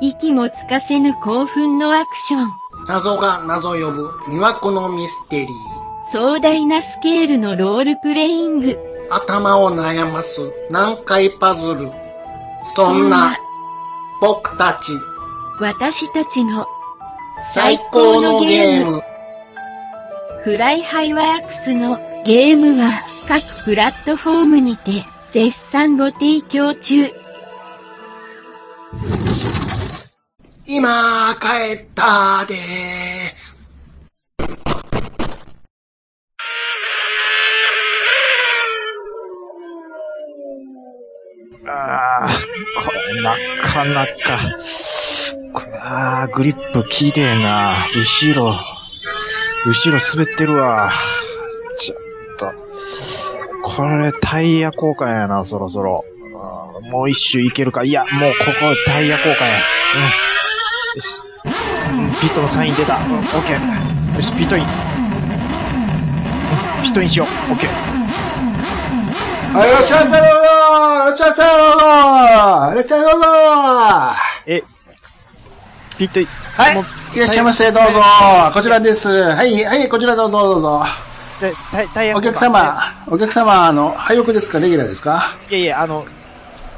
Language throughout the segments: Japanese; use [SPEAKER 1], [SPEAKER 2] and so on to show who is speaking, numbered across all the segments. [SPEAKER 1] 息もつかせぬ興奮のアクション。
[SPEAKER 2] 謎が謎呼ぶ魅惑のミステリー。
[SPEAKER 1] 壮大なスケールのロールプレイング。
[SPEAKER 2] 頭を悩ます難解パズル。そんな、僕たち
[SPEAKER 1] 私たちの
[SPEAKER 2] 最高のゲーム。
[SPEAKER 1] フライハイワークスのゲームは各プラットフォームにて絶賛ご提供中。
[SPEAKER 2] 今帰ったで
[SPEAKER 3] ああ、これなかなか。これああ、グリップ綺麗な。後ろ、後ろ滑ってるわ。ちょっと。これタイヤ交換やな、そろそろ。あーもう一周いけるか。いや、もうここタイヤ交換や。うん。よし。うんピットのサイン出た。うん、オッケー。よし、ピットイン。うんピットインしよう。オッケー。
[SPEAKER 2] はい、いらっしゃいませどうぞいらっしゃいませどうぞいらっしゃいどうぞ
[SPEAKER 3] え、ピットイン。もう
[SPEAKER 2] はい、いらっしゃいませ、どうぞ。こちらです。はい、はい、こちらどうぞ、どうぞ。
[SPEAKER 3] でタイタイヤ
[SPEAKER 2] お
[SPEAKER 3] 交換
[SPEAKER 2] 客様、お客様、あの、配役ですか、レギュラーですか
[SPEAKER 3] いやいや、あの、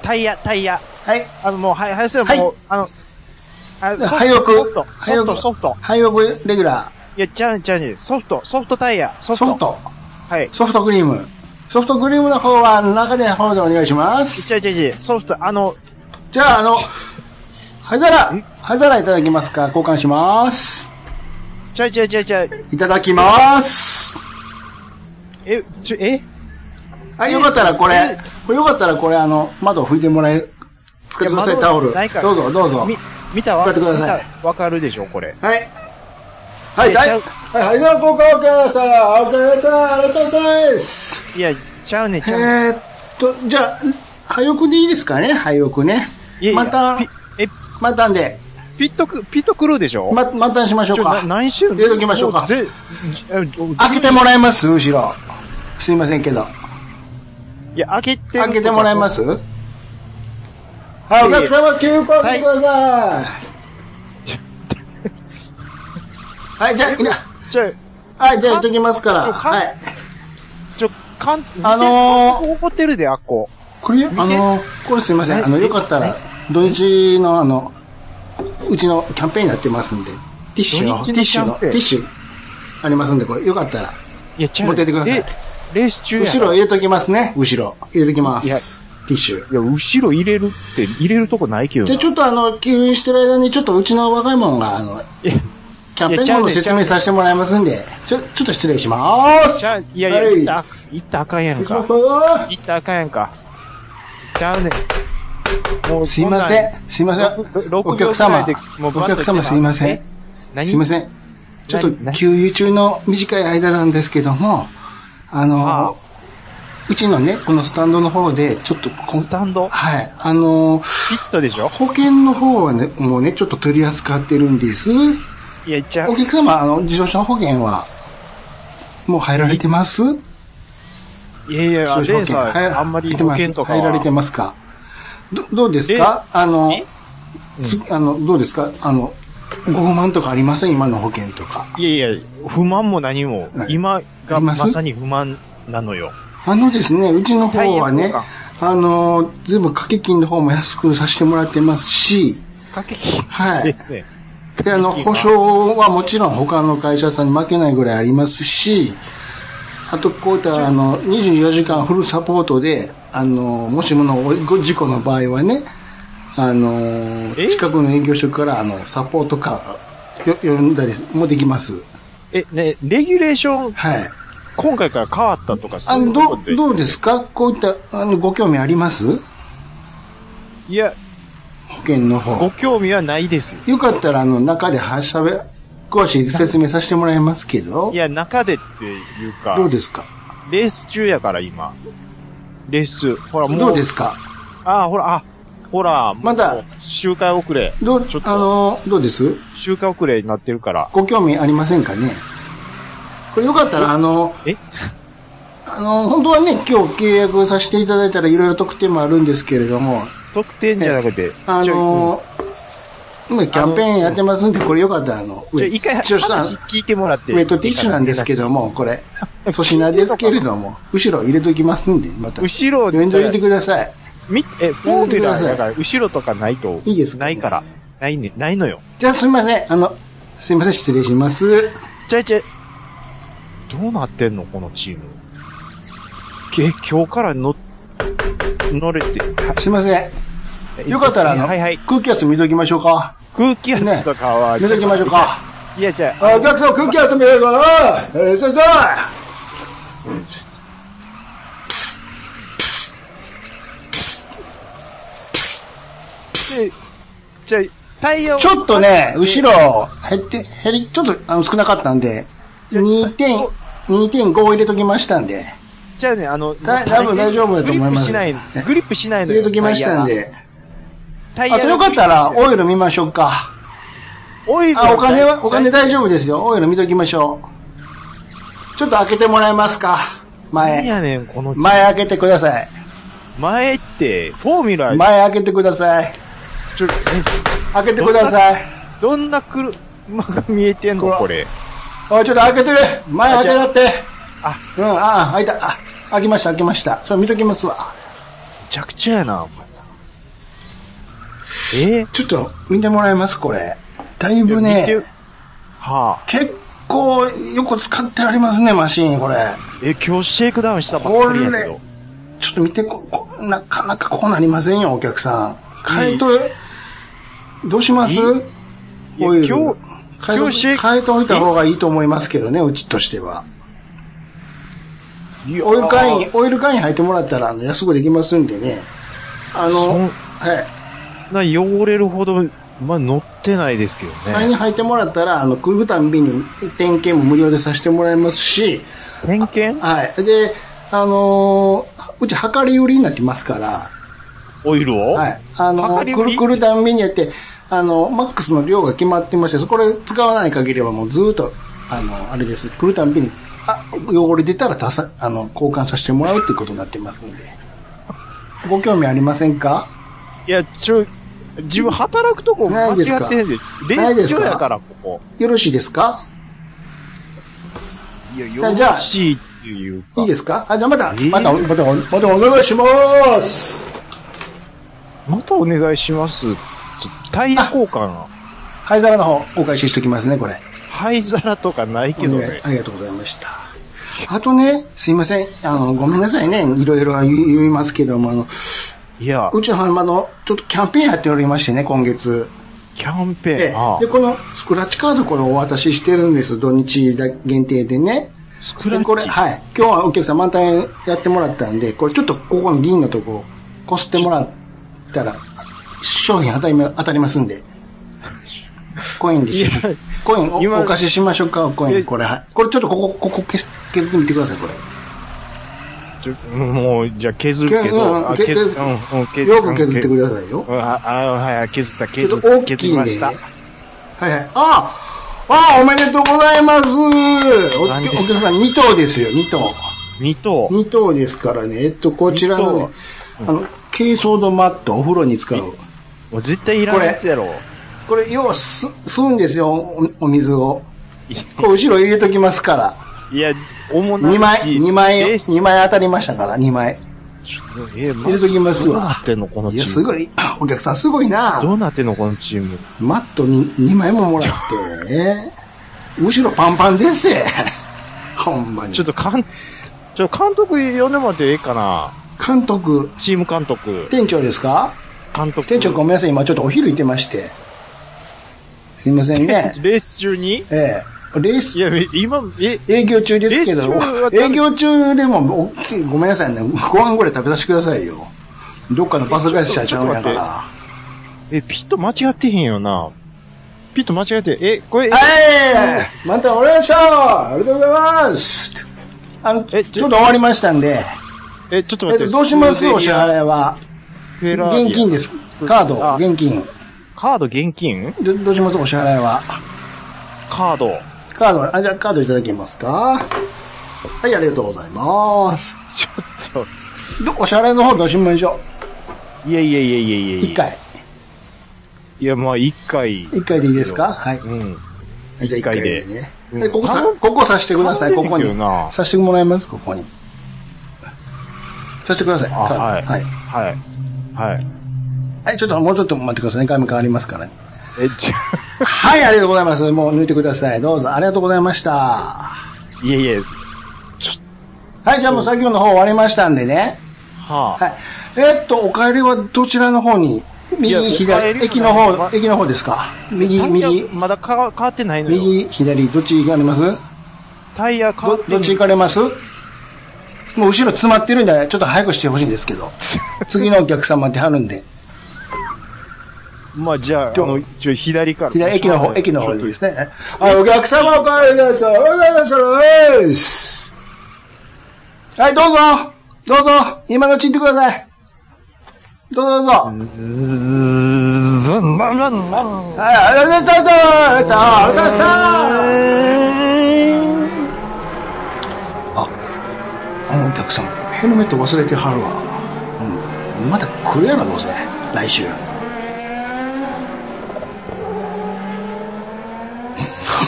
[SPEAKER 3] タイヤ、タイヤ。
[SPEAKER 2] はい、
[SPEAKER 3] あの、もう、はい、林さん、
[SPEAKER 2] はい
[SPEAKER 3] もう、あの、あソフト
[SPEAKER 2] 配役
[SPEAKER 3] ソフト、ソ
[SPEAKER 2] 配
[SPEAKER 3] フト、
[SPEAKER 2] 役
[SPEAKER 3] ソフト。
[SPEAKER 2] 配役レギュラ
[SPEAKER 3] いや、ちゃうちゃうちゃうソフト、ソフトタイヤ、ソ
[SPEAKER 2] ー、
[SPEAKER 3] フト。
[SPEAKER 2] ソフト、
[SPEAKER 3] はい。
[SPEAKER 2] ソフトクリーム。ソフトクリームの方は中で方でお願いします。
[SPEAKER 3] ちゃうちゃうちゃうソフト、あの、
[SPEAKER 2] じゃあ、あの、灰皿、灰皿いただきますか交換します。
[SPEAKER 3] ちゃうちゃうちゃうちゃう
[SPEAKER 2] いただきます。
[SPEAKER 3] え、ちょ、え
[SPEAKER 2] はい、よかったらこれ、よかったらこれ、あの、窓拭いてもらえ、使ってください、
[SPEAKER 3] 窓
[SPEAKER 2] タオル。
[SPEAKER 3] ないから
[SPEAKER 2] どうぞ、どうぞ。
[SPEAKER 3] み、見たわ、
[SPEAKER 2] 使って
[SPEAKER 3] 見
[SPEAKER 2] ください
[SPEAKER 3] たわかるでしょ、これ。
[SPEAKER 2] はい。はい、
[SPEAKER 3] え
[SPEAKER 2] だ
[SPEAKER 3] ちゃ
[SPEAKER 2] い、
[SPEAKER 3] う
[SPEAKER 2] はい、はい、じゃあ、ここから、おかえさん、おかえさん、ありがとうございます。
[SPEAKER 3] いや、ちゃうね、
[SPEAKER 2] え
[SPEAKER 3] ちゃうね。
[SPEAKER 2] ーっと、じゃあ、廃屋でいいですかね、廃屋ね
[SPEAKER 3] いや。いや
[SPEAKER 2] また、
[SPEAKER 3] ピえ、
[SPEAKER 2] またんで、
[SPEAKER 3] ピットク、ピットクルーでしょ
[SPEAKER 2] ま、またしましょう
[SPEAKER 3] ちょ、な
[SPEAKER 2] か。
[SPEAKER 3] 何週
[SPEAKER 2] 入れときましょうか
[SPEAKER 3] ぜ、え
[SPEAKER 2] 開けてもらえます後ろ。すいませんけど。
[SPEAKER 3] いや、開けて。。
[SPEAKER 2] 開けてもらえますすはい、お客様、急行してください。はい、じゃあ、いな
[SPEAKER 3] ちょ、
[SPEAKER 2] はい、じゃあ、行っときますから。
[SPEAKER 3] あか
[SPEAKER 2] はい。
[SPEAKER 3] ちょ、かん、
[SPEAKER 2] あのー
[SPEAKER 3] ー、怒ってるで、あっこ。
[SPEAKER 2] これ、あ
[SPEAKER 3] 見て
[SPEAKER 2] の、これすいません。あの、
[SPEAKER 3] え
[SPEAKER 2] よかったら
[SPEAKER 3] え、
[SPEAKER 2] 土日のあの、うちのキャンペーンになってますんで、ティッシュを、
[SPEAKER 3] 土
[SPEAKER 2] ティ
[SPEAKER 3] 日の
[SPEAKER 2] ッシュの、
[SPEAKER 3] キャンペ
[SPEAKER 2] テ
[SPEAKER 3] ー
[SPEAKER 2] ィ
[SPEAKER 3] ン
[SPEAKER 2] ッシュありますんで、これ、よかったら。
[SPEAKER 3] いや、ちゃう
[SPEAKER 2] 持ってってください
[SPEAKER 3] レレース中やん。
[SPEAKER 2] 後ろ入れときますね。後ろ。入れときま
[SPEAKER 3] いや
[SPEAKER 2] す。ティッシュ。
[SPEAKER 3] いや、後ろ入れるって、入れるとこないけど
[SPEAKER 2] じゃあ
[SPEAKER 3] な。
[SPEAKER 2] ちょっとあの、吸引してる間に、ちょっとうちの若い者が、あの、
[SPEAKER 3] いや
[SPEAKER 2] キャンペーンの説明させてもらいますんで、ちょ、ちょっと失礼しまーす。
[SPEAKER 3] ちゃう、いやい
[SPEAKER 2] は
[SPEAKER 3] や、
[SPEAKER 2] い
[SPEAKER 3] 行ったらあ、行ったらあかんやんか。行ったらあかんやんか。ちゃうねん。もう
[SPEAKER 2] すいません。すいません。お客様。お客様すいません。。
[SPEAKER 3] 何
[SPEAKER 2] すいません。ちょっと
[SPEAKER 3] 何何
[SPEAKER 2] 給油中の短い間なんですけども、あ
[SPEAKER 3] あ
[SPEAKER 2] の、うちのね、このスタンドの方で、ちょっとこん、
[SPEAKER 3] スタンド
[SPEAKER 2] はい、あの、
[SPEAKER 3] ピットでしょ
[SPEAKER 2] 保険の方はね、もうね、ちょっと取り扱ってるんです。
[SPEAKER 3] いや、ちゃう
[SPEAKER 2] お。客様、あの、自動車保険は、もう入られてます
[SPEAKER 3] いやいや、
[SPEAKER 2] 自
[SPEAKER 3] レ
[SPEAKER 2] 動
[SPEAKER 3] ー
[SPEAKER 2] 車
[SPEAKER 3] サ
[SPEAKER 2] 保険
[SPEAKER 3] ー、あんまり
[SPEAKER 2] 入って
[SPEAKER 3] 保
[SPEAKER 2] ます
[SPEAKER 3] 険とかは。
[SPEAKER 2] 入られてますかど、どうですかあの、つあの、どうですかあの、ご不満とかありません今の保険とか。
[SPEAKER 3] いやいや、不満も何も
[SPEAKER 2] は、い
[SPEAKER 3] 今
[SPEAKER 2] あ
[SPEAKER 3] が
[SPEAKER 2] りま
[SPEAKER 3] ますさに不満なのよ。
[SPEAKER 2] あのですね、うちの方
[SPEAKER 3] タ
[SPEAKER 2] は
[SPEAKER 3] イヤ
[SPEAKER 2] ね
[SPEAKER 3] 交換、
[SPEAKER 2] あの、ずいぶん掛け金の方も安くさせてもらってますし、
[SPEAKER 3] かけき
[SPEAKER 2] はい
[SPEAKER 3] ですね。
[SPEAKER 2] で、あの、
[SPEAKER 3] 掛け金
[SPEAKER 2] 保
[SPEAKER 3] は
[SPEAKER 2] 証はもちろん他の会社さんに負けないぐらいありますし、あと、こういった、あの、24時間フルサポートで、あの、もしものご事故の場合はね、あの、
[SPEAKER 3] え
[SPEAKER 2] 近くの営業所から、あの、サポートカー、よ呼んだりもできます。
[SPEAKER 3] え、ね、レギュレーション、
[SPEAKER 2] はい。
[SPEAKER 3] 今回から変わったとか、
[SPEAKER 2] あ
[SPEAKER 3] そうい
[SPEAKER 2] の、
[SPEAKER 3] うこ
[SPEAKER 2] ど
[SPEAKER 3] とで
[SPEAKER 2] う、どうですかこういった、あの、ご興味あります
[SPEAKER 3] いや、
[SPEAKER 2] 保険の方。
[SPEAKER 3] ご興味はないですよ。
[SPEAKER 2] よかったら、あの、中で、はしゃべ、詳しい説明させてもらいますけど
[SPEAKER 3] い、や、中でっていうか
[SPEAKER 2] ど、うですか
[SPEAKER 3] レース中やから今。レース中。ほら、もう。
[SPEAKER 2] どうですか
[SPEAKER 3] ああ、ほら、あ、ほら、
[SPEAKER 2] まだ
[SPEAKER 3] もう、周回遅れ。
[SPEAKER 2] どう
[SPEAKER 3] ちょっ、と
[SPEAKER 2] あの、どうです
[SPEAKER 3] 周回遅れになってるから。
[SPEAKER 2] ご興味ありませんかねこれよかったら、あの、
[SPEAKER 3] え
[SPEAKER 2] あの、本当はね、今日契約させていただいたらいろいろ特典もあるんですけれども、
[SPEAKER 3] 得点じゃなくて、
[SPEAKER 2] あ
[SPEAKER 3] ちょ
[SPEAKER 2] の、今キャンペーンやってますんで、これよかったら、あの、
[SPEAKER 3] ちょ一回
[SPEAKER 2] 一応した
[SPEAKER 3] 話聞いてもらって。
[SPEAKER 2] ウェットティッシュなんですけども、これ、粗品ですけれども、後ろ入れときますんで、また。
[SPEAKER 3] 後ろ
[SPEAKER 2] 面倒入れてください。
[SPEAKER 3] み、え、フォーミュラーだから、後ろとかないと。
[SPEAKER 2] いいですか
[SPEAKER 3] ないから。ないね、ないのよ。
[SPEAKER 2] じゃあすいません、あの、すいません、失礼します。
[SPEAKER 3] ちゃいちゃい。どうなってんのこのチーム。け、今日から乗、乗れて。
[SPEAKER 2] すいません。よかったら、あの、
[SPEAKER 3] はいはい。
[SPEAKER 2] 空気圧見ときましょうか。
[SPEAKER 3] 空気圧とかは、
[SPEAKER 2] 見ときましょうか。
[SPEAKER 3] いや、じゃあ、
[SPEAKER 2] あお客さん、空気集めるから、えー、先生
[SPEAKER 3] でじゃあ、太陽。
[SPEAKER 2] ちょっとね、後ろ、減って、減り、ちょっと、あの、少なかったんで、2点、2.5入れときましたんで、
[SPEAKER 3] じゃあね、あの、
[SPEAKER 2] た多分大丈夫だと思い
[SPEAKER 3] グリッ
[SPEAKER 2] ます
[SPEAKER 3] プしない、グリップしないの
[SPEAKER 2] 入
[SPEAKER 3] よ
[SPEAKER 2] れときましたん。で、
[SPEAKER 3] タイヤ
[SPEAKER 2] あとよかったら、、オイル見ましょうか。
[SPEAKER 3] オイル
[SPEAKER 2] あ、お金は、お金大丈夫ですよ。オイル見ときましょう。ちょっと開けてもらえますか。
[SPEAKER 3] 何
[SPEAKER 2] 前。
[SPEAKER 3] やねん、この、
[SPEAKER 2] 前開けてください。
[SPEAKER 3] 前って、フォーミュラ
[SPEAKER 2] 前
[SPEAKER 3] ー、
[SPEAKER 2] 開けてください。
[SPEAKER 3] ちょ、え
[SPEAKER 2] 開けてください。
[SPEAKER 3] どんな車が見えてんのこれ。
[SPEAKER 2] おい、ちょっと開けて前開けだって
[SPEAKER 3] あ
[SPEAKER 2] うん、ああ、開いた。あ、開きました、開きました。それ見ときますわ。
[SPEAKER 3] めちゃくちゃやな、お前。えー
[SPEAKER 2] ちょっと見てもらえます、これ。だい
[SPEAKER 3] い
[SPEAKER 2] ぶ
[SPEAKER 3] や
[SPEAKER 2] ね
[SPEAKER 3] 見て、はあ。
[SPEAKER 2] 結構よく使ってありますね、マシーン、これ。
[SPEAKER 3] え、今日シェイクダウンしたばっかりやけど
[SPEAKER 2] こ。ちょっと見てこ、こなかなかこうなりませんよ、お客さん。回答、どうします
[SPEAKER 3] いいいや
[SPEAKER 2] オイル。
[SPEAKER 3] 今日
[SPEAKER 2] 変え
[SPEAKER 3] 今日シェイ
[SPEAKER 2] と変えておいた方がいいと思いますけどね、うちとしては。
[SPEAKER 3] いや
[SPEAKER 2] オイル会員、オイル会員入ってもらったら、あの、安くできますんでね。
[SPEAKER 3] そ
[SPEAKER 2] あの、
[SPEAKER 3] ん
[SPEAKER 2] はい。
[SPEAKER 3] な汚れるほど、まあ、乗ってないですけど
[SPEAKER 2] 会員
[SPEAKER 3] ね。
[SPEAKER 2] に入ってもらったら、あの、来るたんびに点検も無料でさせてもらいますし、
[SPEAKER 3] 点検
[SPEAKER 2] はい。で、あのーうち、量り売りになってますから、
[SPEAKER 3] オイルを
[SPEAKER 2] はい。あの
[SPEAKER 3] 量り
[SPEAKER 2] ー、
[SPEAKER 3] 売
[SPEAKER 2] く
[SPEAKER 3] り
[SPEAKER 2] るくるたんびにやって、あのーマックスの量が決まってまして、これ使わない限りはもうずーっと、あのーあれです。来るたんびに、あ、汚れ出たらたさ、あの、交換させてもらうっていうことになってますんで。ご興味ありませんか
[SPEAKER 3] いや、ちょ、自分働くとこ間
[SPEAKER 2] ないです
[SPEAKER 3] 違
[SPEAKER 2] か
[SPEAKER 3] ってんで。
[SPEAKER 2] ない
[SPEAKER 3] レ
[SPEAKER 2] で
[SPEAKER 3] ン
[SPEAKER 2] す
[SPEAKER 3] ジ
[SPEAKER 2] か
[SPEAKER 3] やから、ここ。
[SPEAKER 2] よろしいですか
[SPEAKER 3] いや、
[SPEAKER 2] あ
[SPEAKER 3] よ
[SPEAKER 2] じゃあ
[SPEAKER 3] ろしいっていうか。
[SPEAKER 2] いいですかあ、じゃあまた、
[SPEAKER 3] えー
[SPEAKER 2] また、また、またお願いします
[SPEAKER 3] またお願いします。ちょタイヤ交換、
[SPEAKER 2] 灰皿の方、お返ししておきますね、これ。
[SPEAKER 3] 灰皿とかないけど
[SPEAKER 2] お願い
[SPEAKER 3] ね。
[SPEAKER 2] ありがとうございました。あとね、すいません。あの、ごめんなさいね。いろいろ言い言いますけども、あの、
[SPEAKER 3] いや、
[SPEAKER 2] うちの浜の、ちょっとキャンペーンやっておりましてね、今月。
[SPEAKER 3] キャンペー
[SPEAKER 2] え
[SPEAKER 3] ン。ああ
[SPEAKER 2] えで、このスクラッチカードこれお渡ししてるんです。土日だ限定でね。
[SPEAKER 3] スクラッ
[SPEAKER 2] で
[SPEAKER 3] チ。
[SPEAKER 2] これ、はい。今日はお客さん満タンやってもらったんで、これちょっとここの銀のとこ、こすってもらったら、商品当たりま当たりますんで。コインで
[SPEAKER 3] い
[SPEAKER 2] し
[SPEAKER 3] や
[SPEAKER 2] ょ。コイン
[SPEAKER 3] 今
[SPEAKER 2] おお貸ししましょうか、コイン。これ、はい。これちょっとここ、ここ削削ってみてください、これ。
[SPEAKER 3] ちょもう、じゃあ削るけ
[SPEAKER 2] けうんう
[SPEAKER 3] ど、
[SPEAKER 2] ん
[SPEAKER 3] あ
[SPEAKER 2] け
[SPEAKER 3] 削
[SPEAKER 2] け
[SPEAKER 3] うんうん削
[SPEAKER 2] よく削ってく
[SPEAKER 3] だ
[SPEAKER 2] ださいよ。
[SPEAKER 3] あ、あはい、削った、
[SPEAKER 2] ちょ
[SPEAKER 3] 削
[SPEAKER 2] っ
[SPEAKER 3] っ
[SPEAKER 2] と
[SPEAKER 3] た、
[SPEAKER 2] 大きいん
[SPEAKER 3] 削り
[SPEAKER 2] でね
[SPEAKER 3] ました。
[SPEAKER 2] はいはい。あああおめでとうございますおお
[SPEAKER 3] 何
[SPEAKER 2] 客
[SPEAKER 3] ですか
[SPEAKER 2] さん2等ですよ、2等。
[SPEAKER 3] 二等。
[SPEAKER 2] 2等ですからね。えっと、こちらのね、あの、軽装度マット、お風呂に使う。
[SPEAKER 3] もう絶対いらんやつやろ。
[SPEAKER 2] これ、ようす、吸うんですよ、おお水を。これ後ろ入れときますから。
[SPEAKER 3] いや、主な
[SPEAKER 2] 2枚、2枚、
[SPEAKER 3] え
[SPEAKER 2] 2枚当たりましたから、2枚。
[SPEAKER 3] ちょっとえ、
[SPEAKER 2] 入れときますわ
[SPEAKER 3] どうなってんの、このチ
[SPEAKER 2] い
[SPEAKER 3] ー
[SPEAKER 2] や、
[SPEAKER 3] ム。
[SPEAKER 2] すごい、お客さんすごい
[SPEAKER 3] ど
[SPEAKER 2] な
[SPEAKER 3] うなってんの、このチーム。
[SPEAKER 2] マットに2枚ももらって、ね。後ろパンパンですよ ほんまに。
[SPEAKER 3] ちょっと、かん、ちょっと監督呼んでもらってええかな。
[SPEAKER 2] 監督、
[SPEAKER 3] チーム監督。
[SPEAKER 2] 店長ですか
[SPEAKER 3] 監督。。
[SPEAKER 2] 店長ごめんなさい、今ちょっとお昼行ってまして。すいませんね
[SPEAKER 3] レース中に
[SPEAKER 2] ええ。レー
[SPEAKER 3] い
[SPEAKER 2] ス、
[SPEAKER 3] や、今、え、
[SPEAKER 2] 営業中ですけど
[SPEAKER 3] レース中は、
[SPEAKER 2] 営業中でも、おっきいごめんなさいね。ご飯ぐらい食べさせてくださいよ。どっかのバス会社ちゃうんやから。
[SPEAKER 3] え、ピット間違ってへんよな。ピット間違えて、え、これ、
[SPEAKER 2] はいまたお願いしますありがとうございますあの、ちょ
[SPEAKER 3] え
[SPEAKER 2] っと終わりましたんで、
[SPEAKER 3] え、ちょっと
[SPEAKER 2] え
[SPEAKER 3] 待って。
[SPEAKER 2] どうしますお支払いは。
[SPEAKER 3] フェラーリ
[SPEAKER 2] 現金です。カード、
[SPEAKER 3] あ
[SPEAKER 2] 現金。
[SPEAKER 3] カード現金
[SPEAKER 2] どどうしますお支払いは。
[SPEAKER 3] カード。
[SPEAKER 2] カード、あ、じゃあカードいただけますかはい、ありがとうございます。
[SPEAKER 3] ちょっ
[SPEAKER 2] どお支払いの方どうしましょ
[SPEAKER 3] と。いやいやいやいや
[SPEAKER 2] う
[SPEAKER 3] いや
[SPEAKER 2] 一回。
[SPEAKER 3] いや、まあ、一回。
[SPEAKER 2] 一回でいいですかはい。
[SPEAKER 3] うん。
[SPEAKER 2] じゃあ一
[SPEAKER 3] 一回
[SPEAKER 2] 回
[SPEAKER 3] で
[SPEAKER 2] でね。
[SPEAKER 3] うん
[SPEAKER 2] でここさ
[SPEAKER 3] 頼、
[SPEAKER 2] ここさしてください、
[SPEAKER 3] 頼
[SPEAKER 2] こ
[SPEAKER 3] んで
[SPEAKER 2] こ
[SPEAKER 3] る
[SPEAKER 2] に
[SPEAKER 3] けどな。
[SPEAKER 2] さしてもらいます、ここに。さしてください。
[SPEAKER 3] あ、はい。
[SPEAKER 2] は
[SPEAKER 3] はいい。。はい。
[SPEAKER 2] はいちょっと、もうちょっと待ってくださいね。画面変わりますからね。
[SPEAKER 3] え、じゃ
[SPEAKER 2] はい、ありがとうございます。もう抜いてください。どうぞ、ありがとうございました。は
[SPEAKER 3] いえいえ、
[SPEAKER 2] い、じゃあもう作業の方終わりましたんでね。
[SPEAKER 3] はあ。
[SPEAKER 2] はい。えっと、お帰りはどちらの方に
[SPEAKER 3] い
[SPEAKER 2] 右
[SPEAKER 3] や、お帰りは
[SPEAKER 2] 左、
[SPEAKER 3] ね
[SPEAKER 2] 駅の方
[SPEAKER 3] ま、
[SPEAKER 2] 駅の方ですか右、
[SPEAKER 3] タイヤ
[SPEAKER 2] 右、
[SPEAKER 3] まだか変わってないのよ。
[SPEAKER 2] 右、左、どっち行かれます
[SPEAKER 3] タイヤ変わ
[SPEAKER 2] ど
[SPEAKER 3] って、
[SPEAKER 2] どっち行かれますもう後ろ詰まってるんで、ちょっと早くしてほしいんですけど。次のお客様ってはるんで。
[SPEAKER 3] まあ、じゃあ、あ
[SPEAKER 2] 今日
[SPEAKER 3] の、ちょ、左から。
[SPEAKER 2] 左、駅の
[SPEAKER 3] ちょ
[SPEAKER 2] 方、
[SPEAKER 3] っと
[SPEAKER 2] 駅の方でですね。はい、お客様お帰りください。おはようございます。はい、どうぞどうぞ今のうち行ってくださいどうぞどうぞ、
[SPEAKER 3] うーん、 ずん、まん、まん、まん。
[SPEAKER 2] はい、ありがとうございましたありがとうございました あのお客さんヘルメット忘れてはるわ、うん、また来るやろどうせ来 週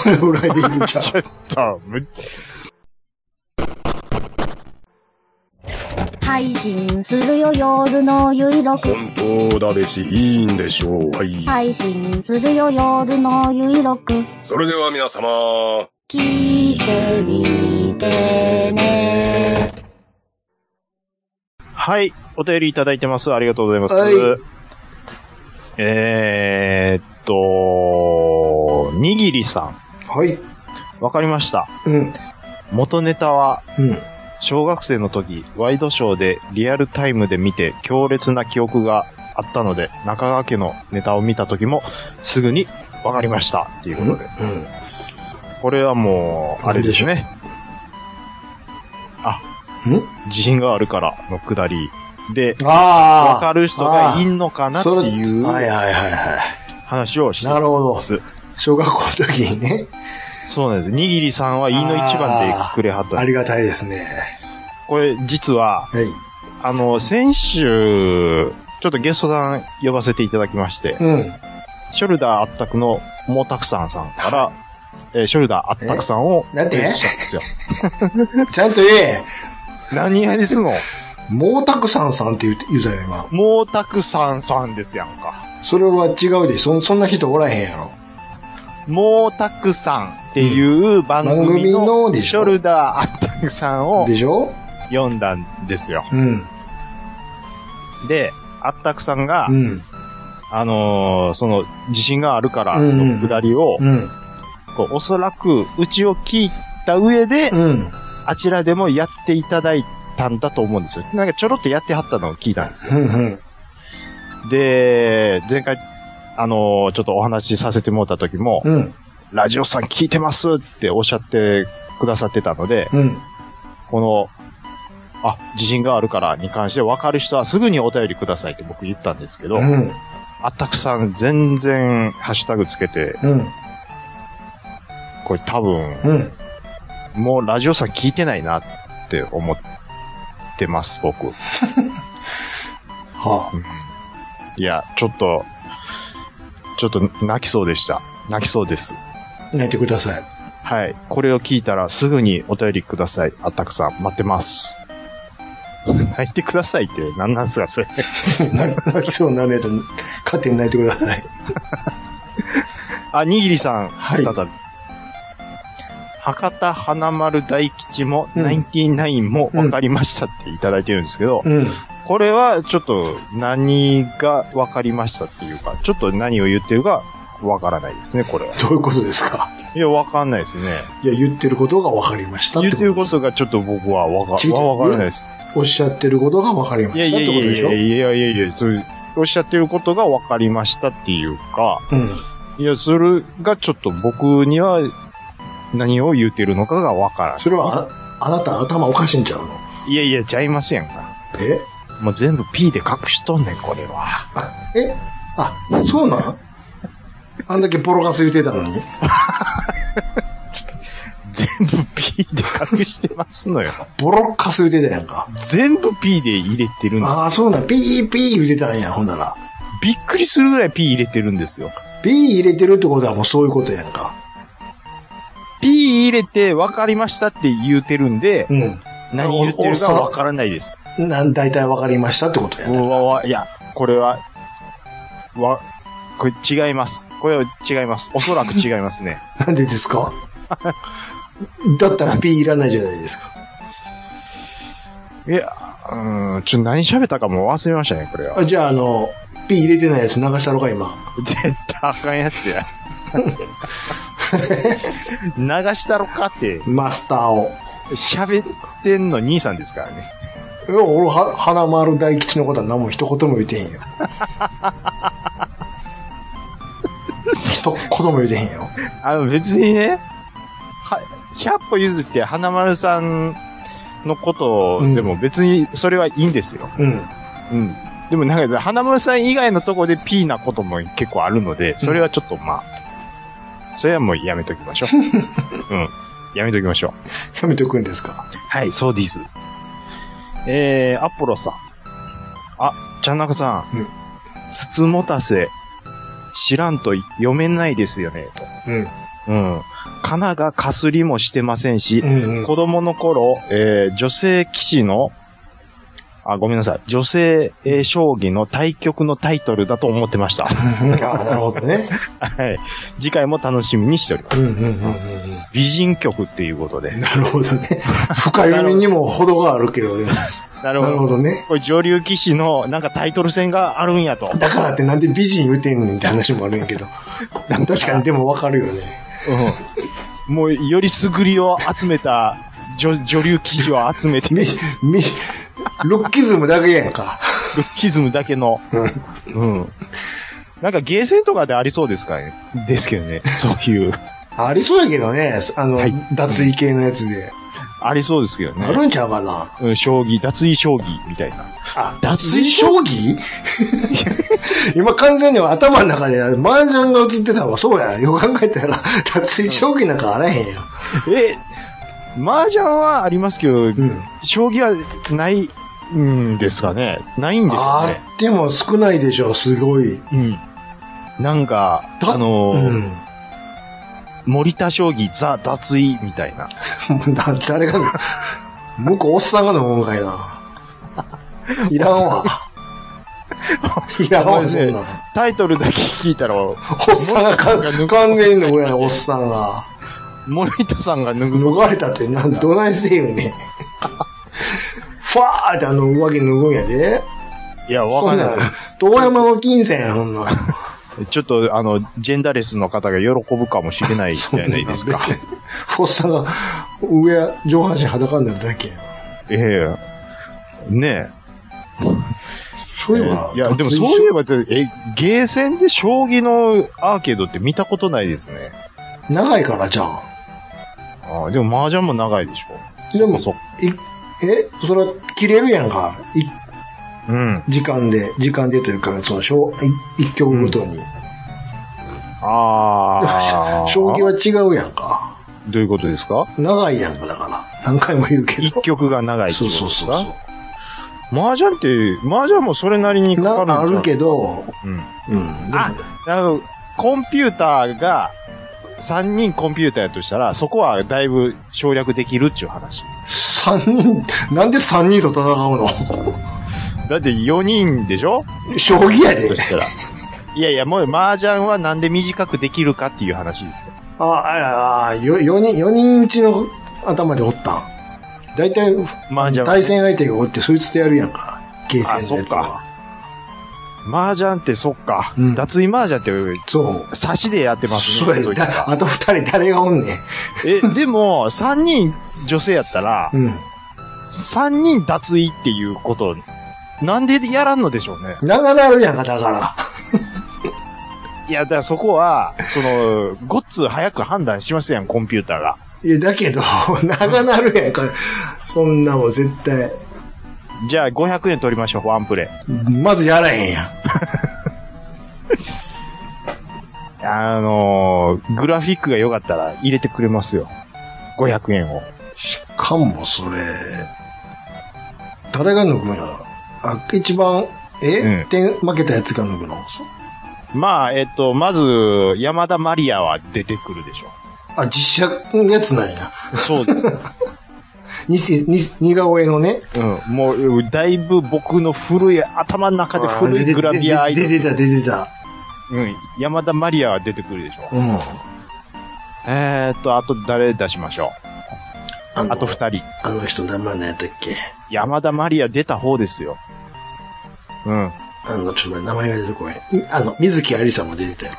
[SPEAKER 2] これぐらいでいいんちゃう
[SPEAKER 3] ちょっと、む、
[SPEAKER 4] 配信するよ夜のゆいろく
[SPEAKER 5] 本当だべし、いいんでしょう。はい。
[SPEAKER 4] 配信するよ夜のゆいろく
[SPEAKER 5] それでは皆様。
[SPEAKER 4] 聞いてみてね
[SPEAKER 3] はい、お便りいただいてます。ありがとうございます。
[SPEAKER 2] はい
[SPEAKER 3] えーっと、にぎりさ
[SPEAKER 2] はい
[SPEAKER 3] ん。わかりました。
[SPEAKER 2] うん
[SPEAKER 3] 元ネタは、
[SPEAKER 2] うん
[SPEAKER 3] 小学生の時、ワイドショーでリアルタイムで見て強烈な記憶があったので、中川家のネタを見た時も、すぐにわかりました。っていうことで。これはもう、あれですね。あ、
[SPEAKER 2] ん
[SPEAKER 3] 自信があるからのくだり。で、
[SPEAKER 2] ああ
[SPEAKER 3] わかる人がいんのかなっていう
[SPEAKER 2] はいはいはいは
[SPEAKER 3] 話をし
[SPEAKER 2] い
[SPEAKER 3] て
[SPEAKER 2] なるほど
[SPEAKER 3] ます。
[SPEAKER 2] 小学校の時にね
[SPEAKER 3] そうなんです。にぎりさんは言いの一番でくれはった
[SPEAKER 2] あ。りがたいですね
[SPEAKER 3] これ、実は、
[SPEAKER 2] はい
[SPEAKER 3] あの、先週、ちょっとゲストさん呼ばせていただきまして、
[SPEAKER 2] うん
[SPEAKER 3] ショルダーあったくのモータクさんさん から、えーショルダーあったくさんを、
[SPEAKER 2] えなんて
[SPEAKER 3] 提出したんですよ。
[SPEAKER 2] ちゃんと言え
[SPEAKER 3] 何やですの
[SPEAKER 2] 毛沢さんさんって言う言うたよ今
[SPEAKER 3] モータクさんさんですやんか。
[SPEAKER 2] それは違うでそんそんな人おらへんやろ
[SPEAKER 3] モータクさんっていう番組
[SPEAKER 2] 番組の
[SPEAKER 3] の
[SPEAKER 2] でし
[SPEAKER 3] シ
[SPEAKER 2] ょ
[SPEAKER 3] ョルダーあったくさんを
[SPEAKER 2] でしょ
[SPEAKER 3] 読んだんですよ。
[SPEAKER 2] うん
[SPEAKER 3] で、あったくさんが
[SPEAKER 2] う、ん
[SPEAKER 3] あのーその、自信があるから
[SPEAKER 2] うんうん
[SPEAKER 3] のくだりを、
[SPEAKER 2] うん
[SPEAKER 3] こうおそらく、うちを聞いた上で、
[SPEAKER 2] うん
[SPEAKER 3] あちらでもやっていただいたんだと思うんですよ。なんかちょろっとやってはったのを聞いたんですよ。
[SPEAKER 2] うんうん。
[SPEAKER 3] で、前回、あのーちょっとお話しさせてもらった時も、
[SPEAKER 2] うん。
[SPEAKER 3] ラジオさん聞いてますっておっしゃってくださってたので、
[SPEAKER 2] うん。
[SPEAKER 3] この、あ、自信があるからに関して分かる人はすぐにお便りくださいって僕言ったんですけど、
[SPEAKER 2] うん。
[SPEAKER 3] あったくさん全然ハッシュタグつけて、
[SPEAKER 2] うん。
[SPEAKER 3] これ多分、
[SPEAKER 2] うん。
[SPEAKER 3] もうラジオさん聞いてないなって思ってます、僕。
[SPEAKER 2] はい
[SPEAKER 3] や、ちょっと、ちょっと泣きそうでした。泣きそうです。
[SPEAKER 2] あ。泣いてください。
[SPEAKER 3] はい。これを聞いたらすぐにお便りください。あったくさん、待ってます。 泣いてくださいって何なんすか、それ。
[SPEAKER 2] 泣きそうになるやつ、勝手に泣いてください。
[SPEAKER 3] あ、にぎりさん、
[SPEAKER 2] はい
[SPEAKER 3] ただ、博多花丸大吉も、
[SPEAKER 2] うん
[SPEAKER 3] ナインティナインも分かりましたっていただいてるんですけど、
[SPEAKER 2] うん。
[SPEAKER 3] これはちょっと何が分かりましたっていうか、ちょっと何を言ってるか分からないですね、これは。
[SPEAKER 2] どういうことですか
[SPEAKER 3] いや、分かんないですね。
[SPEAKER 2] いや、言ってることが分かりましたっ
[SPEAKER 3] 言っ
[SPEAKER 2] てこと。
[SPEAKER 3] てることがちょっと僕はわか
[SPEAKER 2] 聞いてる
[SPEAKER 3] わわからないです。
[SPEAKER 2] おっしゃってることが分かりま
[SPEAKER 3] いや
[SPEAKER 2] し
[SPEAKER 3] い
[SPEAKER 2] たっ
[SPEAKER 3] や
[SPEAKER 2] て
[SPEAKER 3] い
[SPEAKER 2] ことでしょ
[SPEAKER 3] やいやいやいやいや、そういうおっしゃってることがわかりましたっていうか、
[SPEAKER 2] うん。
[SPEAKER 3] いや、それがちょっと僕には何を言うてるのかがわから
[SPEAKER 2] それはあ、あなた頭おかしいんちゃうの
[SPEAKER 3] ん。いやいや、ちゃいませんか。
[SPEAKER 2] え
[SPEAKER 3] もう全部 P で隠しとんねん、これは。
[SPEAKER 2] あ、えあ、そうなんあんだけボロカス言ってたのに。
[SPEAKER 3] 全部 P で隠してますのよ。
[SPEAKER 2] ボロカス言ってたやんか。
[SPEAKER 3] 全部 P で入れてるの。
[SPEAKER 2] ああ、そうなん。ピーピー言ってたんや、ほんなら。
[SPEAKER 3] びっくりするぐらい P 入れてるんですよ。
[SPEAKER 2] P 入れてるってことはもうそういうことやんか。
[SPEAKER 3] P 入れて分かりましたって言うてるんで、
[SPEAKER 2] う
[SPEAKER 3] 何言ってるか分からないです。
[SPEAKER 2] ん。なん、大体わかりましたってことや
[SPEAKER 3] う
[SPEAKER 2] な。
[SPEAKER 3] わわ、いや、これは、わ、これ違います。これは違います。おそらく違いますね。
[SPEAKER 2] なんでですかだったら P いらないじゃないですか。
[SPEAKER 3] いや、 うーん、ちょっと何喋ったかも忘れましたね、これは。
[SPEAKER 2] あじゃあ、あの、P 入れてないやつ流したのか、今。
[SPEAKER 3] 絶対あかんやつ や。流したろかって、
[SPEAKER 2] マスターを。
[SPEAKER 3] 喋ってんの兄さんですからね。
[SPEAKER 2] いや俺は、花丸大吉のことは何も一言も言って へんよ。一言も言ってへんよ。
[SPEAKER 3] あの、別にね、は、100歩譲って花丸さんのことを、
[SPEAKER 2] うん
[SPEAKER 3] でも別にそれはいいんですよ。
[SPEAKER 2] うん。
[SPEAKER 3] うん。でもなんか、花丸さん以外のとこで P なことも結構あるので、それはちょっとまあ、それはもうやめときましょう。 うん。やめときましょう。
[SPEAKER 2] やめておくんですか。
[SPEAKER 3] はい、そうです。えー、アポロさん。あ、ちゃんなかさん。
[SPEAKER 2] うん
[SPEAKER 3] つつもたせ、知らんと読めないですよね、
[SPEAKER 2] うん。
[SPEAKER 3] と。うん。かながかすりもしてませんし
[SPEAKER 2] う、ん、うん。
[SPEAKER 3] 子供の頃、えー女性騎士の、あ、ごめんなさい。女性、えー将棋の対局のタイトルだと思ってました。
[SPEAKER 2] ああ、なるほどね。
[SPEAKER 3] はい。次回も楽しみにしておりま
[SPEAKER 2] う
[SPEAKER 3] す。
[SPEAKER 2] ん、うん、うん、うん。
[SPEAKER 3] 美人局っていうことで。
[SPEAKER 2] なるほどね。深読みにも程があるけどね。
[SPEAKER 3] な
[SPEAKER 2] な
[SPEAKER 3] るほ
[SPEAKER 2] る
[SPEAKER 3] ど
[SPEAKER 2] ほ。どね。
[SPEAKER 3] これ上流騎士のなんかタイトル戦があるんやと。
[SPEAKER 2] だからってなんで美人言うてんねんって話もあるんやけど。確かにでもわかるよね。
[SPEAKER 3] うん。もうよりすぐりを集めた女女流騎士を集めて、
[SPEAKER 2] み、み、ロッキズムだけやんか。
[SPEAKER 3] ルッキズムだけの。
[SPEAKER 2] うん。
[SPEAKER 3] うん。なんかゲーセンとかでありそうですかね。ですけどね。そういう。
[SPEAKER 2] ありそうやけどね。あの、
[SPEAKER 3] はい
[SPEAKER 2] 脱衣系のやつで。
[SPEAKER 3] ありそうですけどね。
[SPEAKER 2] あるんちゃうかな。
[SPEAKER 3] うん、将棋、脱衣将棋みたいな。
[SPEAKER 2] あ、脱衣将棋今完全に頭の中で麻雀が映ってたわ。そうや。よく考えたら、脱衣将棋なんかあらへんやん。
[SPEAKER 3] え、麻雀はありますけど、
[SPEAKER 2] うん。
[SPEAKER 3] 将棋はないんですかね。ないんでしょう
[SPEAKER 2] あ
[SPEAKER 3] ね。
[SPEAKER 2] っても少ないでしょ。すごい。
[SPEAKER 3] うん。なんか、
[SPEAKER 2] だ
[SPEAKER 3] あの
[SPEAKER 2] う
[SPEAKER 3] ー
[SPEAKER 2] ん。
[SPEAKER 3] 森田将棋ザ・脱衣みたいな。
[SPEAKER 2] もうだ誰が、向こうおっさんが飲むんかいな。いらん わ。いらんわ、そんなん。
[SPEAKER 3] タイトルだけ聞いたら、
[SPEAKER 2] おっさんがか完全に脱ぐやん、おっさんが。
[SPEAKER 3] 森田さんが脱ぐ。
[SPEAKER 2] 脱がれたってなん、どないせえよね。ファーってあの上着脱ぐんやで。
[SPEAKER 3] いや、わかんないで
[SPEAKER 2] 遠山の金銭や、ほんなら。
[SPEAKER 3] す。ちょっと、あの、ジェンダーレスの方が喜ぶかもしれ ないじゃないですか。
[SPEAKER 2] おっさんが上、上半身裸になるだけやん。
[SPEAKER 3] ええね
[SPEAKER 2] そ
[SPEAKER 3] え。
[SPEAKER 2] ういえば、
[SPEAKER 3] いや、でもそういえば、え、ゲーセンで将棋のアーケードって見たことないですね。
[SPEAKER 2] 長いからじゃん。
[SPEAKER 3] ああ、でも麻雀も長いでしょ。
[SPEAKER 2] でも
[SPEAKER 3] そっ
[SPEAKER 2] いえ、それ切れるやんか。い
[SPEAKER 3] かうん。
[SPEAKER 2] 時間で、時間でというか、その、小一一曲ごとに。
[SPEAKER 3] ああ。
[SPEAKER 2] 将棋は違うやんか。
[SPEAKER 3] どういうことですか
[SPEAKER 2] 長いやんか、だから。何回も言うけど。
[SPEAKER 3] 一曲が長いって
[SPEAKER 2] そ
[SPEAKER 3] いうこと
[SPEAKER 2] そう
[SPEAKER 3] です
[SPEAKER 2] そう
[SPEAKER 3] か
[SPEAKER 2] そ
[SPEAKER 3] 麻雀って、麻雀もそれなりに
[SPEAKER 2] う。
[SPEAKER 3] かかるんじ
[SPEAKER 2] な
[SPEAKER 3] ゃ
[SPEAKER 2] あ
[SPEAKER 3] ん
[SPEAKER 2] るけど、
[SPEAKER 3] うん。
[SPEAKER 2] うん。でも
[SPEAKER 3] あ、あの、コンピューターが、3人コンピューターやとしたら、そこはだいぶ省略できるっちゅう話。
[SPEAKER 2] 三人、なんで三人と戦うの
[SPEAKER 3] だって4人でしょ
[SPEAKER 2] 将棋やで
[SPEAKER 3] と。したら。いやいや、もう麻雀はなんで短くできるかっていう話ですよ。
[SPEAKER 2] あ、あ、あ、よ四人、四人うちの頭でおったん。大体、
[SPEAKER 3] 麻雀
[SPEAKER 2] 対戦相手がおって、そいつとやるやんか。ゲーセンのやつ
[SPEAKER 3] あそっ
[SPEAKER 2] は。
[SPEAKER 3] 麻雀ってそっか。
[SPEAKER 2] うん
[SPEAKER 3] 脱衣麻雀って、
[SPEAKER 2] そう。
[SPEAKER 3] 差しでやってますね。
[SPEAKER 2] そうや
[SPEAKER 3] そう
[SPEAKER 2] で
[SPEAKER 3] いったら
[SPEAKER 2] だあと二人誰がおんねん。
[SPEAKER 3] え、 でも、3人女性やったら、
[SPEAKER 2] うん。
[SPEAKER 3] 3人脱衣っていうこと、なんでやらんのでしょうね。
[SPEAKER 2] 長なるやんか、だから。
[SPEAKER 3] いや、だからそこは、その、ごっつ早く判断しますやん、コンピューターが。
[SPEAKER 2] いや、だけど、 長なるやんか。そんなもん絶対。
[SPEAKER 3] じゃあ500円取りましょう、ワンプレ
[SPEAKER 2] まずやらへんやん。
[SPEAKER 3] イ。あのーグラフィックが良かったら入れてくれますよ。500円を。
[SPEAKER 2] しかも、それ、誰が抜くんやあ、一番え、
[SPEAKER 3] うん
[SPEAKER 2] 点負けたやつが脱ぐのそ
[SPEAKER 3] まあ、えっと、まず、山田マリアは出てくるでしょ
[SPEAKER 2] あ、実写のやつなんや。
[SPEAKER 3] う。そうです。
[SPEAKER 2] にせ、に、似顔絵のね。
[SPEAKER 3] うん。もう、だいぶ僕の古い、頭の中で古
[SPEAKER 2] 出て
[SPEAKER 3] いグラビアアイド
[SPEAKER 2] 出
[SPEAKER 3] ル。
[SPEAKER 2] てた、出てた。
[SPEAKER 3] うん。山田マリアは出てくるでしょう。
[SPEAKER 2] うん。
[SPEAKER 3] えーっと、あと誰出しましょ
[SPEAKER 2] あ
[SPEAKER 3] う。
[SPEAKER 2] の
[SPEAKER 3] あと二人。
[SPEAKER 2] あの人、名前何やったっけ
[SPEAKER 3] 山田マリア出た方ですよ。うん。
[SPEAKER 2] あの、ちょっと待って名前が出てこへん。いあの、水木有りさんも出てたよ。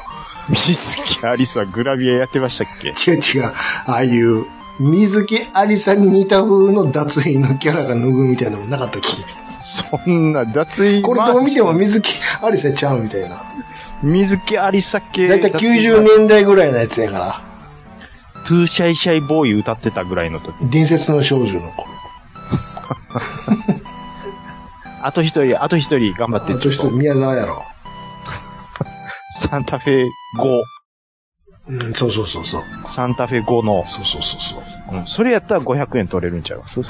[SPEAKER 3] 水木アリスはグラビアやってましたっけ
[SPEAKER 2] 違う違う。ああいう、水木有りさんに似た風の脱衣のキャラが脱ぐみたいなのもなかったっけ
[SPEAKER 3] そんな、脱衣
[SPEAKER 2] これどう見ても
[SPEAKER 3] まあ
[SPEAKER 2] 水木有りさんちゃうみたいな。
[SPEAKER 3] 水木アリサ系。
[SPEAKER 2] だいたい90年代ぐらいのやつやから。
[SPEAKER 3] トゥーシャイシャイボーイ歌ってたぐらいの時。
[SPEAKER 2] 伝説の少女の子。
[SPEAKER 3] あと一人、あと一人頑張
[SPEAKER 2] あ
[SPEAKER 3] って。
[SPEAKER 2] と人、宮沢やろ。
[SPEAKER 3] サンタフェ5。
[SPEAKER 2] うん、そうそうそうそう。
[SPEAKER 3] サンタフェ5の。
[SPEAKER 2] そうそうそうそう。
[SPEAKER 3] うん。それやったら500円取れるんちゃいます うん。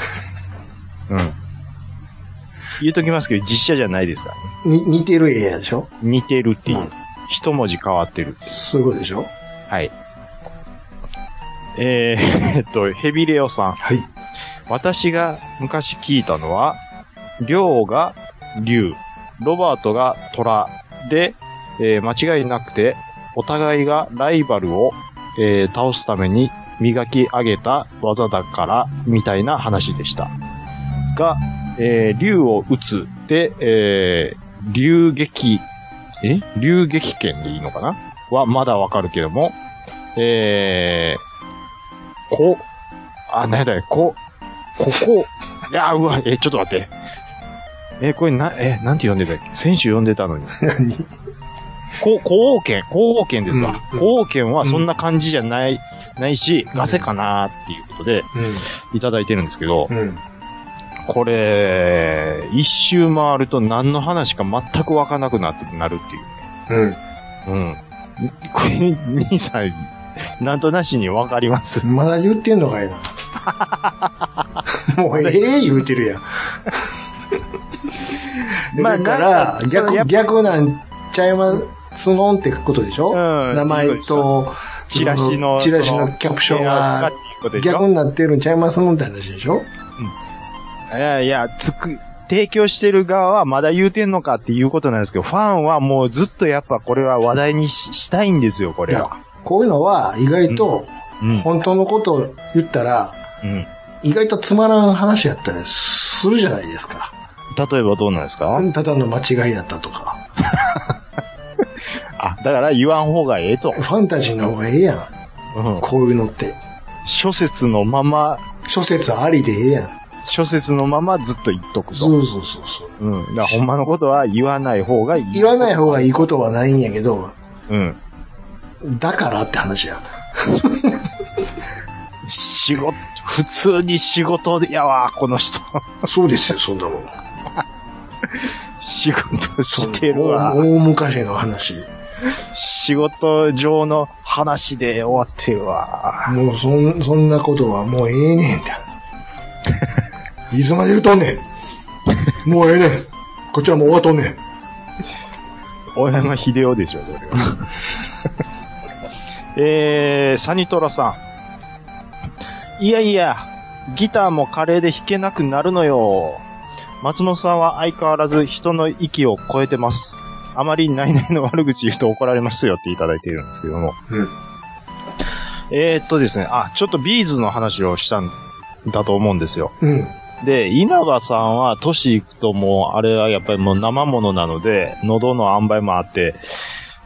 [SPEAKER 3] 言うときますけど、実写じゃないですからね。
[SPEAKER 2] に、似てる絵やでしょ
[SPEAKER 3] 似てるっていう。
[SPEAKER 2] うん
[SPEAKER 3] 一文字変わってるっていう。
[SPEAKER 2] そういうことでしょ
[SPEAKER 3] はい。えー、えっと、ヘビレオさん。
[SPEAKER 2] はい。
[SPEAKER 3] 私が昔聞いたのは、りょうが竜、ロバートが虎で、えー間違いなくて、お互いがライバルを、えー倒すために磨き上げた技だから、みたいな話でした。が、えー竜を撃つで、えー竜撃、え竜撃剣でいいのかなはまだわかるけども、えー、こ、あ、なんだよ、こ、ここ、いや、うわ、え、ちょっと待って。え、これな、え、なんて読んでたっけ選手読んでたのに。
[SPEAKER 2] 何
[SPEAKER 3] こ、皇后剣、皇后剣ですわ。
[SPEAKER 2] うん
[SPEAKER 3] 皇后剣はそんな感じじゃない、ないし、ガセかなっていうことで、いただいてるんですけど、
[SPEAKER 2] うん。うん。
[SPEAKER 3] これ、一周回ると何の話か全くわかんなくなって、なるっていう。
[SPEAKER 2] うん。
[SPEAKER 3] うん。これ、兄さん、なんとなしにわかります。
[SPEAKER 2] まだ言ってんのか いな。もうええ言うてるやん。
[SPEAKER 3] まあ
[SPEAKER 2] だか
[SPEAKER 3] なん
[SPEAKER 2] ら
[SPEAKER 3] かそうや
[SPEAKER 2] 逆、
[SPEAKER 3] っぱ
[SPEAKER 2] 逆なんちゃいますのんってことでしょ、
[SPEAKER 3] うん
[SPEAKER 2] 名前と、
[SPEAKER 3] チラシの、
[SPEAKER 2] チラシ
[SPEAKER 3] そ
[SPEAKER 2] のキャプションは
[SPEAKER 3] っていうことでしょ
[SPEAKER 2] 逆になってるんちゃいますのんって話でしょ
[SPEAKER 3] いやいや、つく、提供してる側はまだ言うてんのかっていうことなんですけど、ファンはもうずっとやっぱこれは話題にししたいんですよ、こ
[SPEAKER 2] い
[SPEAKER 3] れ
[SPEAKER 2] や
[SPEAKER 3] は。
[SPEAKER 2] こういうのは意外と
[SPEAKER 3] うん。
[SPEAKER 2] 本当のことを言ったら、
[SPEAKER 3] うん。
[SPEAKER 2] 意外とつまらん話やったりするじゃないですか。
[SPEAKER 3] 例えばどうなんですか、
[SPEAKER 2] ただの間違いだったとか。
[SPEAKER 3] あ、だから言わん方がええと
[SPEAKER 2] フ。ァンタジーの方がええやん。
[SPEAKER 3] うん。
[SPEAKER 2] こういうのって。
[SPEAKER 3] 諸説のまま、
[SPEAKER 2] 諸説ありでええやん。
[SPEAKER 3] 諸説のままずっと言っとく
[SPEAKER 2] そ
[SPEAKER 3] と。
[SPEAKER 2] うそうそうそう。
[SPEAKER 3] うん。だからほんまのことは言わない方がいい。
[SPEAKER 2] 言わない方がいいことはないんやけど、
[SPEAKER 3] うん。
[SPEAKER 2] だからって話や。
[SPEAKER 3] 仕事、普通に仕事でやわ、この人。
[SPEAKER 2] そうですよ、そんなもん。
[SPEAKER 3] 仕事してるわ
[SPEAKER 2] そ。んな大昔の話。
[SPEAKER 3] 仕事上の話で終わってるわ。
[SPEAKER 2] もうそん、そんなことはもうえ えねんって。いつまで言うとんねん。もうええねん。こっちはもう終わっとんねん。
[SPEAKER 3] 大山秀夫でしょ、これ は。えー、サニトラさん。いやいや、ギターも華麗で弾けなくなるのよ。松本さんは相変わらず人の域を超えてます。あまり内々の悪口言うと怒られますよっていただいているんですけども。
[SPEAKER 2] うん
[SPEAKER 3] えー、っとですね、あ、ちょっとビーズの話をしたんだと思うんですよ。
[SPEAKER 2] うん。
[SPEAKER 3] で、稲葉さんは都市行くともう、あれはやっぱりもう生ものなので、喉の塩梅もあって、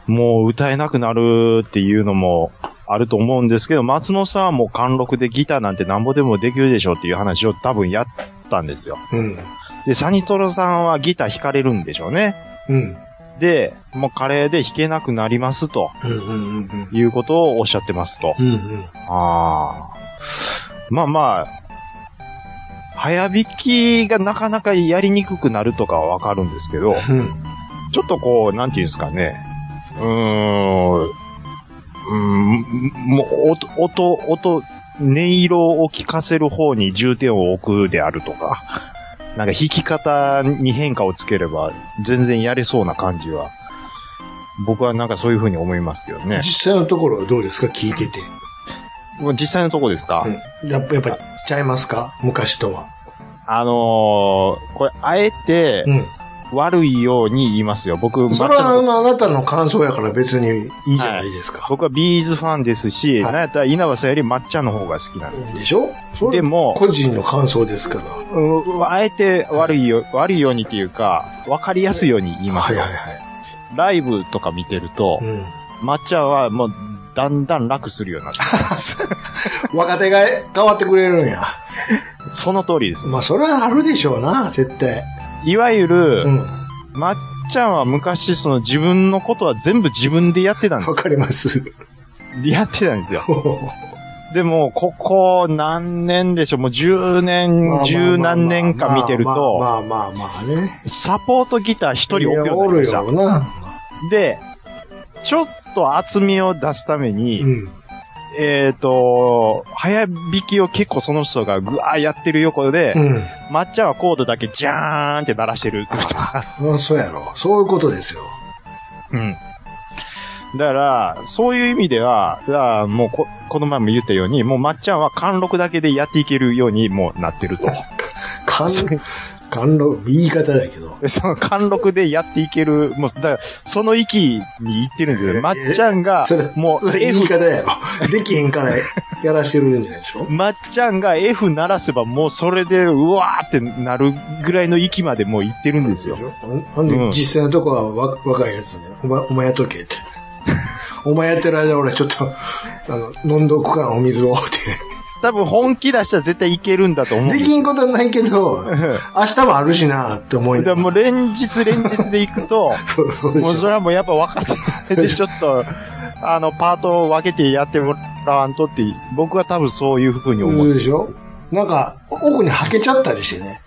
[SPEAKER 3] もう歌えなくなるっていうのもあると思うんですけど、松本さんはもう貫禄でギターなんてなんぼでもできるでしょうっていう話を多分やったんですよ。
[SPEAKER 2] うん。
[SPEAKER 3] で、サニトロさんはギター弾かれるんでしょうね。
[SPEAKER 2] うん。
[SPEAKER 3] で、もうカレーで弾けなくなりますと
[SPEAKER 2] うん。うん。うん。
[SPEAKER 3] いうことをおっしゃってますと。
[SPEAKER 2] うん。うん。
[SPEAKER 3] ああ。まあまあ、早引きがなかなかやりにくくなるとかはわかるんですけど、
[SPEAKER 2] うん。
[SPEAKER 3] ちょっとこう、なんていうんですかね。うーん、うーん、もう、音、音、音、音色を聞かせる方に重点を置くであるとか、なんか弾き方に変化をつければ、全然やれそうな感じは、僕はなんかそういう風に思いますけどね。
[SPEAKER 2] 実際のところはどうですか聞いてて。
[SPEAKER 3] もう実際のとこですか、
[SPEAKER 2] やっぱ、やっぱ、ちゃいますか昔とは。
[SPEAKER 3] あのー、これ、あえて
[SPEAKER 2] うん。
[SPEAKER 3] 悪いように言いますよ。僕、全く
[SPEAKER 2] それはあのあなたの感想やから別にいいじゃないですか。
[SPEAKER 3] 僕はビーズファンですし、
[SPEAKER 2] はい
[SPEAKER 3] なんやったら稲葉さんより抹茶の方が好きなんです。
[SPEAKER 2] でしょそれ
[SPEAKER 3] でも
[SPEAKER 2] 個人の感想ですから。は
[SPEAKER 3] うんあえて悪いよ、悪いようにっていうか、わかりやすいように言い
[SPEAKER 2] い
[SPEAKER 3] ます
[SPEAKER 2] はい
[SPEAKER 3] よ。
[SPEAKER 2] は
[SPEAKER 3] ライブとか見てると
[SPEAKER 2] い。、うん。
[SPEAKER 3] 抹茶はもう、だんだん楽するようになってきます。
[SPEAKER 2] 若手が変わってくれるんや。
[SPEAKER 3] その通りです。
[SPEAKER 2] まあ、それはあるでしょうな、絶対。
[SPEAKER 3] いわゆる、
[SPEAKER 2] うん。
[SPEAKER 3] まっちゃんは昔、その自分のことは全部自分でやってたんで
[SPEAKER 2] わかります。
[SPEAKER 3] す。やってたんですよ。でも、ここ何年でしょう、もう10年、 十何年か見てると、
[SPEAKER 2] まあまあまあまあね。
[SPEAKER 3] サポートギター一人置くよう
[SPEAKER 2] いや
[SPEAKER 3] にな
[SPEAKER 2] お
[SPEAKER 3] りま
[SPEAKER 2] る
[SPEAKER 3] した
[SPEAKER 2] よ。な。
[SPEAKER 3] で、ちょっと厚みを出すために、
[SPEAKER 2] うん。
[SPEAKER 3] えっ、と、早弾きを結構その人がぐわーやってる横で、
[SPEAKER 2] うん。
[SPEAKER 3] まっちゃんはコードだけジャーンって鳴らしてる。
[SPEAKER 2] うんそうやろ。そういうことですよ。
[SPEAKER 3] うん。だから、そういう意味では、だからもうこ、この前も言ったように、もうまっちゃんは貫禄だけでやっていけるようにもうなってると。
[SPEAKER 2] 感、感動、言い方だけど。
[SPEAKER 3] その貫禄でやっていける、もう、だから、その域に行ってるんですよ。まっちゃんが
[SPEAKER 2] それ、、
[SPEAKER 3] もう
[SPEAKER 2] それ言い
[SPEAKER 3] F、
[SPEAKER 2] 方やろ。できへんからやらしてるんじゃないでしょ
[SPEAKER 3] まっちゃんが F 鳴らせばもうそれで、うわーってなるぐらいの域までもう行ってるんですよ。
[SPEAKER 2] ほんで
[SPEAKER 3] うん、
[SPEAKER 2] 実際のとこはわ若いやつね。お前、お前やっとけって。 お前やってる間俺ちょっと、あの、飲んどくからお水をって。
[SPEAKER 3] 多分本気出したら絶対いけるんだと思うん
[SPEAKER 2] で
[SPEAKER 3] です
[SPEAKER 2] きんことはないけど、明日もあるしなって思 い
[SPEAKER 3] だ
[SPEAKER 2] な
[SPEAKER 3] から
[SPEAKER 2] が
[SPEAKER 3] も
[SPEAKER 2] ら
[SPEAKER 3] う連日連日で行くと、
[SPEAKER 2] そうそうでしょ
[SPEAKER 3] もうそれはもうやっぱ分かってて、ちょっ と、あの、パートを分けてやってもらわんとって、僕は多分そういう風に思
[SPEAKER 2] そう
[SPEAKER 3] う。
[SPEAKER 2] でしょなんか、奥にはけちゃったりしてね。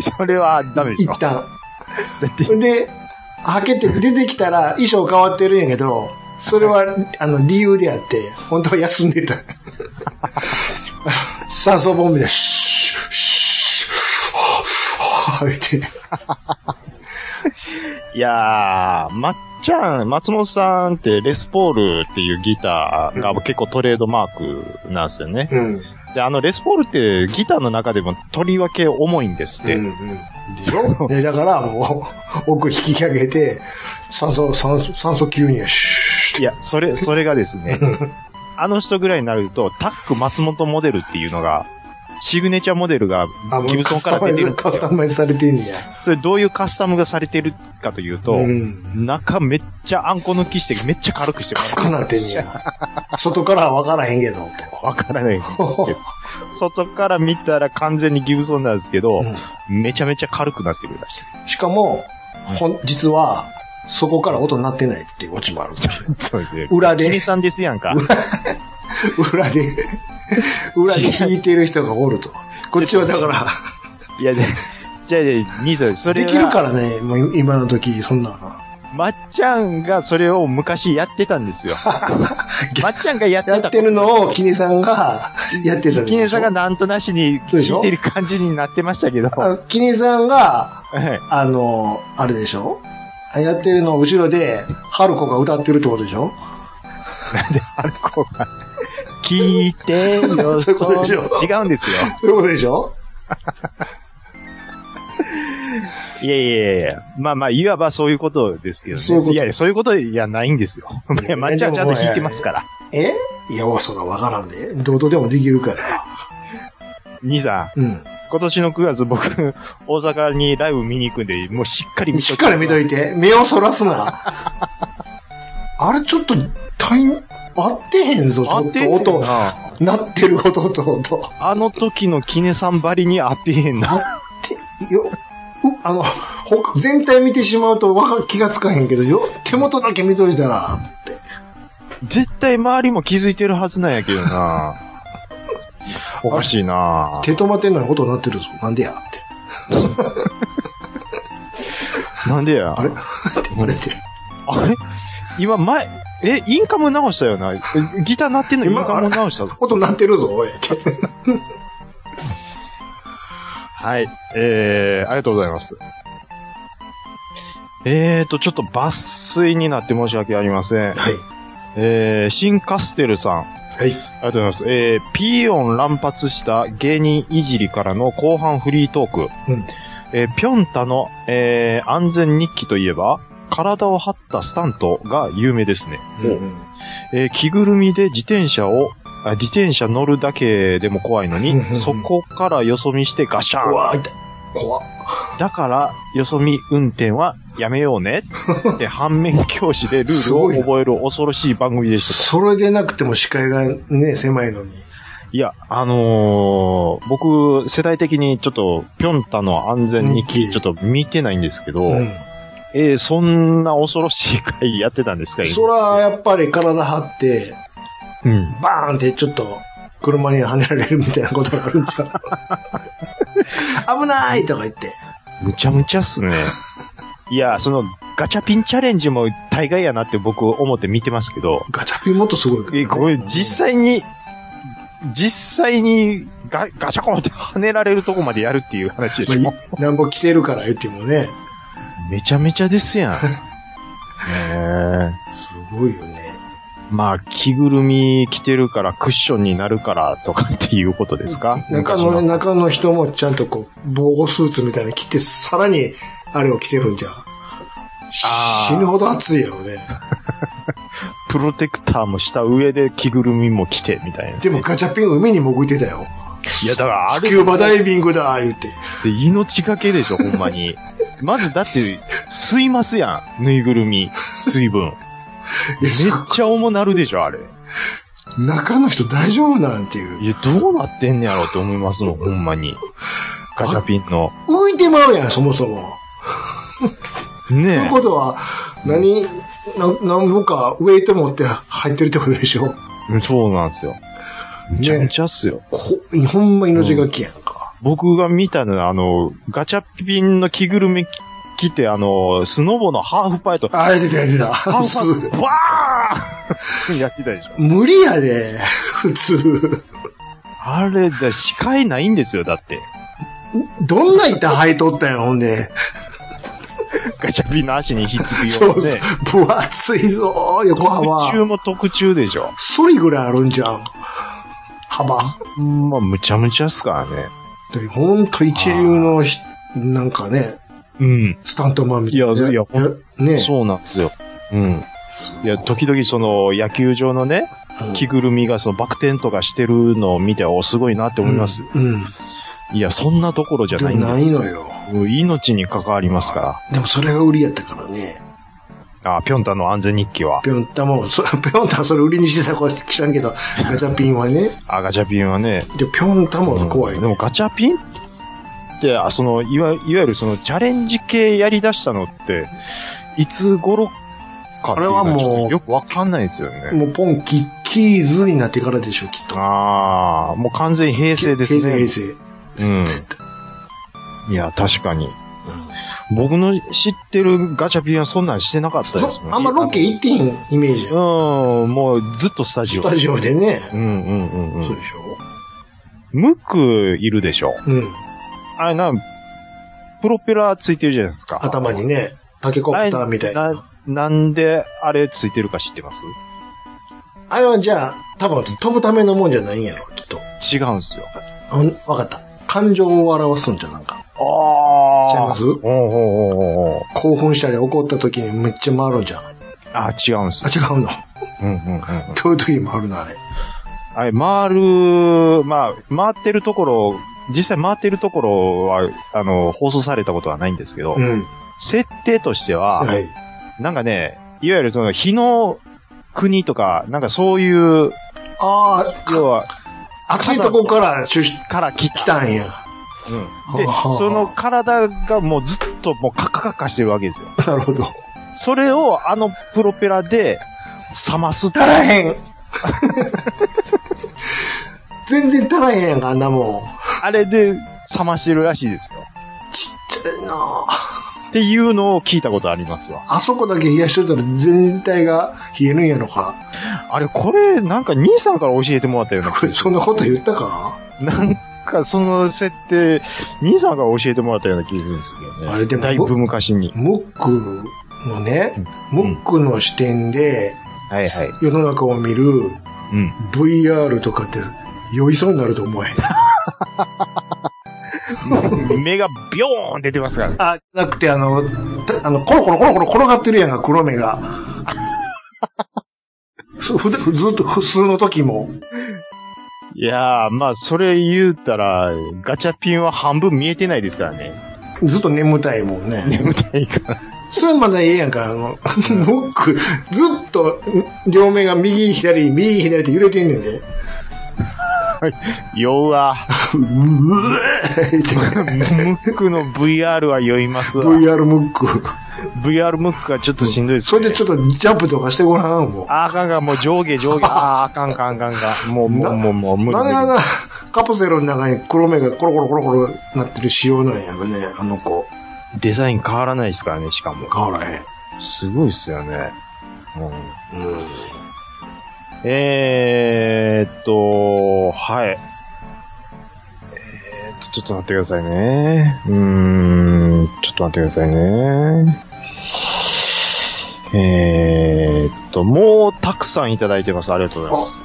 [SPEAKER 3] それはダメで
[SPEAKER 2] 一
[SPEAKER 3] しょ。
[SPEAKER 2] 旦。
[SPEAKER 3] だって、
[SPEAKER 2] で、はけて出てきたら衣装変わってるんやけど、それは、あの、理由であって、本当は休んでた。酸素ボンベで、シュッ、シュッ、シュッ、シュッ、シュッ、シュッ、って。
[SPEAKER 3] いやー、まっちゃん、松本さんってレスポールっていうギターが結構トレードマークなんですよね。
[SPEAKER 2] うん。
[SPEAKER 3] で、あのレスポールってギターの中でもとりわけ重いんですって。
[SPEAKER 2] でしょで、だから、もう、奥引き上げて、酸素、酸素、酸素吸入、シュッ、
[SPEAKER 3] いや、それ、それがですね、 あの人ぐらいになると、タック松本モデルっていうのが、シグネチャーモデルが
[SPEAKER 2] あ、も
[SPEAKER 3] ギブ
[SPEAKER 2] う
[SPEAKER 3] ソン
[SPEAKER 2] カス
[SPEAKER 3] から
[SPEAKER 2] タマ
[SPEAKER 3] 出
[SPEAKER 2] イ
[SPEAKER 3] てるんで
[SPEAKER 2] ズ、カ
[SPEAKER 3] す
[SPEAKER 2] スタ
[SPEAKER 3] よ。
[SPEAKER 2] マイズされてんねや。
[SPEAKER 3] それどういうカスタムがされてるかというと、
[SPEAKER 2] うん。
[SPEAKER 3] 中めっちゃあんこ抜きしてめっちゃ軽くして
[SPEAKER 2] カスカなってんねや。外からは分からへんけど、と。
[SPEAKER 3] わからないんですけど、 外から見たら完全にギブソンなんですけど、めちゃめちゃ軽くなってるらしい。
[SPEAKER 2] しかも、ほん、実は、そこから音鳴ってないっていうオチもあるか もしれない。
[SPEAKER 3] そうですね。
[SPEAKER 2] 裏で
[SPEAKER 3] 君、さんですやんか。
[SPEAKER 2] 裏 で、裏で弾いてる人がおると。こっちはだから、
[SPEAKER 3] いや、でじゃあ、じゃあ兄さん、それは
[SPEAKER 2] できるからね、もう今の時、そんなの。
[SPEAKER 3] まっちゃんがそれを昔やってたん ですよ。まっちゃんがやって
[SPEAKER 2] や
[SPEAKER 3] た
[SPEAKER 2] ってるのを、キネさんが、やってたんでしょ
[SPEAKER 3] キネさんが、なんとなしに
[SPEAKER 2] そうでし
[SPEAKER 3] 聞
[SPEAKER 2] ょ
[SPEAKER 3] いてる感じになってましたけど。
[SPEAKER 2] あキネさんが、
[SPEAKER 3] はい
[SPEAKER 2] あの、あれでしょやってるのを後ろで、春子が歌ってるってことでしょ
[SPEAKER 3] なんで、あれこうが。聞いてよ、
[SPEAKER 2] そういうことでしょ
[SPEAKER 3] そう違うんですよ。
[SPEAKER 2] そういうことでしょ
[SPEAKER 3] いやいやいやまあまあ、いわばそういうことですけどね。
[SPEAKER 2] そういうこと
[SPEAKER 3] やいや、そういうことじゃないんですよ。いや、 まっちゃんはちゃんと弾いてますから。
[SPEAKER 2] えいや、そらわからんで。どうとでもできるから。
[SPEAKER 3] 兄さん、
[SPEAKER 2] うん。
[SPEAKER 3] 今年の9月僕、 大阪にライブ見に行くんで、もうしっかり見と
[SPEAKER 2] しっ
[SPEAKER 3] きます
[SPEAKER 2] かり見といて。目をそらす な。あれちょっと、タイム、合ってへんぞ、ち
[SPEAKER 3] 合
[SPEAKER 2] ょ
[SPEAKER 3] っ
[SPEAKER 2] ってと
[SPEAKER 3] んねん
[SPEAKER 2] 音。
[SPEAKER 3] な。
[SPEAKER 2] なってる音と音。
[SPEAKER 3] あの時のキネさんばりに合ってへんな。
[SPEAKER 2] てよ、う、あの、ほ全体見てしまうとわか気がつかへんけど、よ、手元だけ見といたら、って。
[SPEAKER 3] 絶対周りも気づいてるはずなんやけどな。おかしいな。
[SPEAKER 2] 手止まってんのに音なってるぞ。なんでや、って。
[SPEAKER 3] なんでや。
[SPEAKER 2] あれって言われて。
[SPEAKER 3] あれ今前、え、インカム直したよな。えギター鳴ってんのイン
[SPEAKER 2] 今
[SPEAKER 3] カム直したぞ。
[SPEAKER 2] 音なってるぞ、おい。って。
[SPEAKER 6] はい。えー、ありがとうございます。
[SPEAKER 3] えーと、ちょっと抜粋になって申し訳ありません。
[SPEAKER 2] はい。
[SPEAKER 3] えー、新カステルさん。
[SPEAKER 2] はい。
[SPEAKER 3] ありがとうございます。えー、ピーヨン乱発した芸人いじりからの後半フリートーク。
[SPEAKER 2] うん
[SPEAKER 3] えー、ピョンタの、えー、安全日記といえば、体を張ったスタントが有名ですね。
[SPEAKER 2] うん
[SPEAKER 3] えー、着ぐるみで自転車を、あ自転車乗るだけでも怖いの
[SPEAKER 2] うんうんう
[SPEAKER 3] に、
[SPEAKER 2] ん
[SPEAKER 3] そこからよそ見してガシャ
[SPEAKER 2] う
[SPEAKER 3] ン。
[SPEAKER 2] わー、痛い。怖っ。
[SPEAKER 3] だから、よそ見運転はやめようね。って反面教師でル ールを覚える恐ろしい番組でしたと。
[SPEAKER 2] それでなくても視界がね、狭いのに。
[SPEAKER 3] いや、あのー僕、世代的にちょっと、ぴょんたの安全日
[SPEAKER 2] 日
[SPEAKER 3] 記、
[SPEAKER 2] 記
[SPEAKER 3] ちょっと見てないんですけど、
[SPEAKER 2] うん。
[SPEAKER 3] えーそんな恐ろしい回やってたんですか
[SPEAKER 2] そら、、やっぱり体張って、
[SPEAKER 3] うん。
[SPEAKER 2] バーンってちょっと、車にはねられるみたいなことがあるんじゃない危ないとか言って。
[SPEAKER 3] むちゃむちゃっすね。いや、その、ガチャピンチャレンジも大概やなって僕思って見てますけど、
[SPEAKER 2] ガチャピンもっとすごいけどね
[SPEAKER 3] えーこれ実際に、実際にガガシャコンって跳ねられるとこまでやるっていう話でしょ
[SPEAKER 2] ま。あ、なんぼ着てるから言ってもね。
[SPEAKER 3] めちゃめちゃです やん。ねえ
[SPEAKER 2] すごいよね。
[SPEAKER 3] まあ、着ぐるみ着てるからクッションになるからとかっていうことですか
[SPEAKER 2] 中
[SPEAKER 3] 昔
[SPEAKER 2] の、
[SPEAKER 3] の
[SPEAKER 2] 中の人もちゃんとこう、防護スーツみたいなの着て、さらに、あれを着てるんじゃん。
[SPEAKER 3] あー
[SPEAKER 2] 死ぬほど暑いやろね。
[SPEAKER 3] プロテクターもした上で着ぐるみも着てみたいな。
[SPEAKER 2] でもガチャピン海に潜ってたよ。
[SPEAKER 3] いや、だからあ
[SPEAKER 2] ス
[SPEAKER 3] れ
[SPEAKER 2] キ ューバダイビングだ言って。
[SPEAKER 3] って命がけでしょ、ほんまに。まずだって、吸いますやん。ぬいぐるみ、水分。
[SPEAKER 2] い
[SPEAKER 3] め
[SPEAKER 2] や
[SPEAKER 3] っちゃ重なるでしょ、あれ。
[SPEAKER 2] 中の人大丈夫なんていう。
[SPEAKER 3] いや、どうなってんねやろって思います の、ほんまに。ガチャピンの。
[SPEAKER 2] 浮いてまうやん、そもそも。とい
[SPEAKER 3] ね
[SPEAKER 2] うことは、何、な、なんぼかウェイト持って入ってるってことでしょ。
[SPEAKER 3] え。そうなんですよ。めちゃめちゃっすよ。
[SPEAKER 2] こほんま命がけやんか。
[SPEAKER 3] 僕が見たのは、あの、ガチャピンの着ぐるみ着て、あの、スノボのハーフパイと、ハ
[SPEAKER 2] あ、出てた出てた。
[SPEAKER 3] ーフ
[SPEAKER 2] 普
[SPEAKER 3] パイ
[SPEAKER 2] 通
[SPEAKER 3] ト、 わーやってたでしょ。
[SPEAKER 2] 無理やで、普通。
[SPEAKER 3] あれだ、視界ないんですよ、だって。
[SPEAKER 2] どんな板履いとったんやろ、ほんで。
[SPEAKER 3] ガチャピンの足にひっつく
[SPEAKER 2] そ
[SPEAKER 3] よう
[SPEAKER 2] う
[SPEAKER 3] なね。
[SPEAKER 2] 分厚いぞ、横
[SPEAKER 3] 特
[SPEAKER 2] 幅。
[SPEAKER 3] 注も特注でしょ。
[SPEAKER 2] そりぐらいあるんじゃん。幅。
[SPEAKER 3] まあ、むちゃむちゃっすからね。
[SPEAKER 2] でほんと一流のひ、なんかね、
[SPEAKER 3] うん。
[SPEAKER 2] スタントマンみたいな。
[SPEAKER 3] いやいやほ
[SPEAKER 2] ね。
[SPEAKER 3] そうなんですよ。うん。
[SPEAKER 2] すご
[SPEAKER 3] いや、時々その、野球場のね、着ぐるみがその、バク転とかしてるのを見て、お、すごいなって思いますよ。
[SPEAKER 2] うん。
[SPEAKER 3] いや、そんなところじゃ
[SPEAKER 2] で
[SPEAKER 3] な
[SPEAKER 2] も
[SPEAKER 3] いんです
[SPEAKER 2] ないのよ。
[SPEAKER 3] よ。命に関わりますから。
[SPEAKER 2] でもそれが売りやったからね。
[SPEAKER 3] あ、ぴょんたの安全日記は。
[SPEAKER 2] ぴょんたも、そ ぴょんたはそれ売りにしてたか知らんけど、ガチャピンはね。
[SPEAKER 3] あ、ガチャピンはね。
[SPEAKER 2] で、ぴょんたも怖い、
[SPEAKER 3] うんでもガチャピンって、あその、いわいわゆるそのチャレンジ系やり出したのって、いつ頃かっていうの
[SPEAKER 2] あれはもう
[SPEAKER 3] ちょっとよくわかんないですよね。
[SPEAKER 2] もうポンキッキーズになってからでしょ、きっと。
[SPEAKER 3] ああ、もう完全に平成ですね。
[SPEAKER 2] 平成、平成。
[SPEAKER 3] うん
[SPEAKER 2] 絶対
[SPEAKER 3] いや、確かに。僕の知ってるガチャピンはそんなんしてなかったですも
[SPEAKER 2] そあんまロケ行ってへんイメージや
[SPEAKER 3] うん、もうずっとスタジ
[SPEAKER 2] ス
[SPEAKER 3] オ。
[SPEAKER 2] タジオでね。
[SPEAKER 3] うんうんうんう。
[SPEAKER 2] そうんでしょ
[SPEAKER 3] ムックいるでしょ。
[SPEAKER 2] うん。
[SPEAKER 3] あれなん、プロペラついてるじゃないですか。
[SPEAKER 2] 頭にね、タケコプターみたいな。
[SPEAKER 3] な、なんであれついてるか知ってます
[SPEAKER 2] あれはじゃあ、多分飛ぶためのもんじゃないんやろ、きっと。
[SPEAKER 3] 違うんすよ。
[SPEAKER 2] ほんわかった。感情を表すんじゃんなんか。
[SPEAKER 3] あ
[SPEAKER 2] ちゃいます
[SPEAKER 3] おうおうおうおう
[SPEAKER 2] 興奮したり怒った時にめっちゃ回るんじゃん。あ、
[SPEAKER 3] あ、違うんす。
[SPEAKER 2] 違うの。
[SPEAKER 3] うんうんうんうん。
[SPEAKER 2] どういう時に回るのあれ。
[SPEAKER 3] あれ、回る、まあ、回ってるところ、実際回ってるところは、あの、放送されたことはないんですけど、
[SPEAKER 2] うん。
[SPEAKER 3] 設定としては、
[SPEAKER 2] はい。
[SPEAKER 3] なんかね、いわゆるその、日の国とか、なんかそういう、
[SPEAKER 2] あ
[SPEAKER 3] 要は、
[SPEAKER 2] あ、暑いとこから出し
[SPEAKER 3] から来た
[SPEAKER 2] 来たんや。
[SPEAKER 3] うん。で
[SPEAKER 2] はあはあ、
[SPEAKER 3] その体がもうずっともうカッカカッカしてるわけですよ。
[SPEAKER 2] なるほど。
[SPEAKER 3] それをあのプロペラで冷ますって
[SPEAKER 2] 足ら へん全然足らへんやんか、あんなもん。
[SPEAKER 3] あれで冷ましてるらしいですよ。
[SPEAKER 2] ちっちゃいなあ
[SPEAKER 3] っていうのを聞いたことありますわ。
[SPEAKER 2] あそこだけ冷やしといたら全体が冷えるんやのか。
[SPEAKER 3] あれ、これ、なんか兄さんから教えてもらったような気
[SPEAKER 2] これ
[SPEAKER 3] がす
[SPEAKER 2] そん
[SPEAKER 3] る。
[SPEAKER 2] なこと言ったか
[SPEAKER 3] なんかその設定、兄さんが教えてもらったような気がするんですよね。
[SPEAKER 2] あれでも
[SPEAKER 3] だいぶ昔に。
[SPEAKER 2] ムックのね、ム
[SPEAKER 3] ん
[SPEAKER 2] ックの視点で、
[SPEAKER 3] はいはい。
[SPEAKER 2] 世の中を見る
[SPEAKER 3] うん。
[SPEAKER 2] VR とかって酔いそうになると思えへん。
[SPEAKER 3] 目がビョーン出てますから。
[SPEAKER 2] あ、なくてあの、たあの、コロコロコロコロ転がってるやんか、黒目が。 そうふだずっと普通の時も。
[SPEAKER 3] いやー、まあ、それ言うたら、ガチャピンは半分見えてないですからね。
[SPEAKER 2] ずっと眠たいもんね。
[SPEAKER 3] 眠たいから。
[SPEAKER 2] それはまだええやんか、あの、ムック、ずっと両目が右左、右左って揺れてんねんで。
[SPEAKER 3] 酔うわ。
[SPEAKER 2] ううえって
[SPEAKER 3] ムックの VR は酔いますわ。
[SPEAKER 2] VR ムック。
[SPEAKER 3] VR ムックはちょっとしんどいです、
[SPEAKER 2] そ
[SPEAKER 3] ね。
[SPEAKER 2] れでちょっとジャンプとかしてごらん、も
[SPEAKER 3] ああかんが、もう上下上下。ああ、あかんかんかんかん。もう、もう、もう、もう、
[SPEAKER 2] う。
[SPEAKER 3] 無理
[SPEAKER 2] なん
[SPEAKER 3] 無
[SPEAKER 2] であん
[SPEAKER 3] 理。
[SPEAKER 2] なカプセルの中に黒目がコロコロコロコロなってる仕様なんやろね、あの子。
[SPEAKER 3] デザイン変わらないですからね、しかも。
[SPEAKER 2] 変わらへん。
[SPEAKER 3] すごいっすよね。うん、
[SPEAKER 2] うん。
[SPEAKER 3] えーっと、はい。えーっと、ちょっと待ってくださいね。うーん、ちょっと待ってくださいね。えーっと、もうたくさんいただいてます。ありがとうございます。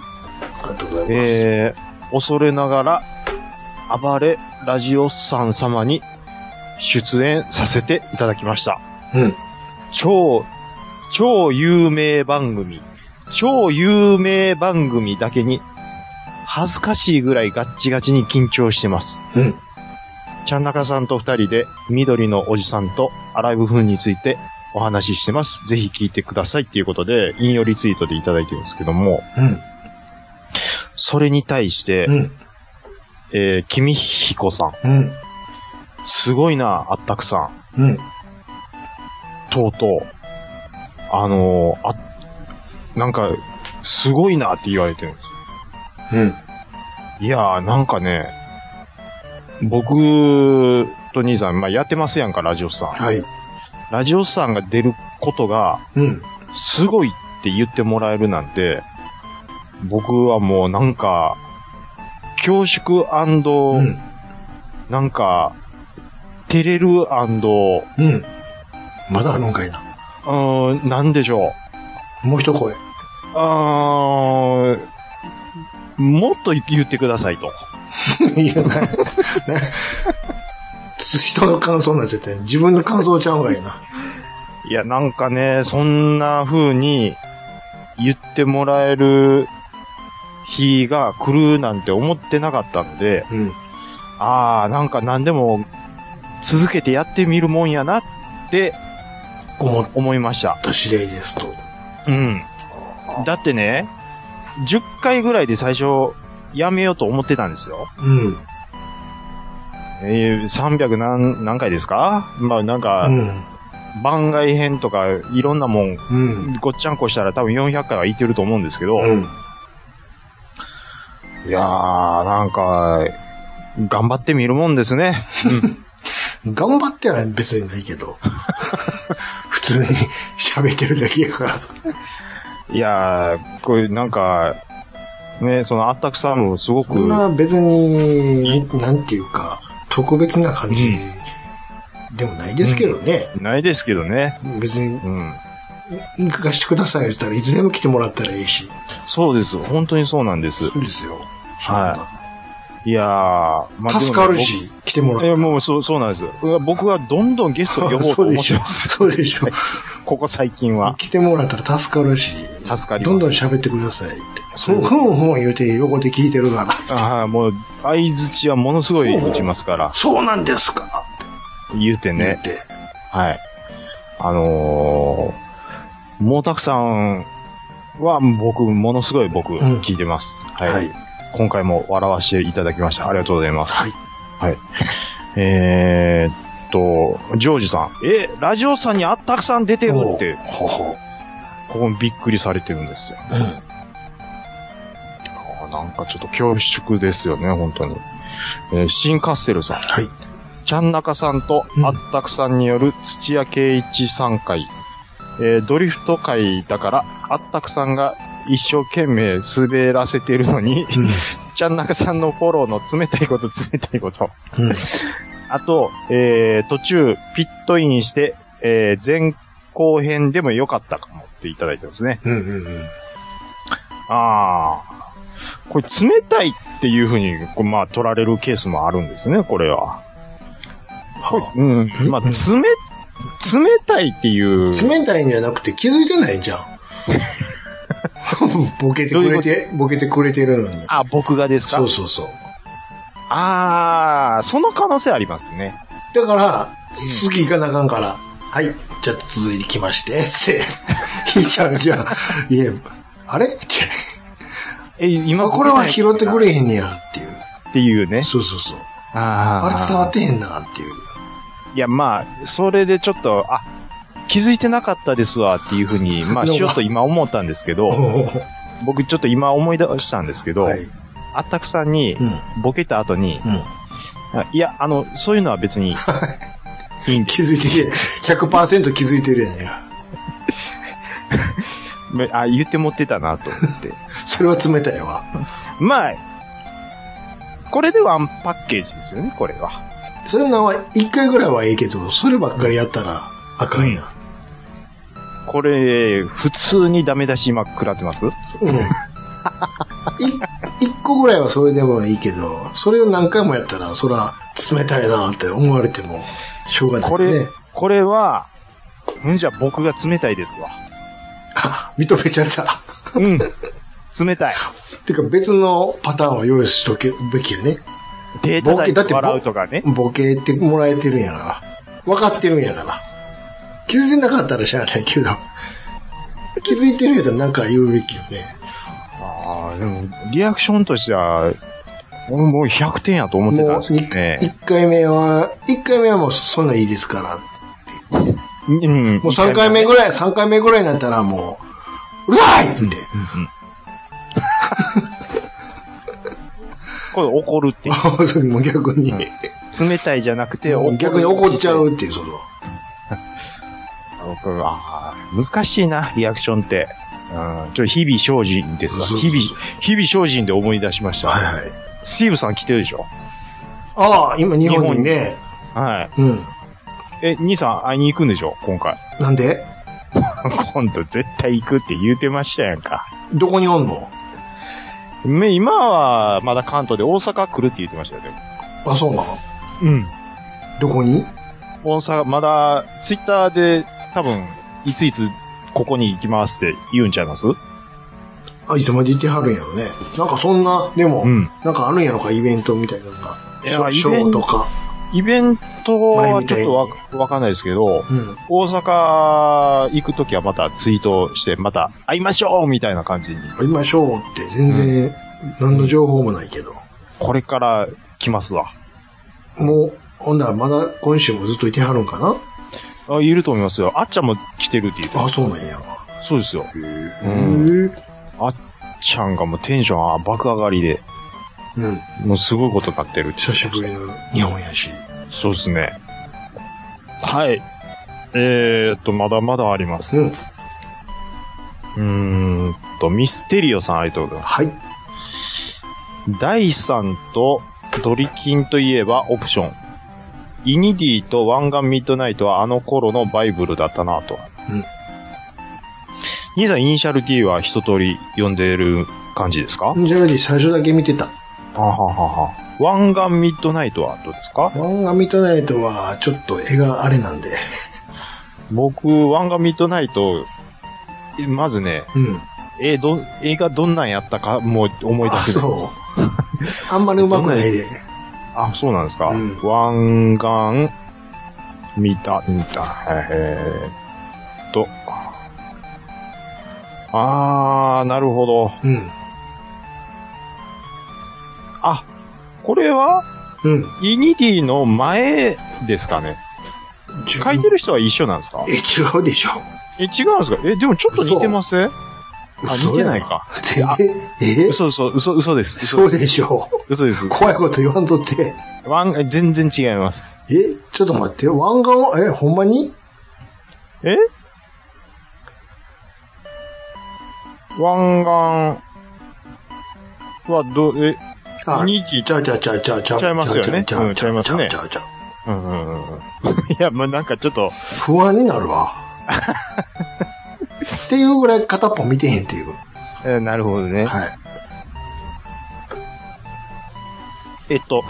[SPEAKER 2] ありがとうございます。
[SPEAKER 3] えー、恐れながら、暴れラジオさん様に出演させていただきました。
[SPEAKER 2] うん。
[SPEAKER 3] 超、超有名番組、超有名番組だけに、恥ずかしいぐらいガッチガチに緊張してます。
[SPEAKER 2] うん。
[SPEAKER 3] ちゃんなかさんと二人で、緑のおじさんとアライブフンについてお話ししてます。ぜひ聞いてくださいっていうことで、引用リツイートでいただいてるんですけども、それに対して、
[SPEAKER 2] うん。うん。
[SPEAKER 3] えー、君彦さん。
[SPEAKER 2] うん。
[SPEAKER 3] すごいな、あったくさん。
[SPEAKER 2] うん。
[SPEAKER 3] とうとう。あのーあ、なんか、すごいなって言われてるんですよ。
[SPEAKER 2] うん。
[SPEAKER 3] いやー、なんかね、僕と兄さん、まあ、やってますやんか、ラジオスさん。
[SPEAKER 2] はい。
[SPEAKER 3] ラジオスさんが出ることが、
[SPEAKER 2] うん。
[SPEAKER 3] すごいって言ってもらえるなんて、僕はもうなんか、恐縮
[SPEAKER 2] うん。
[SPEAKER 3] なんか、照れる
[SPEAKER 2] うん。まだあるんかいな。
[SPEAKER 3] うーん、なんでしょう。
[SPEAKER 2] もう一声。
[SPEAKER 3] あーもっと言ってくださいと。
[SPEAKER 2] いや、な、な、人の感想になっちゃって、自分の感想ちゃうんがいいな。
[SPEAKER 3] いや、なんかね、そんな風に言ってもらえる日が来るなんて思ってなかったんで、
[SPEAKER 2] うん。
[SPEAKER 3] ああ、なんか何でも続けてやってみるもんやなって
[SPEAKER 2] 思っ
[SPEAKER 3] 思いました。
[SPEAKER 2] た次第ですと。
[SPEAKER 3] うん。だってね、10回ぐらいで最初やめようと思ってたんですよ。
[SPEAKER 2] うん。
[SPEAKER 3] えー、300何、何回ですかまあなんか、
[SPEAKER 2] うん。
[SPEAKER 3] 番外編とか、いろんなもん、
[SPEAKER 2] うん。
[SPEAKER 3] ごっちゃんこしたら多分400回はいってると思うんですけど、
[SPEAKER 2] うん。
[SPEAKER 3] いやー、なんか、頑張ってみるもんですね。
[SPEAKER 2] 頑張っては別にないけど。普通に喋ってるだけやから。
[SPEAKER 3] いやー、これなんか、ね、そのあったくさんもすご
[SPEAKER 2] こ
[SPEAKER 3] く、
[SPEAKER 2] んな別に、なんていうか、特別な感じでもないですけどね。
[SPEAKER 3] ないですけどね。
[SPEAKER 2] 別に、
[SPEAKER 3] うん。
[SPEAKER 2] 行かしてください言ったらいつでも来てもらったらいいし。
[SPEAKER 3] そうです。本当にそうなんです。
[SPEAKER 2] そうですよ。
[SPEAKER 3] はいいやー、まあ
[SPEAKER 2] 助か
[SPEAKER 3] で
[SPEAKER 2] る。
[SPEAKER 3] もね
[SPEAKER 2] し、来てもら
[SPEAKER 3] 僕
[SPEAKER 2] った
[SPEAKER 3] い
[SPEAKER 2] ら。
[SPEAKER 3] や、もうそう、そうなんです。僕はどんどんゲストを呼ぼうと
[SPEAKER 2] そう
[SPEAKER 3] 思
[SPEAKER 2] で
[SPEAKER 3] っ
[SPEAKER 2] してょ
[SPEAKER 3] ま。す。
[SPEAKER 2] そうでしょ。
[SPEAKER 3] ここ最近は。
[SPEAKER 2] 来てもらったら助かるし。
[SPEAKER 3] 助かります
[SPEAKER 2] どんどん喋ってくださいって。
[SPEAKER 3] そ
[SPEAKER 2] そうう、ふんふん言うて横で聞いてるから。
[SPEAKER 3] ああ、もう、相づちはものすごい打ちますから、
[SPEAKER 2] そうなんですか
[SPEAKER 3] 言うて
[SPEAKER 2] 言っ
[SPEAKER 3] ね。
[SPEAKER 2] て。
[SPEAKER 3] はい。あのー、毛沢さんは僕、ものすごい僕、
[SPEAKER 2] ん
[SPEAKER 3] 聞いてます。はい。
[SPEAKER 2] はい。
[SPEAKER 3] 今回も笑わせていただきました。ありがとうございます。
[SPEAKER 2] はい。
[SPEAKER 3] えーっと、ジョージさん。え、ラジオさんにあったくさん出てるって、
[SPEAKER 2] ほうほう。
[SPEAKER 3] ここにびっくりされてるんですよ。
[SPEAKER 2] う
[SPEAKER 3] あーなんかちょっと恐縮ですよね、本当に。えーシンカステルさん。
[SPEAKER 2] はい。
[SPEAKER 3] ちゃんなかさんと
[SPEAKER 2] うん
[SPEAKER 3] あったくさんによる土屋圭一さん会、えードリフト会だから、あったくさんが一生懸命滑らせてるの に、ちゃん中さんのフォローの冷たいこと冷たいこと。
[SPEAKER 7] うん
[SPEAKER 3] あと、えー、途中、ピットインして、えー、前後編でもよかったかもっていただいてますね。
[SPEAKER 7] うんうんうん。
[SPEAKER 3] ああ。これ冷たいっていうふうに、こうまあ取られるケースもあるんですね、これは。
[SPEAKER 2] は
[SPEAKER 3] うん。まあ、
[SPEAKER 7] うん
[SPEAKER 3] 冷、冷たいっていう。
[SPEAKER 2] あ、冷たいんじゃなくて気づいてないじゃん。 ボケてくれ
[SPEAKER 3] どう
[SPEAKER 2] て、ボケてくれてるのに。
[SPEAKER 3] あ、僕がですか
[SPEAKER 2] そうそうそう。
[SPEAKER 3] ああ、その可能性ありますね。
[SPEAKER 2] だから、次行かなあかんから、はい、じゃあ続いてきまして、って、 引いちゃうじゃん。いや、あれって、
[SPEAKER 3] え、今
[SPEAKER 2] あこれは拾ってくれへんねや、っていう。
[SPEAKER 3] っていうね。
[SPEAKER 2] そうそうそう。
[SPEAKER 3] あ
[SPEAKER 2] あ
[SPEAKER 3] ー
[SPEAKER 2] れ伝わってへんな、っていう。
[SPEAKER 3] いや、まあ、それでちょっと、あ、気づいてなかったですわっていうふうに、まあ、
[SPEAKER 2] でも
[SPEAKER 3] しようと今思ったんですけど、
[SPEAKER 2] は
[SPEAKER 3] 僕ちょっと今思い出したんですけど、
[SPEAKER 2] い。
[SPEAKER 3] あったくさんに
[SPEAKER 2] う、ん。うん。
[SPEAKER 3] ボケた後に、あいや、あの、そういうのは別 に、いいんで、
[SPEAKER 2] 気づいてるやん。100%気づいてるやんや。
[SPEAKER 3] めあ、言って持ってたなと思って。
[SPEAKER 2] それは冷たいわ。
[SPEAKER 3] まあ、これでワンパッケージですよね、これは。
[SPEAKER 2] それなは、一回ぐらいはいいけど、そればっかりやったら、あかんやん。
[SPEAKER 3] これ、普通にダメ出し今食らってます
[SPEAKER 2] うん。い一個ぐらいはそれでもいいけど、それを何回もやったら、そら、冷たいなって思われても、しょうがない
[SPEAKER 3] こ
[SPEAKER 2] よ
[SPEAKER 3] れ、
[SPEAKER 2] ね。
[SPEAKER 3] これは、うんじゃあ僕が冷たいですわ。
[SPEAKER 2] あ、認めちゃった。
[SPEAKER 3] うん。冷たい。
[SPEAKER 2] てか別のパターンを用意しとけべきやね。
[SPEAKER 3] データだ
[SPEAKER 2] ボケだって
[SPEAKER 3] け
[SPEAKER 2] ボ
[SPEAKER 3] 笑うとかね。
[SPEAKER 2] ボケてもらえてるんやから。分かってるんやから。気づいてなかったらしゃあないけど。気づいてるやったらなんか言うべきよね。
[SPEAKER 3] ああ、でも、リアクションとしては、俺もう100点やと思ってたん
[SPEAKER 2] もう、
[SPEAKER 3] ですけどね。
[SPEAKER 2] 1回目は、1回目はもうそんなんいいですから
[SPEAKER 3] うん。
[SPEAKER 2] もう3回目ぐらい、3回目ぐらいになったらもう、うるさいって。
[SPEAKER 3] これ怒るって。
[SPEAKER 2] もう逆に、
[SPEAKER 3] 冷たいじゃなくて、
[SPEAKER 2] もう逆に怒っちゃうっていう、その。
[SPEAKER 3] 僕あー難しいな、リアクションって。うん、ちょ、日々精進ですわ。
[SPEAKER 2] そう
[SPEAKER 3] 日
[SPEAKER 2] そうそう
[SPEAKER 3] 々、日々精進で思い出しました。
[SPEAKER 2] はいはい。
[SPEAKER 3] スティーブさん来てるでしょ
[SPEAKER 2] ああ、今日本にね。
[SPEAKER 3] はい。
[SPEAKER 2] うん。
[SPEAKER 3] え、兄さん会いに行くんでしょ今回。
[SPEAKER 2] なんで
[SPEAKER 3] 今度絶対行くって言うてましたやんか。
[SPEAKER 2] どこにおんの
[SPEAKER 3] め今は、まだ関東で大阪来るって言ってましたよ、でも。
[SPEAKER 2] あ、そうなの
[SPEAKER 3] うん。
[SPEAKER 2] どこに
[SPEAKER 3] 大阪、まだ、ツイッターで、多分、いついつ、ここに行きますって言うんちゃいますう
[SPEAKER 2] あ、いつまで行ってはるんやろね。なんかそんな、でも、
[SPEAKER 3] ん。
[SPEAKER 2] なんかあるんやろか、イベントみたいなのが。
[SPEAKER 3] い
[SPEAKER 2] シ
[SPEAKER 3] や
[SPEAKER 2] ョショ
[SPEAKER 3] イベン
[SPEAKER 2] ーとか。
[SPEAKER 3] イベントはちょっと
[SPEAKER 2] 前み
[SPEAKER 3] わ、わかんないですけど、
[SPEAKER 2] うん。
[SPEAKER 3] 大阪行くときはまたツイートして、また会いましょうみたいな感じに、
[SPEAKER 2] 会いましょうって、全然、何の情報もないけど。
[SPEAKER 3] これから来ますわ。
[SPEAKER 2] もう、ほんならまだ今週もずっといてはるんかな
[SPEAKER 3] あ、いると思いますよ。あっちゃんも来てるって言って
[SPEAKER 2] あ、
[SPEAKER 3] ま
[SPEAKER 2] そうなんや。
[SPEAKER 3] す。そうですよ。
[SPEAKER 2] へえ。
[SPEAKER 3] うんちゃんがもうテンションあ爆上がりで、
[SPEAKER 2] うん。
[SPEAKER 3] もうすごいことになってるって言って
[SPEAKER 2] 久
[SPEAKER 3] また
[SPEAKER 2] しぶりの日本やし。
[SPEAKER 3] そうですね。はい。えーっと、まだまだあります。
[SPEAKER 2] う。
[SPEAKER 3] うんーんと、ミステリオさんありがとうございま
[SPEAKER 2] はい。
[SPEAKER 3] す。第3とドリキンといえばオプション。イニディとワンガンミッドナイトはあの頃のバイブルだったなと。
[SPEAKER 2] うん
[SPEAKER 3] 兄さん、イニシャル D は一通り読んでる感じですか、
[SPEAKER 2] ジャルディ最初だけ見てた。
[SPEAKER 3] はははは。ワンガンミッドナイトはどうですか
[SPEAKER 2] 漫画ミッドナイトは、ちょっと絵があれなんで。
[SPEAKER 3] 僕、ワンガンミッドナイト、まずね、
[SPEAKER 2] うん。
[SPEAKER 3] えーどん、映画どんなんやったか、もう思い出せないです。
[SPEAKER 2] あんまり上手くないで。
[SPEAKER 3] あ、そうなんですか。
[SPEAKER 2] うん
[SPEAKER 3] ワンガン、見た、見た、えー、っと。あー、なるほど。
[SPEAKER 2] うん。
[SPEAKER 3] あ、これは、
[SPEAKER 2] うん。
[SPEAKER 3] イニディの前ですかね。書いてる人は一緒なんですか
[SPEAKER 2] え、違うでしょ。
[SPEAKER 3] え、違うんですかえ、でもちょっと似てませんあ、似てないか。
[SPEAKER 2] 嘘やん。全然、え
[SPEAKER 3] 嘘嘘、嘘、嘘です。
[SPEAKER 2] そう
[SPEAKER 3] 嘘
[SPEAKER 2] でしょ。
[SPEAKER 3] 嘘です。
[SPEAKER 2] 怖いこと言わんとって。
[SPEAKER 3] ワン、え全然違います。
[SPEAKER 2] え、ちょっと待って。ワンガンは、え、ほんまに
[SPEAKER 3] え湾岸はど、え、
[SPEAKER 2] あ、
[SPEAKER 3] イニディ
[SPEAKER 2] ちゃうちゃうちゃうちゃうちゃう。
[SPEAKER 3] ちゃいますよね
[SPEAKER 2] ちゃうちゃうちゃう
[SPEAKER 3] うんちゃいますね
[SPEAKER 2] ちゃうちゃうちゃう
[SPEAKER 3] うんうんうん うん。いや、もうなんかちょっと、
[SPEAKER 2] 不安になる わ。っていうぐらい片っぽ見てへんっていう。
[SPEAKER 3] えーなるほどね。
[SPEAKER 2] はい。
[SPEAKER 3] えっと、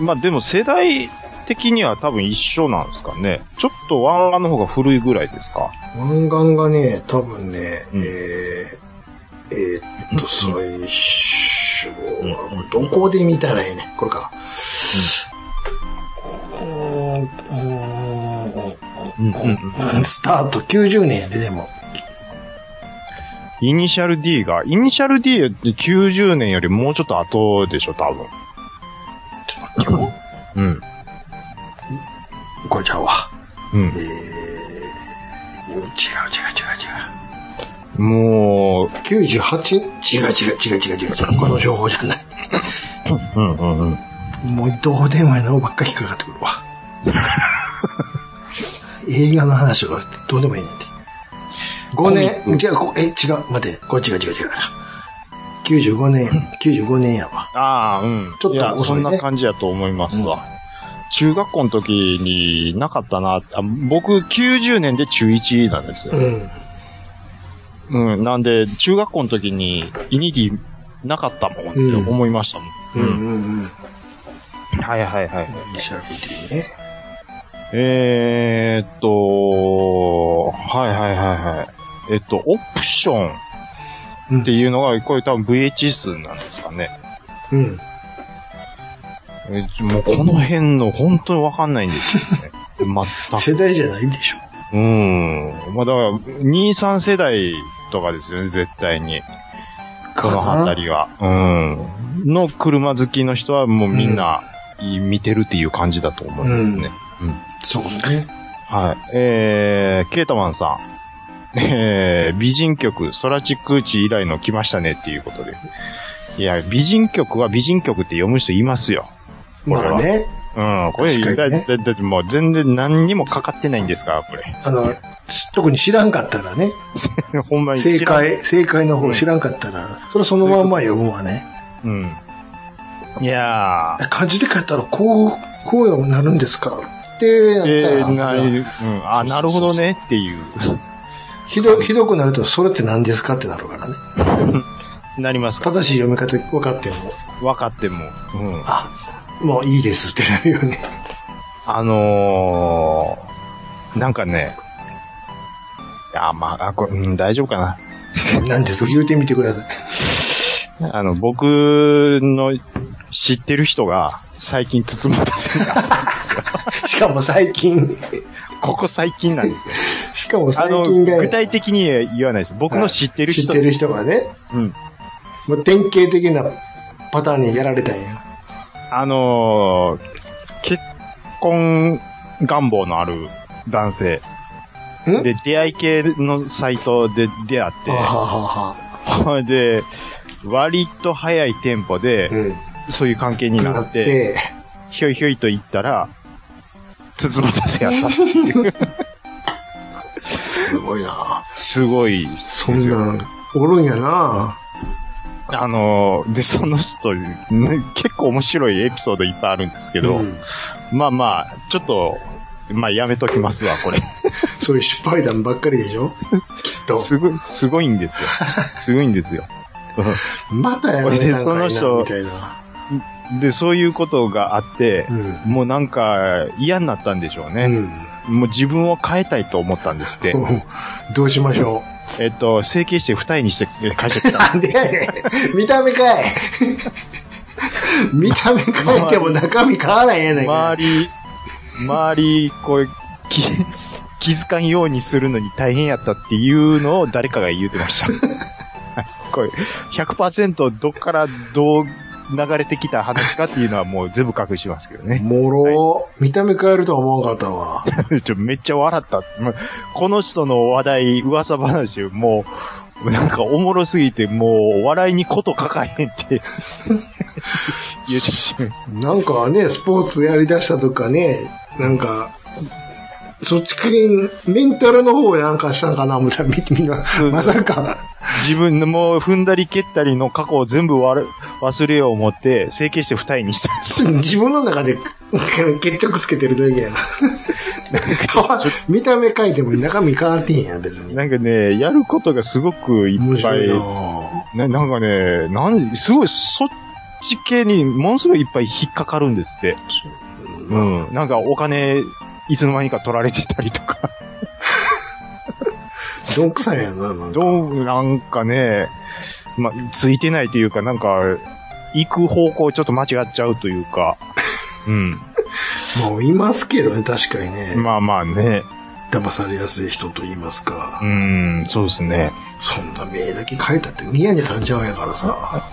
[SPEAKER 3] まあでも世代的には多分一緒なんですかね。ちょっと湾岸の方が古いぐらいですか。
[SPEAKER 2] 湾岸がね、多分ね、
[SPEAKER 3] うん
[SPEAKER 2] えー、えーっと、最初は、どこで見たらええねんこれか。うーんう
[SPEAKER 3] うんうんうん
[SPEAKER 2] ーんスタート90年やで、でも。
[SPEAKER 3] イニシャル D が、イニシャル D って90年よりもうちょっと後でしょ、多分。うん。
[SPEAKER 2] これちゃうわ。
[SPEAKER 3] うん
[SPEAKER 2] え。ー、違う違う違う違う。
[SPEAKER 3] も
[SPEAKER 2] 98? 違う違う違う違う違う違う。この情報じゃない。
[SPEAKER 3] う、うんうんうん。
[SPEAKER 2] もうどうでもいいのばっか引っかかってくる わ。映画の話とかどうでもいいねんて。5年、じゃあこ、え、違う、待って、これ違う違う違う。95年、95年やわ。
[SPEAKER 3] ああ、うん。
[SPEAKER 2] ちょっと
[SPEAKER 3] いや、
[SPEAKER 2] 遅い
[SPEAKER 3] そ
[SPEAKER 2] ね
[SPEAKER 3] んな感じやと思いますわ。中学校の時になかったな。あ僕、90年で中1なんですよ
[SPEAKER 2] う。ん。
[SPEAKER 3] うん。なんで、中学校の時にイニディなかったもんって思いましたもん。
[SPEAKER 2] うんうんうん。
[SPEAKER 3] はいはいはい。
[SPEAKER 2] シャープっていうね。
[SPEAKER 3] えー、っと、はいはいはいはい。えっと、オプションっていうのが、これ多分 VHS なんですかね。
[SPEAKER 2] うん。
[SPEAKER 3] えちょもうこの辺の本当にわかんないんですよ ね。全く。
[SPEAKER 2] 世代じゃないでしょ。
[SPEAKER 3] うん。まあだから、2、3世代とかですよね、絶対に。この辺りは。うん。の車好きの人はもうみんな、い見てるっていう感じだと思いますね。
[SPEAKER 2] そうね。
[SPEAKER 3] はい。えー、ケータマンさん。えー、美人曲、ソラチックーチ以来の来ましたねっていうことで。いや、美人曲は美人曲って読む人いますよ。これは
[SPEAKER 2] まあね、
[SPEAKER 3] うん、これ、
[SPEAKER 2] 確か
[SPEAKER 3] だ
[SPEAKER 2] にね
[SPEAKER 3] だだってもう全然何にもかかってないんですから、これ。
[SPEAKER 2] あの、特に知らんかったらね、
[SPEAKER 3] ほんまに
[SPEAKER 2] 正
[SPEAKER 3] 知らん。
[SPEAKER 2] 解、正解の方知らんかったら、それそのまんま読むわね。
[SPEAKER 3] うん。いやー。
[SPEAKER 2] 漢字で書いたらこう、こうようになるんですかってやった
[SPEAKER 3] え
[SPEAKER 2] ら、
[SPEAKER 3] ー、なうん、あ、なるほどねっていう、
[SPEAKER 2] ひど、ひどくなると、それって何ですかってなるからね。
[SPEAKER 3] なりますか
[SPEAKER 2] 正しい読み方分かっても、
[SPEAKER 3] 分かっても。うん。
[SPEAKER 2] もういいですってなるよね。
[SPEAKER 3] あのー、なんかね、あ、まあ、あこれ、うん、大丈夫かな。
[SPEAKER 2] 何ですか言うてみてくださ い。
[SPEAKER 3] あの、僕の知ってる人が最近包まれてたんですよ。
[SPEAKER 2] しかも最近、
[SPEAKER 3] ここ最近なんですよ。
[SPEAKER 2] しかも
[SPEAKER 3] あ
[SPEAKER 2] 最
[SPEAKER 3] の、
[SPEAKER 2] 近が、
[SPEAKER 3] 具体的には言わないです。僕の知ってる
[SPEAKER 2] 知っ
[SPEAKER 3] 人。
[SPEAKER 2] てる人がね、
[SPEAKER 3] うん。
[SPEAKER 2] もう典型的なパターンにやられたんや。
[SPEAKER 3] あのー、結婚願望のある男性。
[SPEAKER 2] ん
[SPEAKER 3] で、出会い系のサイトで出会
[SPEAKER 2] はあ、
[SPEAKER 3] っ
[SPEAKER 2] はあ
[SPEAKER 3] て、ほ
[SPEAKER 2] はあ、
[SPEAKER 3] い で、割と早いテンポで、
[SPEAKER 2] うん。
[SPEAKER 3] そういう関係にな
[SPEAKER 2] な
[SPEAKER 3] っ、
[SPEAKER 2] ってて、
[SPEAKER 3] ひょいひょいと言ったら、包まれてやったっていう。
[SPEAKER 2] すごいな
[SPEAKER 3] すごいです
[SPEAKER 2] そん
[SPEAKER 3] よ。
[SPEAKER 2] なん、おるんやな
[SPEAKER 3] あのー、で、その人、ね結構面白いエピソードいっぱいあるんですけど、
[SPEAKER 2] うん
[SPEAKER 3] まあまあ、ちょっと、まあやめときますわ、これ。
[SPEAKER 2] そういう失敗談ばっかりでしょきっと。
[SPEAKER 3] すごい、すごいん ですよ。すごいんですよ。
[SPEAKER 2] またやめたんかいな
[SPEAKER 3] それでその人
[SPEAKER 2] みたいな。
[SPEAKER 3] で、そういうことがあって、
[SPEAKER 2] うん
[SPEAKER 3] もうなんか嫌になったんでしょう
[SPEAKER 2] う
[SPEAKER 3] ね。
[SPEAKER 2] ん。
[SPEAKER 3] もう自分を変えたいと思ったんですって。
[SPEAKER 2] どうしましょ
[SPEAKER 3] えっと、整形して二重にしてえ会社来
[SPEAKER 2] う。
[SPEAKER 3] た。
[SPEAKER 2] なんでやねん。 見た目かい。見た目変えても中身変わらへんやないか
[SPEAKER 3] 周。り、周り、こう、気、 気づかんようにするのに大変やったっていうのを誰かが言うてま した。これ、100%どっからどう流れてきた話かっていうのはもう全部隠しますけどね。
[SPEAKER 2] もろ、見た目変えるとは思わんかったわ。
[SPEAKER 3] ちょめっちゃ笑った。もうこの人の話題、噂話、もう、なんかおもろすぎて、もう、笑いにこと書かへんって 言ってしまいました。
[SPEAKER 2] なんかね、スポーツやりだしたとかね、なんか、そっち系、メンタルの方やんかしたんかな、思ったら、み、みんな
[SPEAKER 3] う、ん
[SPEAKER 2] まさか、
[SPEAKER 3] 自分のもう踏んだり蹴ったりの過去を全部わる忘れよう思って、整形して二重にした。
[SPEAKER 2] 自分の中で 決着つけてるだけやん。変わ見た目変えても中身変わってへんやん、別に。
[SPEAKER 3] なんかね、やることがすごくい
[SPEAKER 2] 面
[SPEAKER 3] っぱ
[SPEAKER 2] 白
[SPEAKER 3] い
[SPEAKER 2] いなぁ
[SPEAKER 3] ななんかね、なん、すごい、そっち系にものすごいいっぱい引っかかるんですって。うん。なんかお金、いつの間にか取られてたりとか。
[SPEAKER 2] どんくさいやな、なんか。
[SPEAKER 3] どう、なんかね、ま、ついてないというか、なんか、行く方向ちょっと間違っちゃうというか。うん。
[SPEAKER 2] もういますけどね、確かにね。
[SPEAKER 3] まあまあね。
[SPEAKER 2] 騙されやすい人と言いますか
[SPEAKER 3] う。ん、そうですね。
[SPEAKER 2] そんな名だけ変えたって宮根さんちゃうんやからさ。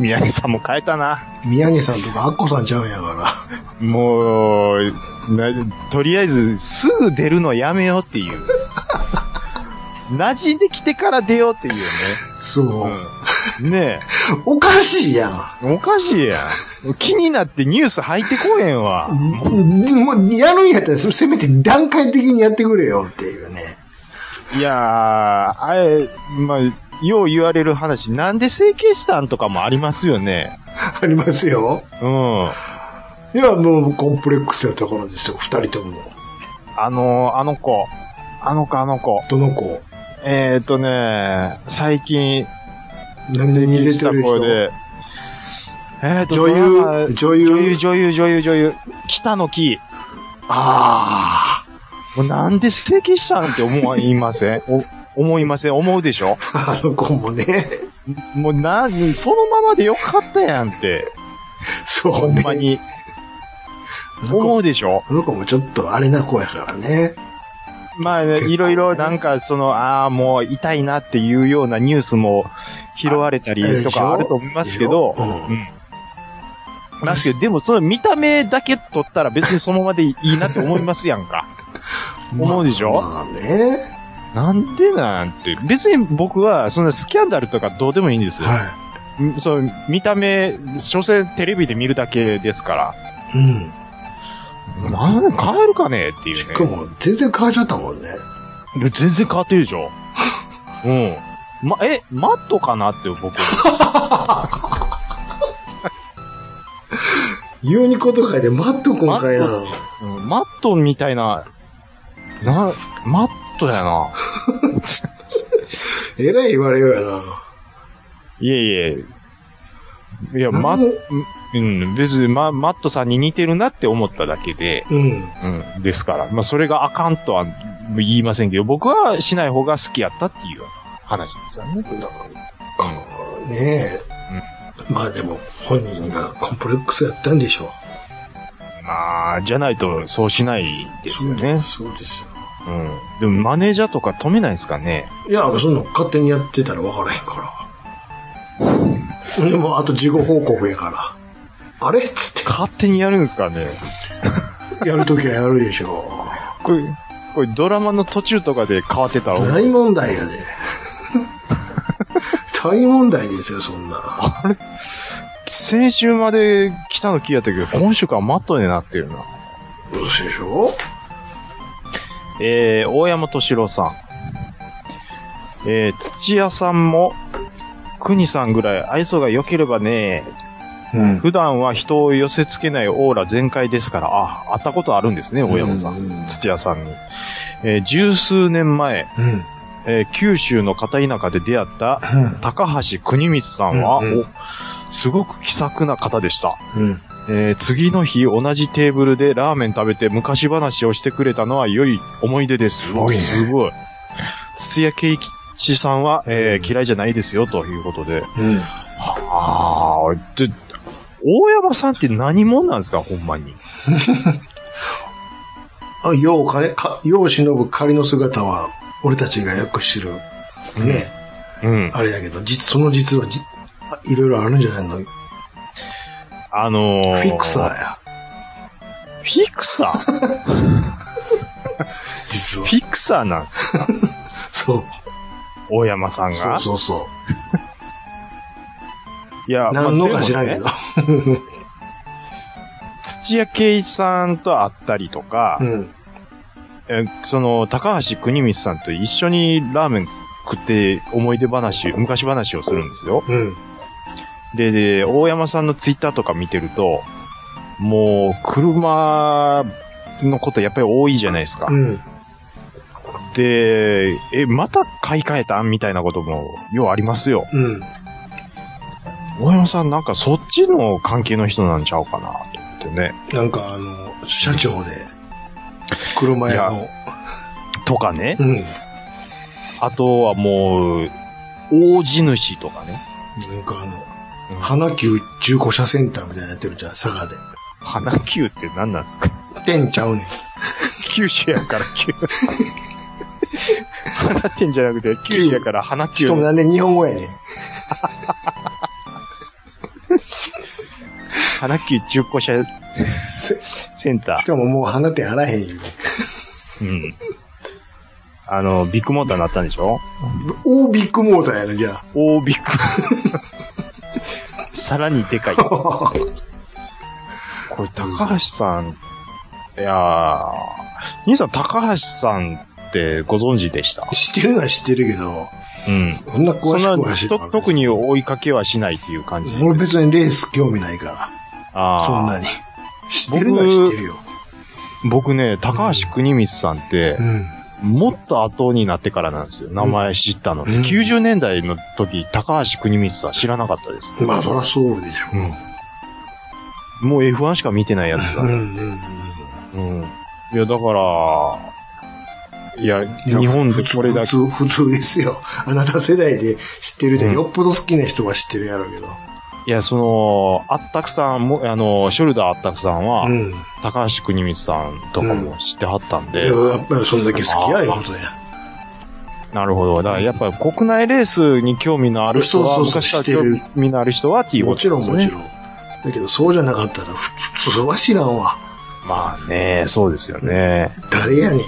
[SPEAKER 3] 宮根さんも変えたな。
[SPEAKER 2] 宮根さんとかアッコさんちゃうんやから。
[SPEAKER 3] もう、なとりあえず、すぐ出るのやめようっていう。馴染んできてから出ようっていうね。
[SPEAKER 2] そう。
[SPEAKER 3] うん、ね
[SPEAKER 2] おかしいやん。
[SPEAKER 3] え、おかしいやん。気になってニュース入ってこえんわ。
[SPEAKER 2] もう、やるんやったら、せめて段階的にやってくれよっていうね。
[SPEAKER 3] いやー、あれ、まあ、よう言われる話、なんで整形したんとかもありますよね。
[SPEAKER 2] ありますよ。
[SPEAKER 3] うん。
[SPEAKER 2] いや、もう、コンプレックスやったからですよ、二人とも。
[SPEAKER 3] あのー、あの子。あの子、あの子。
[SPEAKER 2] どの子
[SPEAKER 3] えっ、ー、とね、最近、
[SPEAKER 2] 何で似て
[SPEAKER 3] した
[SPEAKER 2] てる
[SPEAKER 3] 子
[SPEAKER 2] 人
[SPEAKER 3] で、えっ、ー、と、
[SPEAKER 2] 女
[SPEAKER 3] ドラマ
[SPEAKER 2] 優、女優。
[SPEAKER 3] 女優、女優、女優、女優。北野キ
[SPEAKER 2] あ
[SPEAKER 3] もうなんで整形したんって思いませ んお思いません思うでしょ
[SPEAKER 2] あ、 あの子もね。
[SPEAKER 3] もうな、そのままでよかったやんって。
[SPEAKER 2] そ
[SPEAKER 3] ほ
[SPEAKER 2] うんね。
[SPEAKER 3] まに。
[SPEAKER 2] あの
[SPEAKER 3] 思
[SPEAKER 2] 子
[SPEAKER 3] うでしょ
[SPEAKER 2] あの子もちょっとあれな子やからね。
[SPEAKER 3] まあね、
[SPEAKER 2] 結構ね
[SPEAKER 3] いろいろなんかその、ああ、もう痛いなっていうようなニュースも拾われたりとかあると思いますけど、
[SPEAKER 2] うん
[SPEAKER 3] うん。なんすけど、でもその見た目だけ取ったら別にそのままでいいなって思いますやんか。思うでしょ
[SPEAKER 2] まあね。
[SPEAKER 3] なんでなんて。別に僕は、そんなスキャンダルとかどうでもいいんですよ。
[SPEAKER 2] は
[SPEAKER 3] んそう、見た目、所詮テレビで見るだけですから。
[SPEAKER 2] い。うん。
[SPEAKER 3] なん、変えるかねってい
[SPEAKER 2] し
[SPEAKER 3] うね
[SPEAKER 2] か。も、全然変わっちゃったもんね。
[SPEAKER 3] 全然変わってるで しょ。うん。ま、え、マットかなって僕。
[SPEAKER 2] ユニコとかでマット今回な
[SPEAKER 3] マ
[SPEAKER 2] の。
[SPEAKER 3] うんマットみたいな、な、マットやな。
[SPEAKER 2] えらい言われようやな。
[SPEAKER 3] いえいえ。いや、マ
[SPEAKER 2] なんも
[SPEAKER 3] ッ、うん、別にママットさんに似てるなって思っただけで、
[SPEAKER 2] うん。
[SPEAKER 3] うん、ですから。まあ、それがあかんとは言いませんけど、僕はしない方が好きやったっていう話ですよね。
[SPEAKER 2] ねえ。まあでも、本人がコンプレックスやったんでしょ
[SPEAKER 3] まあ、じゃないとそうしないですよね。
[SPEAKER 2] そうですよ。
[SPEAKER 3] うん。でもマネージャーとか止めないですかね。
[SPEAKER 2] いや、そんなん勝手にやってたら分からへんから。でも、あと事後報告やから。あれっつっ
[SPEAKER 3] 勝手にやるんですかね。
[SPEAKER 2] て。やるときはやるでしょ
[SPEAKER 3] これ、これドラマの途中とかで変わってたら、
[SPEAKER 2] 大問題やで。 大問題ですよ、そんな。
[SPEAKER 3] 先週まで北の木やったけど、今週からマットになってるな。
[SPEAKER 2] どうしてでしょ
[SPEAKER 3] えー、大山敏郎さん。えー、土屋さんも、国さんぐらい愛想が良ければね、
[SPEAKER 2] うん。
[SPEAKER 3] 普段は人を寄せ付けないオーラ全開ですから、あ、会ったことあるんですね、大山さん。
[SPEAKER 2] うん
[SPEAKER 3] 土屋さんに。えー十数年前、
[SPEAKER 2] うん。
[SPEAKER 3] えー九州の片田舎で出会った高橋国光さんは、
[SPEAKER 2] うんうん
[SPEAKER 3] おすごく気さくな方でした。
[SPEAKER 2] うん。
[SPEAKER 3] えー次の日同じテーブルでラーメン食べて昔話をしてくれたのは良い思い出です。
[SPEAKER 2] すごいね
[SPEAKER 3] すごい。土屋圭一さんは、えー嫌いじゃないですよ、ということで。
[SPEAKER 2] うん。
[SPEAKER 3] ああ、で、大山さんって何者なんですか、ほんまに。
[SPEAKER 2] あ、ようかね、か、よう忍ぶ仮の姿は、俺たちがよく知る、ね、
[SPEAKER 3] うん。
[SPEAKER 2] あれやけど、実、その実はじ、あいろいろあるんじゃないのフ
[SPEAKER 3] あのー、
[SPEAKER 2] ィクサーや、
[SPEAKER 3] ー。フィクサー
[SPEAKER 2] 実は
[SPEAKER 3] フ。ィクサーなんです。
[SPEAKER 2] そう。
[SPEAKER 3] 大山さん
[SPEAKER 2] そ
[SPEAKER 3] が。
[SPEAKER 2] うそうそ
[SPEAKER 3] いや、
[SPEAKER 2] う。何のか知らん
[SPEAKER 3] で
[SPEAKER 2] け
[SPEAKER 3] も
[SPEAKER 2] ど
[SPEAKER 3] ね。。土屋圭一さんと会ったりとか、
[SPEAKER 2] うん。
[SPEAKER 3] えその、高橋国光さんと一緒にラーメン食って思い出話、昔話をするんですよ。
[SPEAKER 2] うん。
[SPEAKER 3] で、で、大山さんのツイッターとか見てると、もう、車のことやっぱり多いじゃないですか。
[SPEAKER 2] うん。
[SPEAKER 3] で、え、また買い替えたみたいなことも、ようありますよ。
[SPEAKER 2] うん。
[SPEAKER 3] 大山さんなんかそっちの関係の人なんちゃうかな、と思ってね。
[SPEAKER 2] なんかあの、社長で、車屋の。
[SPEAKER 3] とかね。
[SPEAKER 2] うん。な
[SPEAKER 3] あとはもう、大地主とかね。
[SPEAKER 2] んかあの、花球中古車センターみたいなのやってるじゃん、佐賀で。
[SPEAKER 3] 花球って何なんですか
[SPEAKER 2] てんちゃうねん。
[SPEAKER 3] 九州やから 球。花店じゃなくて、九州やから花
[SPEAKER 2] し
[SPEAKER 3] 球
[SPEAKER 2] か。もなんで日本語やねん。
[SPEAKER 3] 花球中古車
[SPEAKER 2] せ
[SPEAKER 3] センタ
[SPEAKER 2] しかももう花店あらへんよ。
[SPEAKER 3] ー。うん。あの、ビッグモーターになったんでしょ
[SPEAKER 2] 大ビッグモーターやな、じゃ
[SPEAKER 3] 大ビッグ。 さらにでかい。 こ
[SPEAKER 2] あ。
[SPEAKER 3] れ、高橋さん、いやー、兄さん、高橋さんってご存知でした
[SPEAKER 2] 知ってるのは知ってるけど、
[SPEAKER 3] うん。
[SPEAKER 2] こんな詳
[SPEAKER 3] そ
[SPEAKER 2] しく
[SPEAKER 3] ん
[SPEAKER 2] は
[SPEAKER 3] な
[SPEAKER 2] 知、ら
[SPEAKER 3] と
[SPEAKER 2] ない
[SPEAKER 3] 特に追いかけはしないっていう感じ。
[SPEAKER 2] 俺別にレース興味ないから。
[SPEAKER 3] あー
[SPEAKER 2] そんなに。知ってるのは知ってるよ。
[SPEAKER 3] 僕ね、高橋国光さんって
[SPEAKER 2] う、ん。
[SPEAKER 3] もっと後になってからなんですよ。名前知ったのって。
[SPEAKER 2] うん
[SPEAKER 3] 90年代の時、高橋国光さん知らなかったです。
[SPEAKER 2] まあそらそうでしょ。
[SPEAKER 3] もう F1 しか見てないやつ
[SPEAKER 2] う
[SPEAKER 3] だ。
[SPEAKER 2] ん
[SPEAKER 3] う
[SPEAKER 2] うん
[SPEAKER 3] ん。いや、だから、いや、
[SPEAKER 2] うん。
[SPEAKER 3] 日本で
[SPEAKER 2] 普通
[SPEAKER 3] これだけ。
[SPEAKER 2] 普通、普通ですよ。あなた世代で知ってるで、
[SPEAKER 3] うん
[SPEAKER 2] よっぽど好きな人は知ってるやろうけど。
[SPEAKER 3] いや、その、あったくさんも、あの、ショルダーあったくさんは、
[SPEAKER 2] うん。
[SPEAKER 3] 高橋国光さんとかも知ってはったんで、
[SPEAKER 2] いややっぱりそんだけ好きやいうことや。
[SPEAKER 3] なるほど。だからやっぱり国内レースに興味のある人は、
[SPEAKER 2] そうそう
[SPEAKER 3] 昔
[SPEAKER 2] そう
[SPEAKER 3] から興
[SPEAKER 2] 知っ
[SPEAKER 3] 味のある人はっていう
[SPEAKER 2] も
[SPEAKER 3] こ
[SPEAKER 2] ち
[SPEAKER 3] と
[SPEAKER 2] ろ
[SPEAKER 3] で
[SPEAKER 2] ん
[SPEAKER 3] す
[SPEAKER 2] も
[SPEAKER 3] ね
[SPEAKER 2] ち。ろん。だけどそうじゃなかったら、普通は知らんわ。
[SPEAKER 3] まあね、そうですよね。
[SPEAKER 2] 誰やねんって。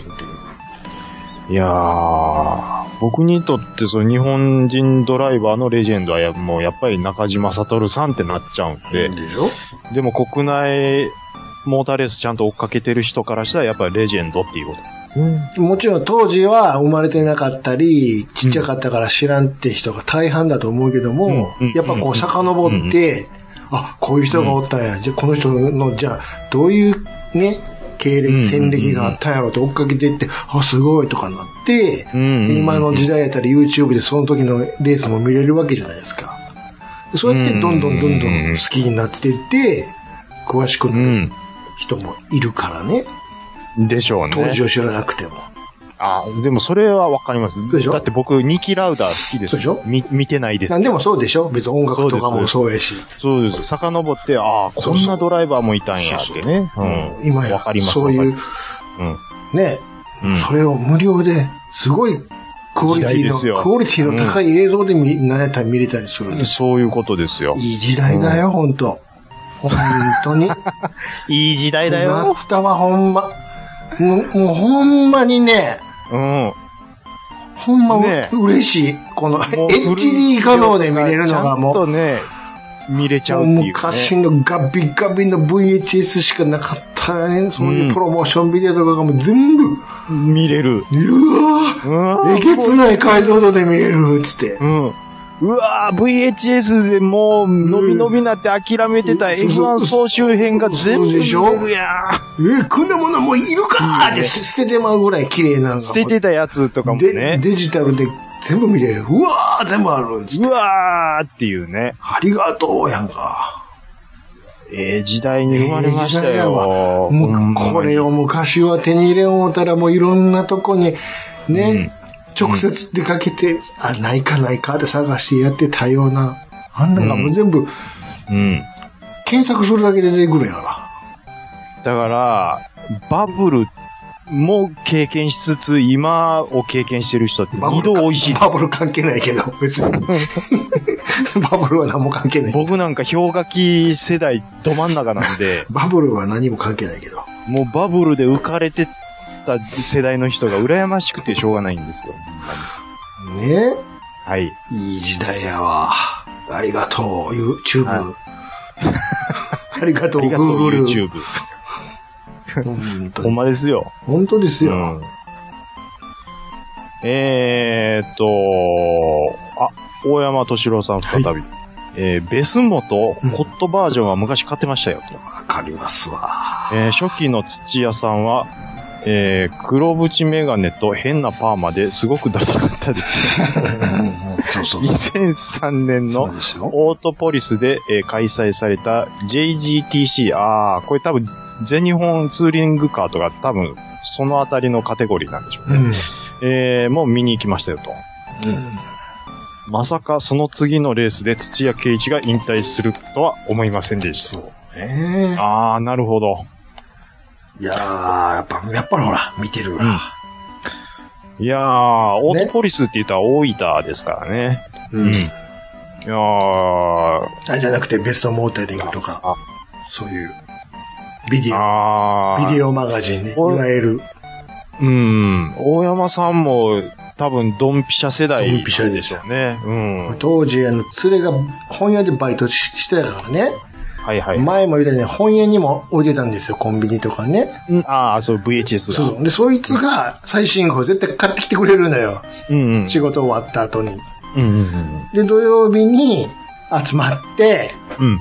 [SPEAKER 3] いやー、僕にとってその日本人ドライバーのレジェンドはやもうやっぱり中島悟さんってなっちゃうんで、
[SPEAKER 2] でしょ
[SPEAKER 3] でも国内モーターレースちゃんと追っかけてる人からしたらやっぱりレジェンドっていうこと。
[SPEAKER 2] もちろん当時は生まれてなかったり、ちっちゃかったから知らんって人が大半だと思うけども、
[SPEAKER 3] うん
[SPEAKER 2] やっぱこう遡って、あ、こういう人がおったんや。じゃあこの人の、じゃあどういうね、経
[SPEAKER 3] うんうんうん
[SPEAKER 2] 歴、戦歴があったんやろって追っかけてって、あ、すごいとかなって、
[SPEAKER 3] うんうんうん
[SPEAKER 2] で今の時代やったら YouTube でその時のレースも見れるわけじゃないですか。でそうやってどんどんどんどん好きになってって、詳しく
[SPEAKER 3] う
[SPEAKER 2] なる
[SPEAKER 3] ん。
[SPEAKER 2] 人もいるからね。
[SPEAKER 3] でしょうね。
[SPEAKER 2] 当時を知らなくても。
[SPEAKER 3] あ、でもそれはわかります。
[SPEAKER 2] でしょ
[SPEAKER 3] だって僕、ニキラウダー好きです。
[SPEAKER 2] そうでしょ
[SPEAKER 3] み見てないです
[SPEAKER 2] 何。でもそうでしょ別に音楽とかもそうやし。
[SPEAKER 3] そうです。遡って、ああ、
[SPEAKER 2] そ
[SPEAKER 3] こ
[SPEAKER 2] うそうん
[SPEAKER 3] なドライバーもいたんやってね。うん。
[SPEAKER 2] 今や
[SPEAKER 3] わかり、ます。
[SPEAKER 2] そうい
[SPEAKER 3] わ
[SPEAKER 2] う
[SPEAKER 3] か、ります
[SPEAKER 2] ね、
[SPEAKER 3] うん。うん。
[SPEAKER 2] それを無料で、すごいクオリテ
[SPEAKER 3] 時代
[SPEAKER 2] ィ
[SPEAKER 3] ですよ
[SPEAKER 2] の、クオリティの高い映像で見、何やったら見れたりするんです。
[SPEAKER 3] そういうことですよ。
[SPEAKER 2] いい時代だよ、ほんと。ほんとに。
[SPEAKER 3] いい時代だ
[SPEAKER 2] な
[SPEAKER 3] よ。
[SPEAKER 2] ったわ、ほんま。もう、もうほんまにね、
[SPEAKER 3] うん。
[SPEAKER 2] ほんまう、
[SPEAKER 3] ね
[SPEAKER 2] 嬉しい。この
[SPEAKER 3] もう古い
[SPEAKER 2] HD 画像で見れるのがも
[SPEAKER 3] ちゃんと
[SPEAKER 2] う、
[SPEAKER 3] ね、見れちゃうっていう、
[SPEAKER 2] も
[SPEAKER 3] ね。
[SPEAKER 2] う昔のガビガビの VHS しかなかったね。そういうプロモーションビデオとかがもう全部、
[SPEAKER 3] 見れる。
[SPEAKER 2] うわー
[SPEAKER 3] うわ
[SPEAKER 2] えげつない解像度で見れるっつって。
[SPEAKER 3] うん。うわー VHS でもう、伸び伸びなって諦めてた
[SPEAKER 2] うんそう
[SPEAKER 3] F1
[SPEAKER 2] そう
[SPEAKER 3] 総集編が全部
[SPEAKER 2] そう
[SPEAKER 3] 見
[SPEAKER 2] でしょ
[SPEAKER 3] れるやん。
[SPEAKER 2] え、こんなものもういるかー
[SPEAKER 3] いい
[SPEAKER 2] っ
[SPEAKER 3] ね
[SPEAKER 2] て捨ててまうぐらい綺麗なのが。
[SPEAKER 3] 捨ててたやつとかも
[SPEAKER 2] で、
[SPEAKER 3] ね。
[SPEAKER 2] デジタルで全部見れる。うわー全部あるっつって。
[SPEAKER 3] うわーっていうね。
[SPEAKER 2] ありがとうやんか。
[SPEAKER 3] ええ時代に生まれました
[SPEAKER 2] ええ時代や
[SPEAKER 3] よ。ほ
[SPEAKER 2] も
[SPEAKER 3] ん
[SPEAKER 2] う
[SPEAKER 3] まに
[SPEAKER 2] これを昔は手に入れ思ったらもういろんなとこにね、直接出かけて、あ、ないかないかって探してやってたような。あんなんがもう全部
[SPEAKER 3] うん。
[SPEAKER 2] 検索するだけで出てくるんやか
[SPEAKER 3] だから、バブルも経験しつつ、今を経験してる人って
[SPEAKER 2] ら。
[SPEAKER 3] 二度美味しい。
[SPEAKER 2] バブル関係ないけど、別に。 バブルは何も関係な い。、
[SPEAKER 3] 僕なんか氷河期世代ど真ん中なんで
[SPEAKER 2] バブルは何も関係ないけど。
[SPEAKER 3] もうバブルで浮かれてた世代の人が羨ましくてしょうがないんですよ。
[SPEAKER 2] ね
[SPEAKER 3] はい。
[SPEAKER 2] いい時代やわ。ありがとう、YouTube。ありがと
[SPEAKER 3] あ
[SPEAKER 2] う、
[SPEAKER 3] りがとう、
[SPEAKER 2] Google。
[SPEAKER 3] YouTube。
[SPEAKER 2] 本当
[SPEAKER 3] ほん
[SPEAKER 2] に
[SPEAKER 3] まですよ。
[SPEAKER 2] 本当ですよ。
[SPEAKER 3] うんえーっと、あ、大山敏郎さん再び。えーベスモとホットバージョンは昔買ってましたよと。
[SPEAKER 2] わかりま すわ。
[SPEAKER 3] えー初期の土屋さんは、えー黒縁メガネと変なパーマですごくダサかったですよ。
[SPEAKER 2] そ うそうそう。
[SPEAKER 3] 2003年
[SPEAKER 2] そ
[SPEAKER 3] の
[SPEAKER 2] うですよ。
[SPEAKER 3] オートポリスで、えー開催された JGTC。ああ、これ多分全日本ツーリングカーとか多分そのあたりのカテゴリーなんでしょう
[SPEAKER 2] う
[SPEAKER 3] ね。
[SPEAKER 2] ん。
[SPEAKER 3] えーもう見に行きましたよと。まさかその次のレースで土屋圭一が引退するとは思いませんでした。
[SPEAKER 2] そうね。
[SPEAKER 3] ああ、なるほど。
[SPEAKER 2] いやー、やっぱ、やっぱりほら、見てるわ。
[SPEAKER 3] いやー、オートポリスって言ったら大分ですからね。
[SPEAKER 2] う
[SPEAKER 3] い
[SPEAKER 2] ん。
[SPEAKER 3] やー、
[SPEAKER 2] あれじゃなくて、ベストモータリングとか
[SPEAKER 3] あ、
[SPEAKER 2] そういう、ビデオ、
[SPEAKER 3] あー
[SPEAKER 2] ビデオマガジンね。い
[SPEAKER 3] これ
[SPEAKER 2] わゆる、
[SPEAKER 3] うん。大山さんも多分ドンピシャ世代
[SPEAKER 2] ドンピシャでしょ
[SPEAKER 3] だね。うん。は
[SPEAKER 2] 当時、あの、連れが本屋でバイトししてたからね。
[SPEAKER 3] いはい。
[SPEAKER 2] 前も言ったように本屋にも置いてたんですよ、コンビニとかね。
[SPEAKER 3] うんああ、そう、VHS が。
[SPEAKER 2] そうそう。で、そいつが最新号絶対買ってきてくれるのよ。
[SPEAKER 3] うんうん。
[SPEAKER 2] 仕事終わった後に。
[SPEAKER 3] うんうんうん
[SPEAKER 2] で、土曜日に集まって、
[SPEAKER 3] うん。うん。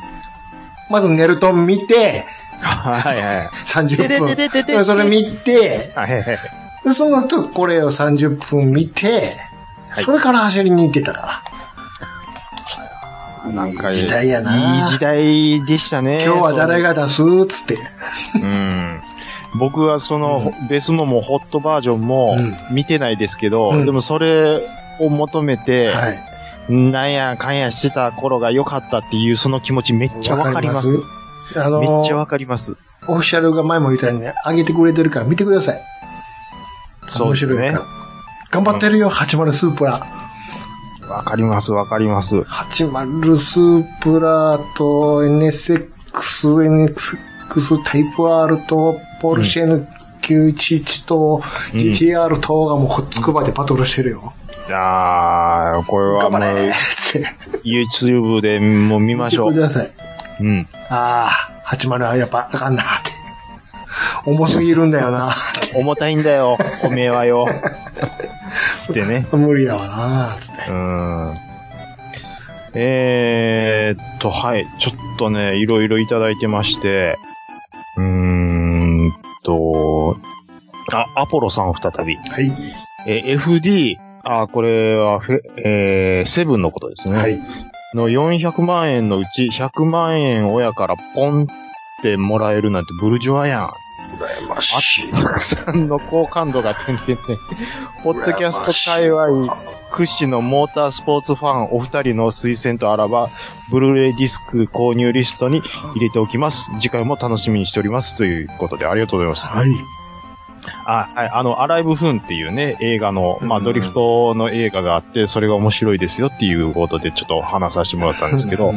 [SPEAKER 2] まずネルトン見て、
[SPEAKER 3] はいはい。
[SPEAKER 2] 30分。うんそれ見て、
[SPEAKER 3] はいはい。
[SPEAKER 2] でその後これを30分見て、
[SPEAKER 3] はい
[SPEAKER 2] それから走りに行ってたから。
[SPEAKER 3] なんか
[SPEAKER 2] いい時代やな。
[SPEAKER 3] いい時代でした ね。
[SPEAKER 2] 今日は誰が出すつって。
[SPEAKER 3] うん僕はその、ベースももホットバージョンも
[SPEAKER 2] う
[SPEAKER 3] 見てないですけど、
[SPEAKER 2] うん
[SPEAKER 3] でもそれを求めて、
[SPEAKER 2] はい。
[SPEAKER 3] なんやかんやしてた頃が良かったっていうその気持ちめっちゃわかります。
[SPEAKER 2] わかります。あの
[SPEAKER 3] めっちゃ
[SPEAKER 2] ー
[SPEAKER 3] わ、かります。
[SPEAKER 2] オフィシャルが前も言ったように、上げてくれてるから見てください。
[SPEAKER 3] そうですね
[SPEAKER 2] 面白いから。頑張ってるよ、80スープラ。
[SPEAKER 3] わかります、わかります。
[SPEAKER 2] 80スープラと NSX、NXX タイプ R と、ポルシェ N911 と、
[SPEAKER 3] ん
[SPEAKER 2] GTR とがもうこっつくばでバトルしてるよ。
[SPEAKER 3] あー、これは
[SPEAKER 2] 頑
[SPEAKER 3] も
[SPEAKER 2] 張
[SPEAKER 3] う
[SPEAKER 2] れって。
[SPEAKER 3] YouTube でもう見ましょ
[SPEAKER 2] 見てく
[SPEAKER 3] う。
[SPEAKER 2] ださい。
[SPEAKER 3] うん。
[SPEAKER 2] ああ、80はやっぱあかんなって。 重すぎるんだよな。
[SPEAKER 3] 重たいんだよ、おめえはよ。つってね。
[SPEAKER 2] 無理やわなつって。
[SPEAKER 3] うーんえーっと、はい。ちょっとね、いろいろいただいてまして、うーんと、あ、アポロさん再び。
[SPEAKER 2] はい。
[SPEAKER 3] えー FD、あ、これはフェ、えーセブンのことですね。
[SPEAKER 2] はい。
[SPEAKER 3] の400万円のうち100万円親からポンってもらえるなんてブルジョアやん。
[SPEAKER 2] 羨ましい。
[SPEAKER 3] たくさんの好感度が点々点。ポッドキャスト界隈屈指のモータースポーツファンお二人の推薦とあらば、ブルーレイディスク購入リストに入れておきます。次回も楽しみにしております。ということで、ありがとうございます。
[SPEAKER 2] はい。
[SPEAKER 3] あ、はいあの、アライブフーンっていうね、映画の、まあ、
[SPEAKER 2] うん
[SPEAKER 3] ドリフトの映画があって、それが面白いですよっていうことで、ちょっと話させてもらったんですけど、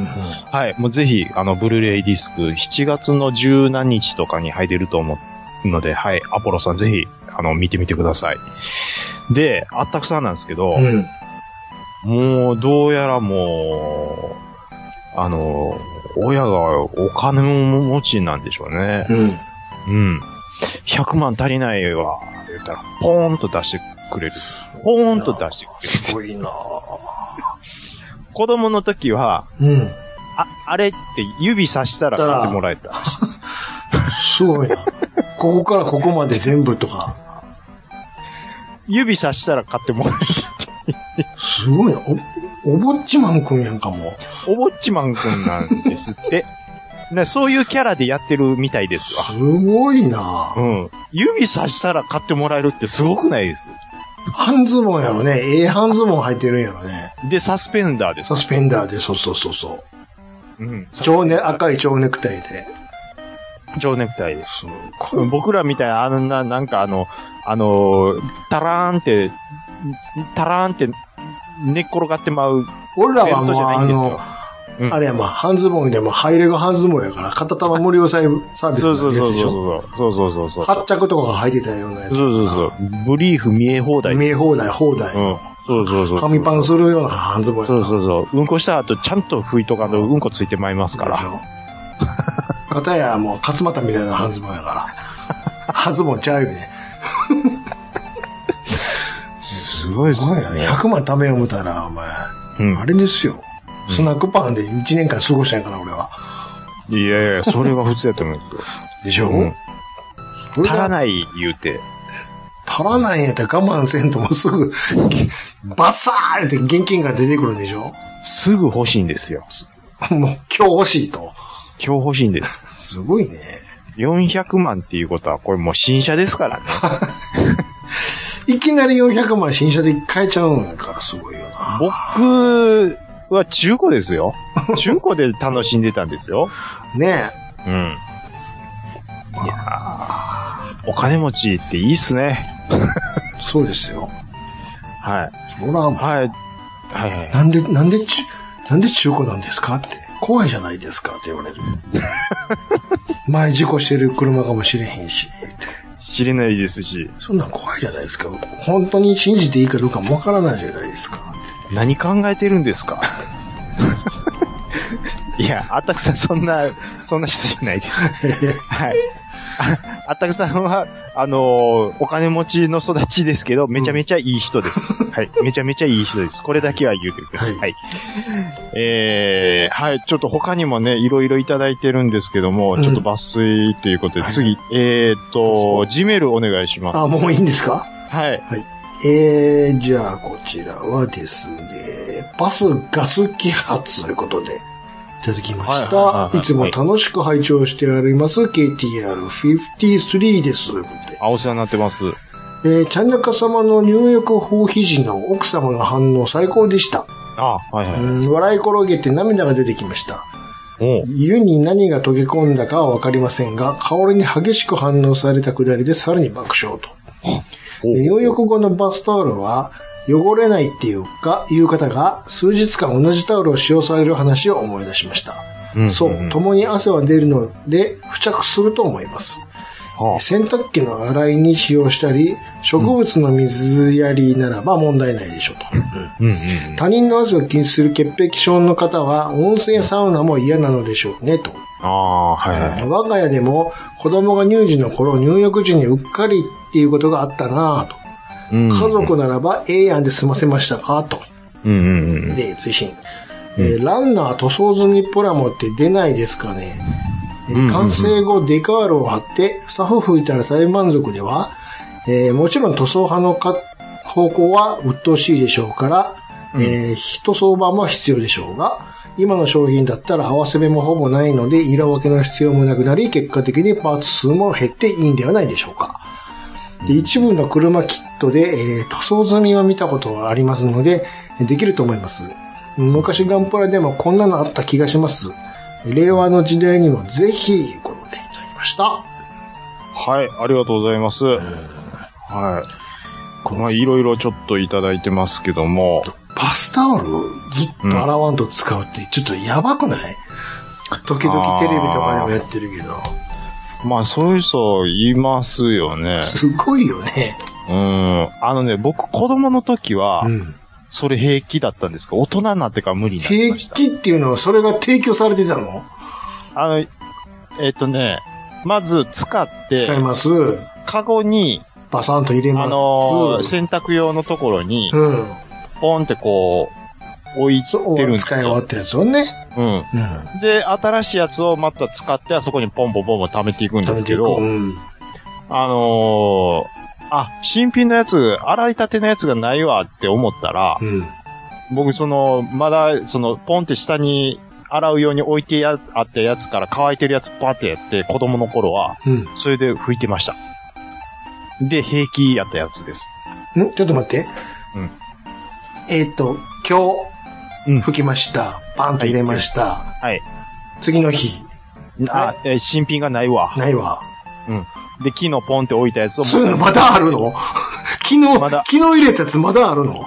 [SPEAKER 3] はい、もうぜひ、あの、ブルーレイディスク、7月の十何日とかに入れると思うので、はい、アポロさんぜひ、あの、見てみてください。で、あったくさんなんですけど、
[SPEAKER 2] うん。
[SPEAKER 3] もう、どうやらもう、あの、親がお金持ちなんでしょうね。
[SPEAKER 2] うん。
[SPEAKER 3] うん。100万足りないわ、言ったら、ポーンと出してくれる。ポーンと出してくれる。
[SPEAKER 2] すごいなぁ。
[SPEAKER 3] 子供の時は、
[SPEAKER 2] うん。
[SPEAKER 3] あ、あれって指さしたら買ってもらえた。
[SPEAKER 2] すごいな。ここからここまで全部とか。
[SPEAKER 3] 指さしたら買ってもらえた。
[SPEAKER 2] すごいな。お、おぼっちマンくんやんかも。
[SPEAKER 3] おぼっちマンくんなんですって。 ね、そういうキャラでやってるみたいですわ。
[SPEAKER 2] すごいな
[SPEAKER 3] う
[SPEAKER 2] ぁ。
[SPEAKER 3] ん。指さしたら買ってもらえるってすごくないです。
[SPEAKER 2] 半ズボンやろね。ええ半ズボン履いてるんやろね。
[SPEAKER 3] で、サスペンダーです
[SPEAKER 2] サ。スペンダーで、そうそうそうそ
[SPEAKER 3] う
[SPEAKER 2] う。
[SPEAKER 3] ん。
[SPEAKER 2] 蝶ね、赤い蝶ネクタイで。
[SPEAKER 3] 蝶ネクタイです。
[SPEAKER 2] す
[SPEAKER 3] う
[SPEAKER 2] ご
[SPEAKER 3] ん
[SPEAKER 2] い。
[SPEAKER 3] 僕らみたいな、あんな、なんかあの、あの、タラーンって、タラーンって寝っ転がってまう
[SPEAKER 2] 俺
[SPEAKER 3] ベ
[SPEAKER 2] らは
[SPEAKER 3] ルトじ
[SPEAKER 2] もう、
[SPEAKER 3] ゃない
[SPEAKER 2] あ
[SPEAKER 3] んですよ、。
[SPEAKER 2] の
[SPEAKER 3] うん
[SPEAKER 2] あれやまあ、半ズボンでも、ハイレグ半ズボンやから、片玉無料サイサービス
[SPEAKER 3] そ
[SPEAKER 2] な
[SPEAKER 3] うそう
[SPEAKER 2] や
[SPEAKER 3] そう
[SPEAKER 2] つでしょ。
[SPEAKER 3] そう。そうそうそうそう。
[SPEAKER 2] 発着とかが入ってたようなや
[SPEAKER 3] そう
[SPEAKER 2] つ。
[SPEAKER 3] そうそう。ブリーフ見え放題。うん。
[SPEAKER 2] 見え放題、放題。
[SPEAKER 3] そうそうそう。
[SPEAKER 2] 紙パンするような半ズボンやか
[SPEAKER 3] そ
[SPEAKER 2] ら
[SPEAKER 3] うそうそう。うんこした後、ちゃんと拭いとかんと、うんこついてまいりますから。
[SPEAKER 2] ら。片やもう、勝俣みたいな半ズボンやかはずもちゃうよね。
[SPEAKER 3] すごいです
[SPEAKER 2] お
[SPEAKER 3] ね
[SPEAKER 2] 前。100万貯めよう思たら、お前、
[SPEAKER 3] うん
[SPEAKER 2] あれですよ。スナックパンで1年間過ごしたんやから、俺は。
[SPEAKER 3] いやいや、それは普通だと思うんですよ。
[SPEAKER 2] でしょ、
[SPEAKER 3] うん
[SPEAKER 2] それ
[SPEAKER 3] 足ら
[SPEAKER 2] が
[SPEAKER 3] ない言うて。
[SPEAKER 2] 足らないんやったら我慢せんともうすぐ、バッサーンって現金が出てくるんでしょ
[SPEAKER 3] すぐ欲しいんですよ。
[SPEAKER 2] もう今日欲しいと。
[SPEAKER 3] 今日欲しいんです。
[SPEAKER 2] すごいね。
[SPEAKER 3] 400万っていうことは、これもう新車です からね。
[SPEAKER 2] いきなり400万新車で買えちゃうんからすごいよな。
[SPEAKER 3] 僕は中古ですよ。中古で楽しんでたんですよ。
[SPEAKER 2] ね
[SPEAKER 3] うん。いやーお金持ちっていいっすね。
[SPEAKER 2] え。そうですよ。
[SPEAKER 3] はい。
[SPEAKER 2] そら、
[SPEAKER 3] はい。はいはい。
[SPEAKER 2] なんで、なんでち、なんで中古なんですかって。怖いじゃないですかって言わ れる。前事故してる車かもしれへんし、って。
[SPEAKER 3] 知れないですし、
[SPEAKER 2] そんなん怖いじゃないですか。本当に信じていいかどうかもわからないじゃないですか。
[SPEAKER 3] 何考えてるんですか いや、あったくさんそんな、そんな人じゃないです。はい。ああったくさんは、あのーお金持ちの育ちですけど、めちゃめちゃいい人です。はい。めちゃめちゃいい人です。これだけは言うてください。
[SPEAKER 2] は
[SPEAKER 3] はい。えー、はい。ちょっと他にもね、いろいろいただいてるんですけども、
[SPEAKER 2] うん
[SPEAKER 3] ちょっと抜粋ということで、
[SPEAKER 2] はい
[SPEAKER 3] 次、えーっと、ジメルお願いします。
[SPEAKER 2] あ、もういいんですか
[SPEAKER 3] はい。
[SPEAKER 2] えー、じゃあこちらはですね、バスガス揮発ということで、いただきま
[SPEAKER 3] はいはいはい
[SPEAKER 2] し
[SPEAKER 3] は
[SPEAKER 2] た。
[SPEAKER 3] い
[SPEAKER 2] いつも楽しく拝聴してあります、KTR53 です。ということで
[SPEAKER 3] あ、お世話になってます。
[SPEAKER 2] えー、ちゃんなか様の入浴放棄時の奥様の反応最高でした。
[SPEAKER 3] あ、はいはい。
[SPEAKER 2] うん、笑い転げて涙が出てきました。
[SPEAKER 3] おう
[SPEAKER 2] 湯に何が溶け込んだかはわかりませんが、香りに激しく反応されたくだりでさらに爆笑と。で入浴後のバスタオルは、汚れないっていうか、いう方が数日間同じタオルを使用される話を思い出しました。
[SPEAKER 3] うん
[SPEAKER 2] そう、共に汗は出るので、付着すると思います。
[SPEAKER 3] は
[SPEAKER 2] 洗濯機の洗いに使用したり、植物の水やりならば問題ないでしょうと。うん
[SPEAKER 3] うんうん。
[SPEAKER 2] 他人の汗を気にする潔癖症の方は、温泉やサウナも嫌なのでしょうね、と。
[SPEAKER 3] ああ、はいはい。
[SPEAKER 2] 我が家でも子供が乳児の頃、入浴時にうっかりっていうことがあったなぁと。
[SPEAKER 3] 家
[SPEAKER 2] 家族ならば、ええやんで済ませましたかと。
[SPEAKER 3] うんうんうん。
[SPEAKER 2] で、追伸。えーランナー塗装済みプラモって出ないですかね、えー
[SPEAKER 3] うんうんうん
[SPEAKER 2] 完成後デカールを貼って、サフ吹いたら大満足では、えーもちろん塗装派のか方向は鬱陶しいでしょうから、えー一相場も必要でしょうが、今の商品だったら合わせ目もほぼないので、色分けの必要もなくなり、結果的にパーツ数も減っていいんではないでしょうか。で一部の車キットで、えー塗装済みは見たことがありますので、できると思います。昔ガンプラでもこんなのあった気がします。令和の時代にもぜひ、ご覧いただきました。
[SPEAKER 3] はい、ありがとうございます。はい。まあ、いろいろちょっといただいてますけども、
[SPEAKER 2] バスタオルをずっと洗わんと使うって、ちょっとやばくない時々テレビとかでもやってるけど、
[SPEAKER 3] まあ、そういう人いますよね。
[SPEAKER 2] すごいよね。
[SPEAKER 3] うん。あのね、僕、子供の時は
[SPEAKER 2] う、ん。
[SPEAKER 3] それ平気だったんですけど、大人になってから無理になり
[SPEAKER 2] 平
[SPEAKER 3] ました。
[SPEAKER 2] 気っていうのはそれが提供されてたの
[SPEAKER 3] あの、えっとね、まず使って
[SPEAKER 2] 使、います。
[SPEAKER 3] カゴに、
[SPEAKER 2] バサンと入れ
[SPEAKER 3] あの
[SPEAKER 2] ま
[SPEAKER 3] ー、
[SPEAKER 2] す。
[SPEAKER 3] 洗濯用のところに、
[SPEAKER 2] うん。
[SPEAKER 3] ポンってこう、置いて
[SPEAKER 2] そう、
[SPEAKER 3] るんです
[SPEAKER 2] 使い終わ
[SPEAKER 3] よ。
[SPEAKER 2] ったやつをね。
[SPEAKER 3] うん。
[SPEAKER 2] うん。
[SPEAKER 3] で、新しいやつをまた使って、あそこにポンポンポンポン貯めていくんですけ
[SPEAKER 2] う
[SPEAKER 3] ど、
[SPEAKER 2] ん。
[SPEAKER 3] あのーあ、新品のやつ、洗いたてのやつがないわって思ったら
[SPEAKER 2] う、ん。
[SPEAKER 3] 僕その、まだ、その、ポンって下に洗うように置いてやあったやつから乾いてるやつパーってやって、子供の頃は、
[SPEAKER 2] うん。ん
[SPEAKER 3] それで拭いてました。で、平気やったやつです。
[SPEAKER 2] ちょっと待って。
[SPEAKER 3] うん
[SPEAKER 2] えっと、今
[SPEAKER 3] うん
[SPEAKER 2] 日、吹きました。パンと入れました。
[SPEAKER 3] はい。
[SPEAKER 2] 次の日、
[SPEAKER 3] あ、えー新品がないわ。
[SPEAKER 2] ないわ。
[SPEAKER 3] で、木のポンって置いたやつを、
[SPEAKER 2] そういう のまだあるの 昨日、
[SPEAKER 3] まだ
[SPEAKER 2] 昨日入れたやつまだあるの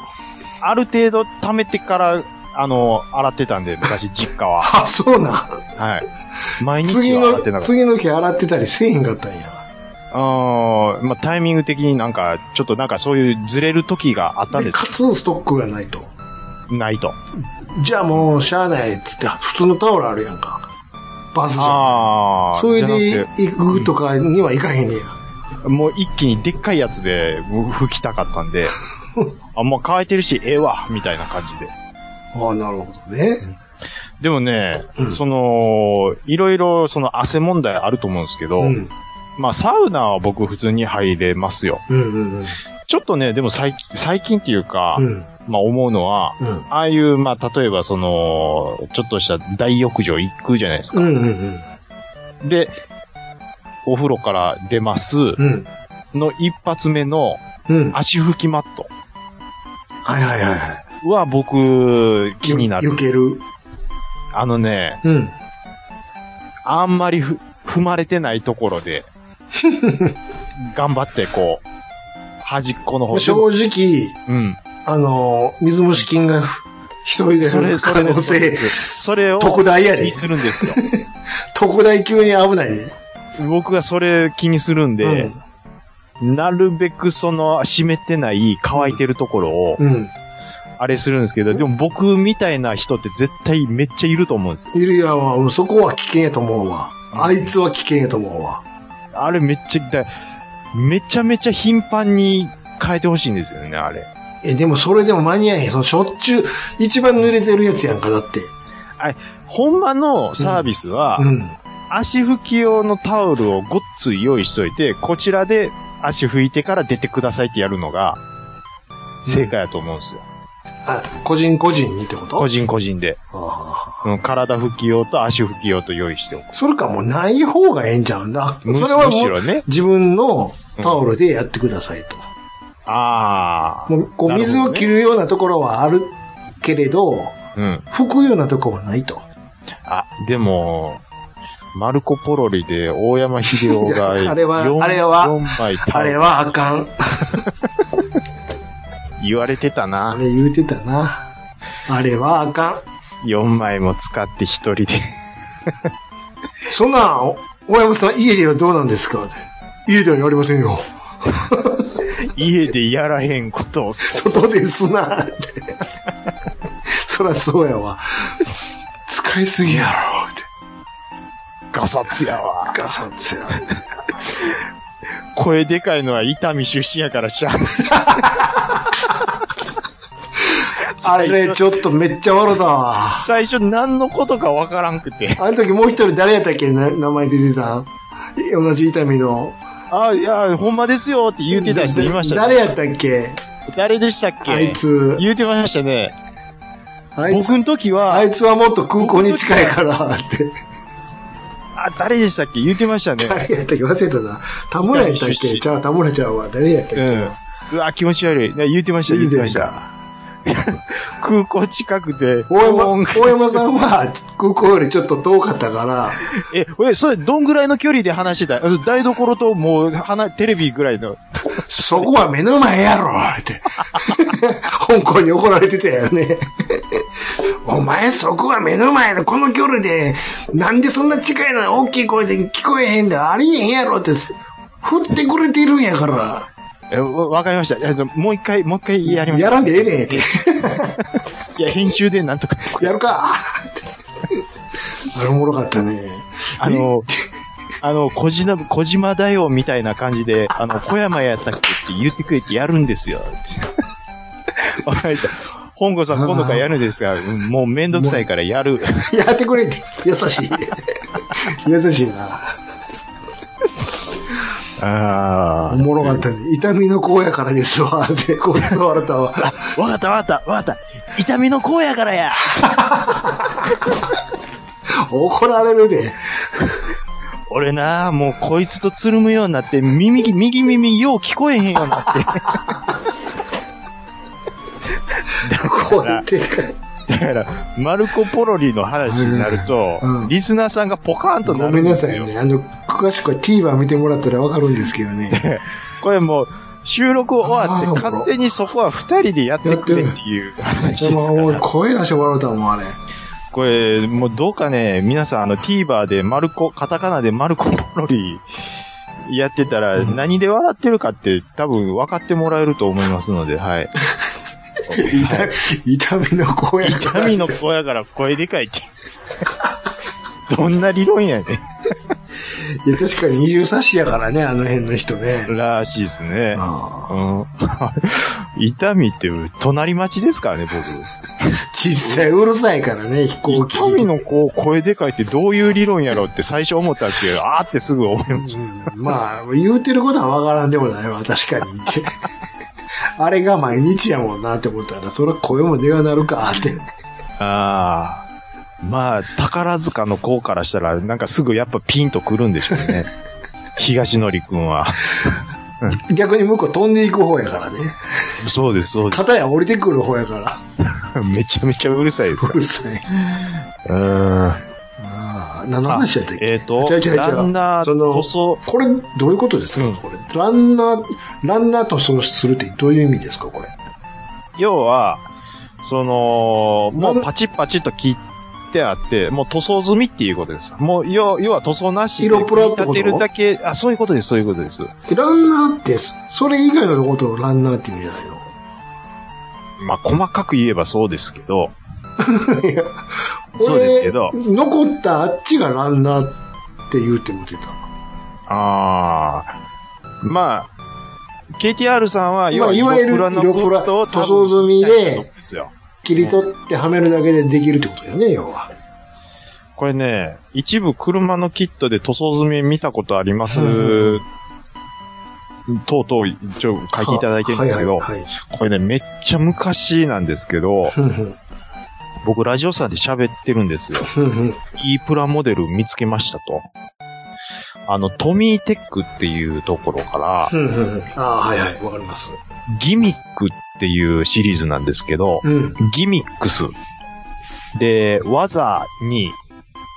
[SPEAKER 3] ある程度貯めてから、あのー洗ってたんで、昔実家は。
[SPEAKER 2] あ、そうな。
[SPEAKER 3] はい。毎日
[SPEAKER 2] 次
[SPEAKER 3] は洗ってな
[SPEAKER 2] の、
[SPEAKER 3] かった。
[SPEAKER 2] 次の日洗ってたりせえへんかったんや。
[SPEAKER 3] うん。まあ、タイミング的になんか、ちょっとなんかそういうずれる時があったん
[SPEAKER 2] で、
[SPEAKER 3] です
[SPEAKER 2] かつストックがないと。
[SPEAKER 3] ないと。
[SPEAKER 2] じゃあもう、しゃあないっつって、普通のタオルあるやんか。バスじゃん。
[SPEAKER 3] ああ。
[SPEAKER 2] それ
[SPEAKER 3] じゃなく
[SPEAKER 2] で
[SPEAKER 3] て
[SPEAKER 2] 行くとかには行かへんねや。
[SPEAKER 3] もう一気にでっかいやつでもう吹きたかった んで、あ、もう乾いてるし、ええわ、みたいな感じで。
[SPEAKER 2] ああ、なるほどね。
[SPEAKER 3] でもね、その、いろいろその汗問題あると思うんですけど、
[SPEAKER 2] うん。
[SPEAKER 3] まあサウナは僕普通に入れますよ。
[SPEAKER 2] うんうんうん。
[SPEAKER 3] ちょっとね、でも最近、最近っていうか、
[SPEAKER 2] うん。
[SPEAKER 3] まあ思うのは、
[SPEAKER 2] うん。
[SPEAKER 3] ああいう、まあ例えばその、ちょっとした大浴場行くじゃないですか。
[SPEAKER 2] うんうん
[SPEAKER 3] で、お風呂から出ます
[SPEAKER 2] うん。うん。
[SPEAKER 3] の一発目の
[SPEAKER 2] うん。
[SPEAKER 3] 足拭きマット
[SPEAKER 2] はいはいはいは
[SPEAKER 3] は僕
[SPEAKER 2] い。
[SPEAKER 3] 気になる
[SPEAKER 2] よ。ける。
[SPEAKER 3] あのね、
[SPEAKER 2] うん。
[SPEAKER 3] あんまりふ踏まれてないところ で、頑張ってこう、端っこの方
[SPEAKER 2] 正直、
[SPEAKER 3] うん。
[SPEAKER 2] あの、水虫菌が急いで
[SPEAKER 3] それ、
[SPEAKER 2] る
[SPEAKER 3] そ
[SPEAKER 2] 可
[SPEAKER 3] れ
[SPEAKER 2] 能
[SPEAKER 3] です。それで
[SPEAKER 2] 性、
[SPEAKER 3] すそれを
[SPEAKER 2] 特大や
[SPEAKER 3] 気
[SPEAKER 2] で
[SPEAKER 3] に。するんですよ。
[SPEAKER 2] 特大級に危ないね。
[SPEAKER 3] 僕がそれ気にするんで、なるべくその湿ってない乾いてるところを、
[SPEAKER 2] うん。うん。
[SPEAKER 3] あれするんですけど、でも僕みたいな人って絶対めっちゃいると思うんですよ。
[SPEAKER 2] いるやわ、うんそこは危険やと思うわ。あいつは危険やと思うわ。
[SPEAKER 3] あれめっちゃ、だめちゃめちゃ頻繁に変えてほしいんですよね、あれ。
[SPEAKER 2] え、でもそれでも間に合えへん。そのしょっちゅう、一番濡れてるやつやんか、だって。
[SPEAKER 3] ほんまのサービスは、
[SPEAKER 2] うん。
[SPEAKER 3] 足拭き用のタオルをごっつい用意しといて、こちらで足拭いてから出てくださいってやるのが、正解やと思うんですよ。
[SPEAKER 2] あ、個人個人にってこと
[SPEAKER 3] 個人個人で。
[SPEAKER 2] あ
[SPEAKER 3] うん体拭き用と足拭き用と用意しておく。
[SPEAKER 2] あそれかもうない方がええんじゃうんだ。それ
[SPEAKER 3] むし
[SPEAKER 2] は
[SPEAKER 3] む
[SPEAKER 2] も
[SPEAKER 3] し
[SPEAKER 2] う
[SPEAKER 3] ろね。
[SPEAKER 2] 自分のタオルでやってくださいと。
[SPEAKER 3] ああ。
[SPEAKER 2] もうこう
[SPEAKER 3] なるほ
[SPEAKER 2] 水
[SPEAKER 3] どね
[SPEAKER 2] を切るようなところはあるけれど、
[SPEAKER 3] うん。
[SPEAKER 2] 拭くようなところはないと。
[SPEAKER 3] あ、でも、マルコ・ポロリで大山秀夫が
[SPEAKER 2] あれは
[SPEAKER 3] 四
[SPEAKER 2] あれは
[SPEAKER 3] 四枚
[SPEAKER 2] あれはあかん。
[SPEAKER 3] 言われてた
[SPEAKER 2] あ
[SPEAKER 3] な。
[SPEAKER 2] れ言うてたな。あれはあかん。
[SPEAKER 3] 4枚も使って一 人で。
[SPEAKER 2] そんなん、お大山さん家ではどうなんですかって家ではやりませんよ。
[SPEAKER 3] 家でやらへんことをそ
[SPEAKER 2] 外ですなって。そらそうやわ。使いすぎやろ。って
[SPEAKER 3] ガサツやわ。
[SPEAKER 2] ガサツや。
[SPEAKER 3] 声でかいのは伊丹出身やからしゃあない
[SPEAKER 2] あ
[SPEAKER 3] 最
[SPEAKER 2] れ
[SPEAKER 3] 初
[SPEAKER 2] ちょっとめっちゃ笑ったわ。
[SPEAKER 3] 最初何のことかわからんくて。
[SPEAKER 2] あの時もう一人誰やったっけな名前出てたんえ同じ痛みの。
[SPEAKER 3] あ、いや、ほんまですよって言うてた人いましたね。
[SPEAKER 2] 誰やったっけ
[SPEAKER 3] 誰でしたっけ
[SPEAKER 2] あいつ。
[SPEAKER 3] 言うてましたね。
[SPEAKER 2] あいつ
[SPEAKER 3] 僕の時は、
[SPEAKER 2] あいつはもっと空港に近いからって。
[SPEAKER 3] あ、誰でしたっけ言ってました ね。
[SPEAKER 2] 誰やったっけ忘れたな。田村やったっ
[SPEAKER 3] 伊丹出
[SPEAKER 2] け
[SPEAKER 3] 身
[SPEAKER 2] じゃあ田村ちゃうわ。誰やったっけ、
[SPEAKER 3] うん。うわ、気持ち悪い。ね言ってました、言ってました。
[SPEAKER 2] た。
[SPEAKER 3] 空港近くで、
[SPEAKER 2] 大山、
[SPEAKER 3] 騒音
[SPEAKER 2] 大山さんは空港よりちょっと遠かったから、
[SPEAKER 3] え、え、それ、どんぐらいの距離で話してたあの台所ともう、離テレビぐらいの。
[SPEAKER 2] そこは目の前やろって。 香港に怒られてたよね。 お前そこは目の前のこの距離で、なんでそんな近いのに大きい声で聞こえへんだありえへんやろってす、振ってくれてるんやから。
[SPEAKER 3] え、わわかりました。えっともう一回、もう一回やります。
[SPEAKER 2] やらんでええねんって。
[SPEAKER 3] いや、編集でなんと か。
[SPEAKER 2] やるか ってあれおもろかったね。
[SPEAKER 3] あの、あの、小島、小島だよ、みたいな感じで、あの、小山やったっけって言ってくれてやるんですよ。 わかりました。本郷さん、今度からやるんですが、うんもうめんどくさいからや る。
[SPEAKER 2] やってくれって。優しい。 優しいな。
[SPEAKER 3] あ
[SPEAKER 2] おもろかったね。痛みの子やからですわ。 って、こう伝われ たわ。
[SPEAKER 3] わかったわかったわかった。痛みのうやからや。
[SPEAKER 2] 怒られるで。
[SPEAKER 3] 俺な、もうこいつとつるむようになって、耳、右耳よう聞こえへんようになって。
[SPEAKER 2] こうやってかい。
[SPEAKER 3] だから、マルコ・ポロリの話になると、
[SPEAKER 2] うんうん
[SPEAKER 3] リスナーさんがポカーンとな
[SPEAKER 2] ご
[SPEAKER 3] る
[SPEAKER 2] めん
[SPEAKER 3] で
[SPEAKER 2] な
[SPEAKER 3] すよ
[SPEAKER 2] さいね。あの、詳しくは TVer 見てもらったらわかるんですけど ね。
[SPEAKER 3] これもう、収録終わって
[SPEAKER 2] あー
[SPEAKER 3] 勝手にそこは二人でやってくれっていう話
[SPEAKER 2] で
[SPEAKER 3] ですか
[SPEAKER 2] も、俺
[SPEAKER 3] ら。
[SPEAKER 2] 声出して笑うたもん、あれ。
[SPEAKER 3] これ、もうどうかね、皆さんあの TVer でマルコ、カタカナでマルコ・ポロリやってたら何で笑ってるかって多分分かってもらえると思いますので、はい。
[SPEAKER 2] 痛み、 痛みの子やから。
[SPEAKER 3] 痛みの子やから声でかいって。どんな理論やねん。
[SPEAKER 2] いや、確かに二重差しやからね、あの辺の人ね。
[SPEAKER 3] らしいですね。
[SPEAKER 2] ああ
[SPEAKER 3] うん。 痛みって、隣町ですからね、僕。
[SPEAKER 2] 実際うるさいからね、飛行機。
[SPEAKER 3] 痛みのこう、声でかいってどういう理論やろうって最初思ったんですけど、あーってすぐ思いまし
[SPEAKER 2] うんまあ、言うてることはわからんでもないわ、確かに。 ってあれが毎日やもんなって思ったら、そら声も出がなるかって。
[SPEAKER 3] た。ああ。まあ、宝塚の子からしたら、なんかすぐやっぱピンとくるんでしょう ね。東のりくんは。
[SPEAKER 2] 逆に向こう飛んでいく方やからね。
[SPEAKER 3] そうです、そうです。
[SPEAKER 2] 片や降りてくる方やから。
[SPEAKER 3] めちゃめちゃうるさいです
[SPEAKER 2] うるさい。
[SPEAKER 3] うーん。
[SPEAKER 2] ああ、何の話やったっけ
[SPEAKER 3] えっ、と
[SPEAKER 2] 違う違う違、う
[SPEAKER 3] ランナー、
[SPEAKER 2] その
[SPEAKER 3] 塗装、
[SPEAKER 2] これ、どういうことですか、
[SPEAKER 3] うん
[SPEAKER 2] これ。ランナー、ランナーとそうするってどういう意味ですかこれ。
[SPEAKER 3] 要は、その、も
[SPEAKER 2] なる
[SPEAKER 3] うパチッパチッと切ってあって、もう塗装済みっていうことです。もう、要要は塗装なしで
[SPEAKER 2] 色プラって
[SPEAKER 3] 組
[SPEAKER 2] こと
[SPEAKER 3] み立てるだけ、あ、そういうことです、そういうことです。
[SPEAKER 2] ランナーって、それ以外のことをランナーって言うんじゃないの
[SPEAKER 3] まあ、細かく言えばそうですけど、
[SPEAKER 2] いや
[SPEAKER 3] そうですけど
[SPEAKER 2] 俺残ったあっちがランナーって言うてもてた。
[SPEAKER 3] あー、まあ、KTR さんは、要は、
[SPEAKER 2] まあいわゆる
[SPEAKER 3] のことを
[SPEAKER 2] 色プラ塗装済み
[SPEAKER 3] 多
[SPEAKER 2] で
[SPEAKER 3] 分みたいなことですよ。
[SPEAKER 2] 切り取ってはめるだけでできるってことだよね、要は。
[SPEAKER 3] これね、一部車のキットで塗装済み見たことあります、
[SPEAKER 2] うん
[SPEAKER 3] とうとう一応書いていただいてるんですけど、
[SPEAKER 2] はいはいはい
[SPEAKER 3] これね、めっちゃ昔なんですけど、
[SPEAKER 2] ふんふん
[SPEAKER 3] 僕ラジオさんで喋ってるんですよ。
[SPEAKER 2] ふんふん
[SPEAKER 3] いいプラモデル見つけましたと。あの、トミーテックっていうところから、
[SPEAKER 2] ふんふんふんああ、はいはい、わかります。
[SPEAKER 3] ギミックっていうシリーズなんですけど、
[SPEAKER 2] うん。
[SPEAKER 3] ギミックス。で、技に、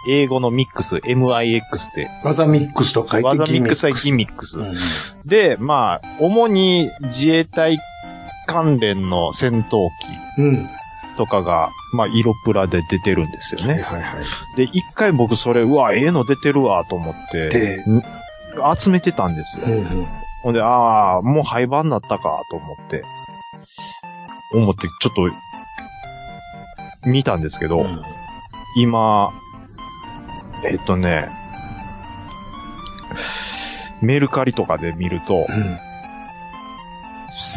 [SPEAKER 3] 英語のミックス、MIX って、
[SPEAKER 2] 技ミックスと書いて
[SPEAKER 3] 技ミックス対
[SPEAKER 2] は
[SPEAKER 3] ギミックス
[SPEAKER 2] う。ん
[SPEAKER 3] で、まあ、主に自衛隊関連の戦闘機
[SPEAKER 2] うん。
[SPEAKER 3] とかが、まあ、色プラで出てるんですよ
[SPEAKER 2] はい
[SPEAKER 3] ね。
[SPEAKER 2] はいはい。
[SPEAKER 3] で、一回僕それ、うわ、ええの出てるわ、と思って、
[SPEAKER 2] で、
[SPEAKER 3] 集めてたんですよ
[SPEAKER 2] う。んうん
[SPEAKER 3] ほんで、ああ、もう廃盤になったか、と思って、思って、ちょっと、見たんですけど、
[SPEAKER 2] うん
[SPEAKER 3] 今、えっとね、メルカリとかで見ると、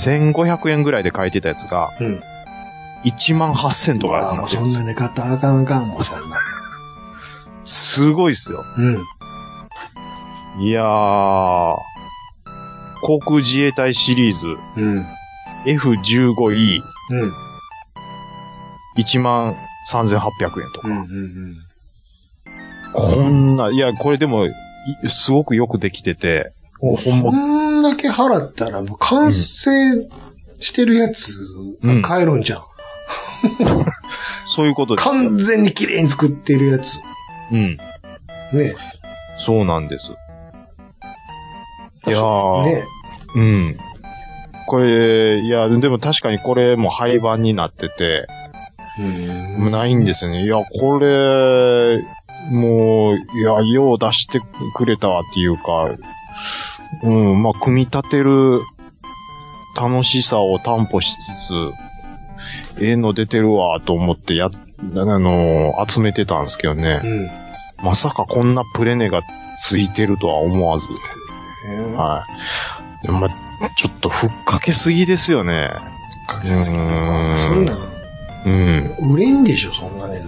[SPEAKER 3] 1500円ぐらいで買えてたやつが、
[SPEAKER 2] うん
[SPEAKER 3] 1万8000と
[SPEAKER 2] あ
[SPEAKER 3] か
[SPEAKER 2] あ
[SPEAKER 3] にな
[SPEAKER 2] もう
[SPEAKER 3] って
[SPEAKER 2] そ
[SPEAKER 3] るんです
[SPEAKER 2] んな
[SPEAKER 3] よ。
[SPEAKER 2] に買ったらあかんあかん、もうそんな。
[SPEAKER 3] すごいっすよ。
[SPEAKER 2] うん。
[SPEAKER 3] いやー、航空自衛隊シリーズ
[SPEAKER 2] うん。
[SPEAKER 3] F15E1
[SPEAKER 2] うん。
[SPEAKER 3] 万3800円と
[SPEAKER 2] う
[SPEAKER 3] か。
[SPEAKER 2] ん。うん。
[SPEAKER 3] こんな、いや、これでも、いすごくよくできてて、
[SPEAKER 2] もう
[SPEAKER 3] ほん
[SPEAKER 2] こ
[SPEAKER 3] ま、
[SPEAKER 2] んだけ払ったら、もう完成してるやつが買えるんじゃん。
[SPEAKER 3] そういうことで。
[SPEAKER 2] 完全に綺麗に作ってるやつ。
[SPEAKER 3] うん。
[SPEAKER 2] ね。
[SPEAKER 3] そうなんです。いやー、
[SPEAKER 2] ね。
[SPEAKER 3] うん。これ、いや、でも確かにこれも廃盤になってて、
[SPEAKER 2] うん。
[SPEAKER 3] ないんですよね。いや、これ、もう、いや、よう出してくれたわっていうか、うん、まあ、組み立てる楽しさを担保しつつ、ええの出てるわと思ってやっ、あの、集めてたんですけどね。
[SPEAKER 2] うん。
[SPEAKER 3] まさかこんなプレネがついてるとは思わず。
[SPEAKER 2] え
[SPEAKER 3] はい。でもまあ、ちょっとふっかけすぎですよね。
[SPEAKER 2] かけすぎとか
[SPEAKER 3] うん
[SPEAKER 2] そんなん、
[SPEAKER 3] うん。
[SPEAKER 2] 売れんでしょ、そんな値段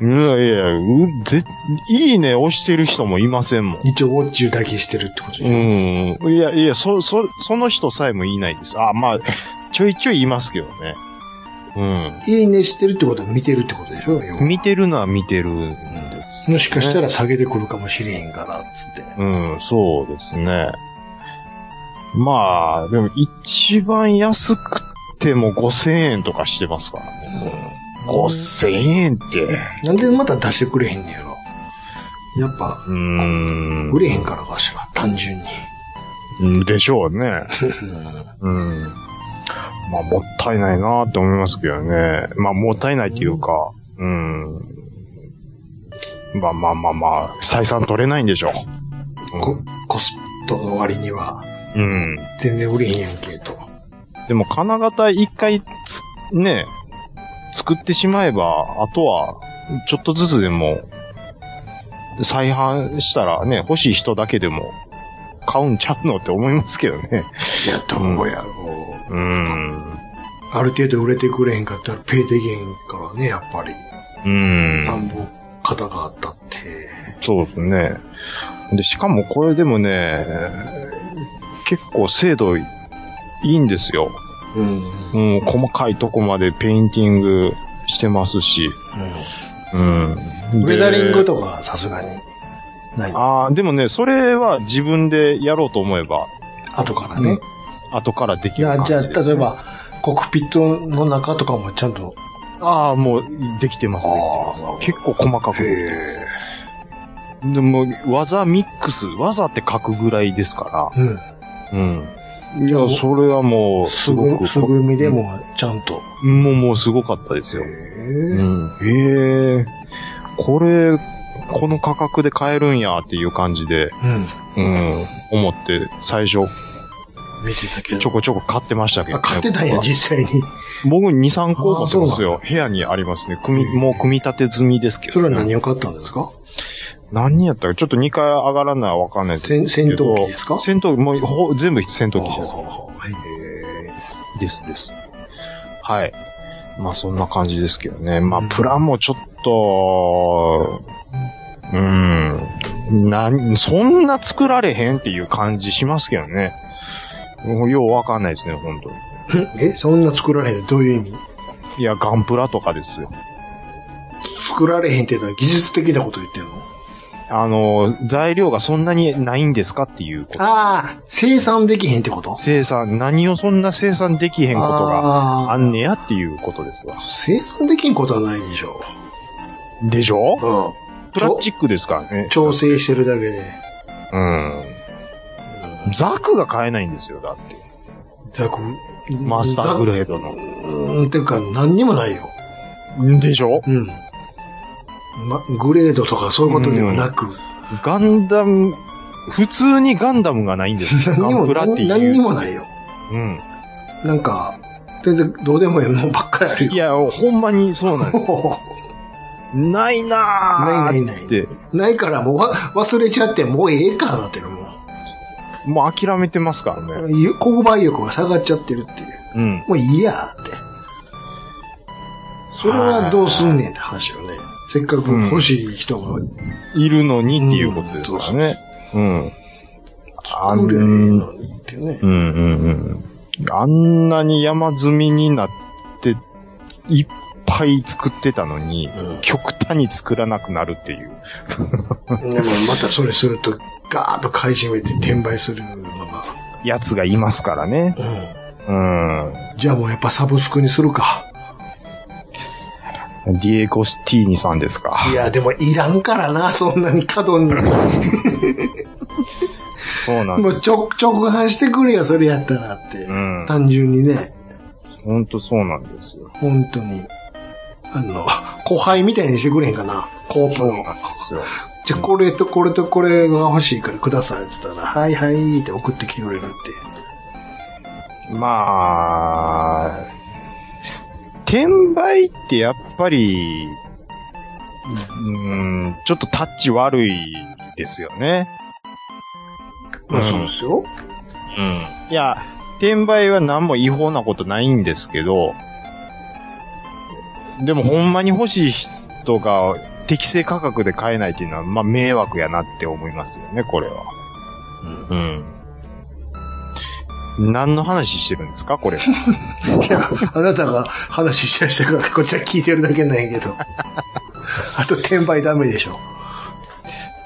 [SPEAKER 2] で。
[SPEAKER 3] いやいや、うぜ、いいね押してる人もいませんもん。
[SPEAKER 2] 一応、ウォッチだけしてるってことじゃん。
[SPEAKER 3] うん。いやいや、そ、そ、その人さえもいないです。あ、まあ、ちょいちょい言いますけどね。
[SPEAKER 2] いいねしてるってことは見てるってことでしょ、要
[SPEAKER 3] うん。
[SPEAKER 2] は
[SPEAKER 3] 見てるのは見てるんです、
[SPEAKER 2] もしかした
[SPEAKER 3] ら。
[SPEAKER 2] ら下げてくるかもしれへんから、つって。
[SPEAKER 3] うん、そうですね。まあ、でも一番安くても5000円とかしてますからね。5000円って。
[SPEAKER 2] なんでまた出してくれへんねやろ。やっぱ、
[SPEAKER 3] うん。
[SPEAKER 2] 売れへんからかしら、単純に。
[SPEAKER 3] でしょうね。 うん。まあ、もったいないなって思いますけどね。まあ、もったいないっていうか、うん。まあまあまあまあ、採算取れないんでしょ
[SPEAKER 2] ココストの割には、
[SPEAKER 3] う。うん。
[SPEAKER 2] 全然売れへんやんけ、と。
[SPEAKER 3] でも、金型一回つ、ね、作ってしまえば、あとは、ちょっとずつでも、再販したらね、欲しい人だけでも買うんちゃうのって思いますけどね。
[SPEAKER 8] いや、どうやろう。
[SPEAKER 3] うん。
[SPEAKER 2] ある程度売れてくれへんかったらペイできへんからね、やっぱり。
[SPEAKER 3] う。
[SPEAKER 2] なんんぼ型があったって。
[SPEAKER 3] そうですね。で、しかもこれでもね、結構精度いいんですよ。
[SPEAKER 8] うん。
[SPEAKER 3] うん、細かいとこまでペインティングしてますし。うん。
[SPEAKER 2] ウェ
[SPEAKER 3] で
[SPEAKER 2] ザリングとかさすがにない。
[SPEAKER 3] ああ、でもね、それは自分でやろうと思えば、
[SPEAKER 2] 後からね。
[SPEAKER 3] 後からでき
[SPEAKER 2] い
[SPEAKER 3] る
[SPEAKER 2] や
[SPEAKER 3] 感じ
[SPEAKER 2] じゃあ、
[SPEAKER 3] ですね
[SPEAKER 2] 例え。ば、コックピットの中とかもちゃんと、
[SPEAKER 3] ああ、もう、できてます、できてます。結構細かくできてます。でも、技ミックス、技って書くぐらいですか
[SPEAKER 2] うん。
[SPEAKER 3] ら。うん。い
[SPEAKER 2] い
[SPEAKER 3] や、それはもう、す
[SPEAKER 2] す
[SPEAKER 3] ご
[SPEAKER 2] ぐ、
[SPEAKER 3] く、
[SPEAKER 2] すぐみでもちゃんと。
[SPEAKER 3] もう、もうすごかったですよ。
[SPEAKER 2] へえ。
[SPEAKER 3] うん。ええこれ、この価格で買えるんやっていう感じで、
[SPEAKER 2] うん。
[SPEAKER 3] うん、思って、最初、
[SPEAKER 2] 見てたけど。
[SPEAKER 3] ちょこちょこ買ってましたけど、
[SPEAKER 2] あ、買ってたんや、実際に。
[SPEAKER 3] 僕2、3個持ってますよ。部屋にありますね。組み、もう組み立て済みですけ
[SPEAKER 2] そ
[SPEAKER 3] ど。
[SPEAKER 2] れは何を買ったんですか
[SPEAKER 3] 何やったかちょっと2回上がらないわかんないですけ
[SPEAKER 2] 戦
[SPEAKER 3] ど。
[SPEAKER 2] 戦闘機ですか
[SPEAKER 3] 戦闘機、もうほ全部戦闘機です。
[SPEAKER 2] へえ
[SPEAKER 3] ですです。はい。まあそんな感じですけどね。まあプランもちょっと、うん、なん、そんな作られへんっていう感じしますけどね。もうようわかんないですね、本当に。
[SPEAKER 2] え、そんな作られへんってどういう意味
[SPEAKER 3] いや、ガンプラとかですよ。
[SPEAKER 2] 作られへんっていうのは技術的なこと言ってんの
[SPEAKER 3] あの、材料がそんなにないんですかっていうこと。
[SPEAKER 2] ああ、生産できへんってこと
[SPEAKER 3] 生産、何をそんな生産できへんことが
[SPEAKER 2] あ
[SPEAKER 3] あ
[SPEAKER 2] あ
[SPEAKER 3] んねやっていうことですわ。
[SPEAKER 2] 生産できんことはないでしょ
[SPEAKER 3] でしょ
[SPEAKER 2] う。うん。
[SPEAKER 3] プラスチックですからね。
[SPEAKER 2] 調整してるだけで、
[SPEAKER 3] うん。ザクが買えないんですよ、だって。
[SPEAKER 2] ザク、
[SPEAKER 3] マスターグ
[SPEAKER 2] レ
[SPEAKER 3] レードの。
[SPEAKER 2] うん、てか何にもないよ。
[SPEAKER 3] でしょ
[SPEAKER 2] うん。ま、グレードとかそういうことではなく、
[SPEAKER 3] ガンダム、普通にガンダムがないんですよ。
[SPEAKER 2] 何に
[SPEAKER 3] ガン
[SPEAKER 2] も、
[SPEAKER 3] プラっていう。
[SPEAKER 2] 何にもないよ。
[SPEAKER 3] うん。
[SPEAKER 2] なんか、全然どうでもいいもんばっかりあるよ
[SPEAKER 3] いや、ほんまにそうなんです。ないなぁ。
[SPEAKER 2] ないないない
[SPEAKER 3] って、
[SPEAKER 2] ないからもうわ忘れちゃって、もうええかなってるも
[SPEAKER 3] もう諦めてますからね。
[SPEAKER 2] う。ゆ購買意欲が下がっちゃってるっていう。
[SPEAKER 3] うん。
[SPEAKER 2] もういいやって。それはどうすんねんって話よね。せっかく欲しい人が、
[SPEAKER 3] いるのにっていうことですからね。うん。あ
[SPEAKER 2] 売れへん
[SPEAKER 3] ん
[SPEAKER 2] のにってね
[SPEAKER 3] う。んうんうん。あんなに山積みになって、いっぱい作ってたのに、
[SPEAKER 2] うん
[SPEAKER 3] 極端に作らなくなるっていう。
[SPEAKER 2] でもまたそれすると、ガーッと買い占めて転売するのが。
[SPEAKER 3] やつがいますからね。
[SPEAKER 2] う
[SPEAKER 3] うん。
[SPEAKER 2] ん。じゃあもうやっぱサブスクにするか。
[SPEAKER 3] ディエゴシティーニさんですか。
[SPEAKER 2] いや、でもいらんからな、そんなに過度に。
[SPEAKER 3] そうなん
[SPEAKER 2] も
[SPEAKER 3] で
[SPEAKER 2] う
[SPEAKER 3] す。
[SPEAKER 2] ちょ、直販してくれよ、それやったらって。
[SPEAKER 3] うん
[SPEAKER 2] 単純にね、
[SPEAKER 3] ほんとそうなんですよ。
[SPEAKER 2] 本当に。あの、後輩みたいにしてくれへんかな、コープ
[SPEAKER 3] そう
[SPEAKER 2] の。
[SPEAKER 3] なんですよ。
[SPEAKER 2] じゃあ、これとこれとこれが欲しいからくださいって言ったら、はいはいって送ってきてくれるって。
[SPEAKER 3] まあ、転売ってやっぱり、うん、ちょっとタッチ悪いですよね。
[SPEAKER 2] まあ
[SPEAKER 3] うん
[SPEAKER 2] そうですよ。
[SPEAKER 3] いや、転売は何も違法なことないんですけど、でもほんまに欲しい人が適正価格で買えないっていうのは、まあ迷惑やなって思いますよね、これは。うん。何の話してるんですか、これは。
[SPEAKER 2] いや、あなたが話しちゃしたから、こっちは聞いてるだけなんや けど。あと、転売ダメでしょ。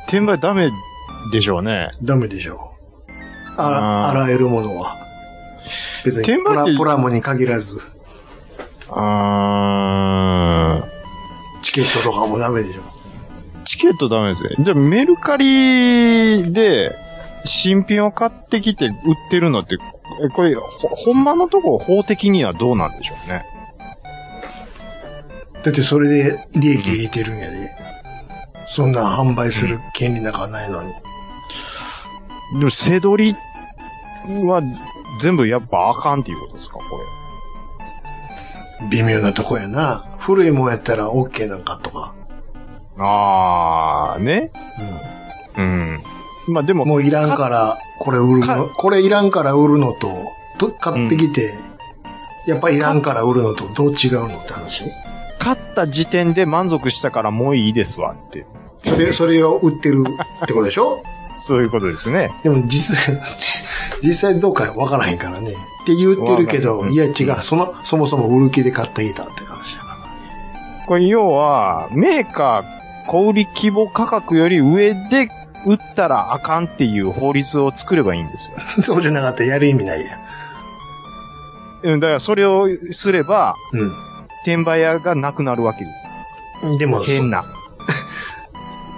[SPEAKER 3] 転売ダメでしょうね。
[SPEAKER 2] ダメでしょ。あ
[SPEAKER 3] あ
[SPEAKER 2] ら、あ
[SPEAKER 3] ー
[SPEAKER 2] らゆるものは。別に
[SPEAKER 3] 転
[SPEAKER 2] プ
[SPEAKER 3] 売っ
[SPEAKER 2] ラ、
[SPEAKER 3] て
[SPEAKER 2] プラモに限らず、
[SPEAKER 3] うーん。
[SPEAKER 2] チケットとかもダメでしょ。
[SPEAKER 3] チケットダメですね。じゃあメルカリで新品を買ってきて売ってるのって、えこれ、ほ、ほんまのところ法的にはどうなんでしょうね。
[SPEAKER 2] だってそれで利益得てるんやで。そんなん販売する権利なんかないのに。
[SPEAKER 3] でも、せどりは全部やっぱあかんっていうことですか、こ
[SPEAKER 2] 微妙なとこやな。古いもんやったら OK なんかとか。
[SPEAKER 3] れ。あー、ね。うん。まあでも、
[SPEAKER 2] もういらんから、これ売るの、これいらんから売るのと、と買ってきて、やっぱりいらんから売るのとどう違うのって話ね。
[SPEAKER 3] 勝った時点で満足したからもういいですわって。
[SPEAKER 2] それ、それを売ってるってことでしょ
[SPEAKER 3] そういうことですね。
[SPEAKER 2] でも実際、実際どうかわからへんからね。って言ってるけ
[SPEAKER 3] わ
[SPEAKER 2] ど、
[SPEAKER 3] からん
[SPEAKER 2] いや違う、その、そもそも売る気で買ってきたって話だから。
[SPEAKER 3] これ要は、メーカー小売規模価格より上で売ったらあかんっていう法律を作ればいいんですよ。
[SPEAKER 2] そうじゃなかったらや る意味ないやん。
[SPEAKER 3] うんだからそれをすれば、
[SPEAKER 2] う
[SPEAKER 3] 転売屋がなくなるわけですよ。
[SPEAKER 2] ん。でも、
[SPEAKER 3] 変な。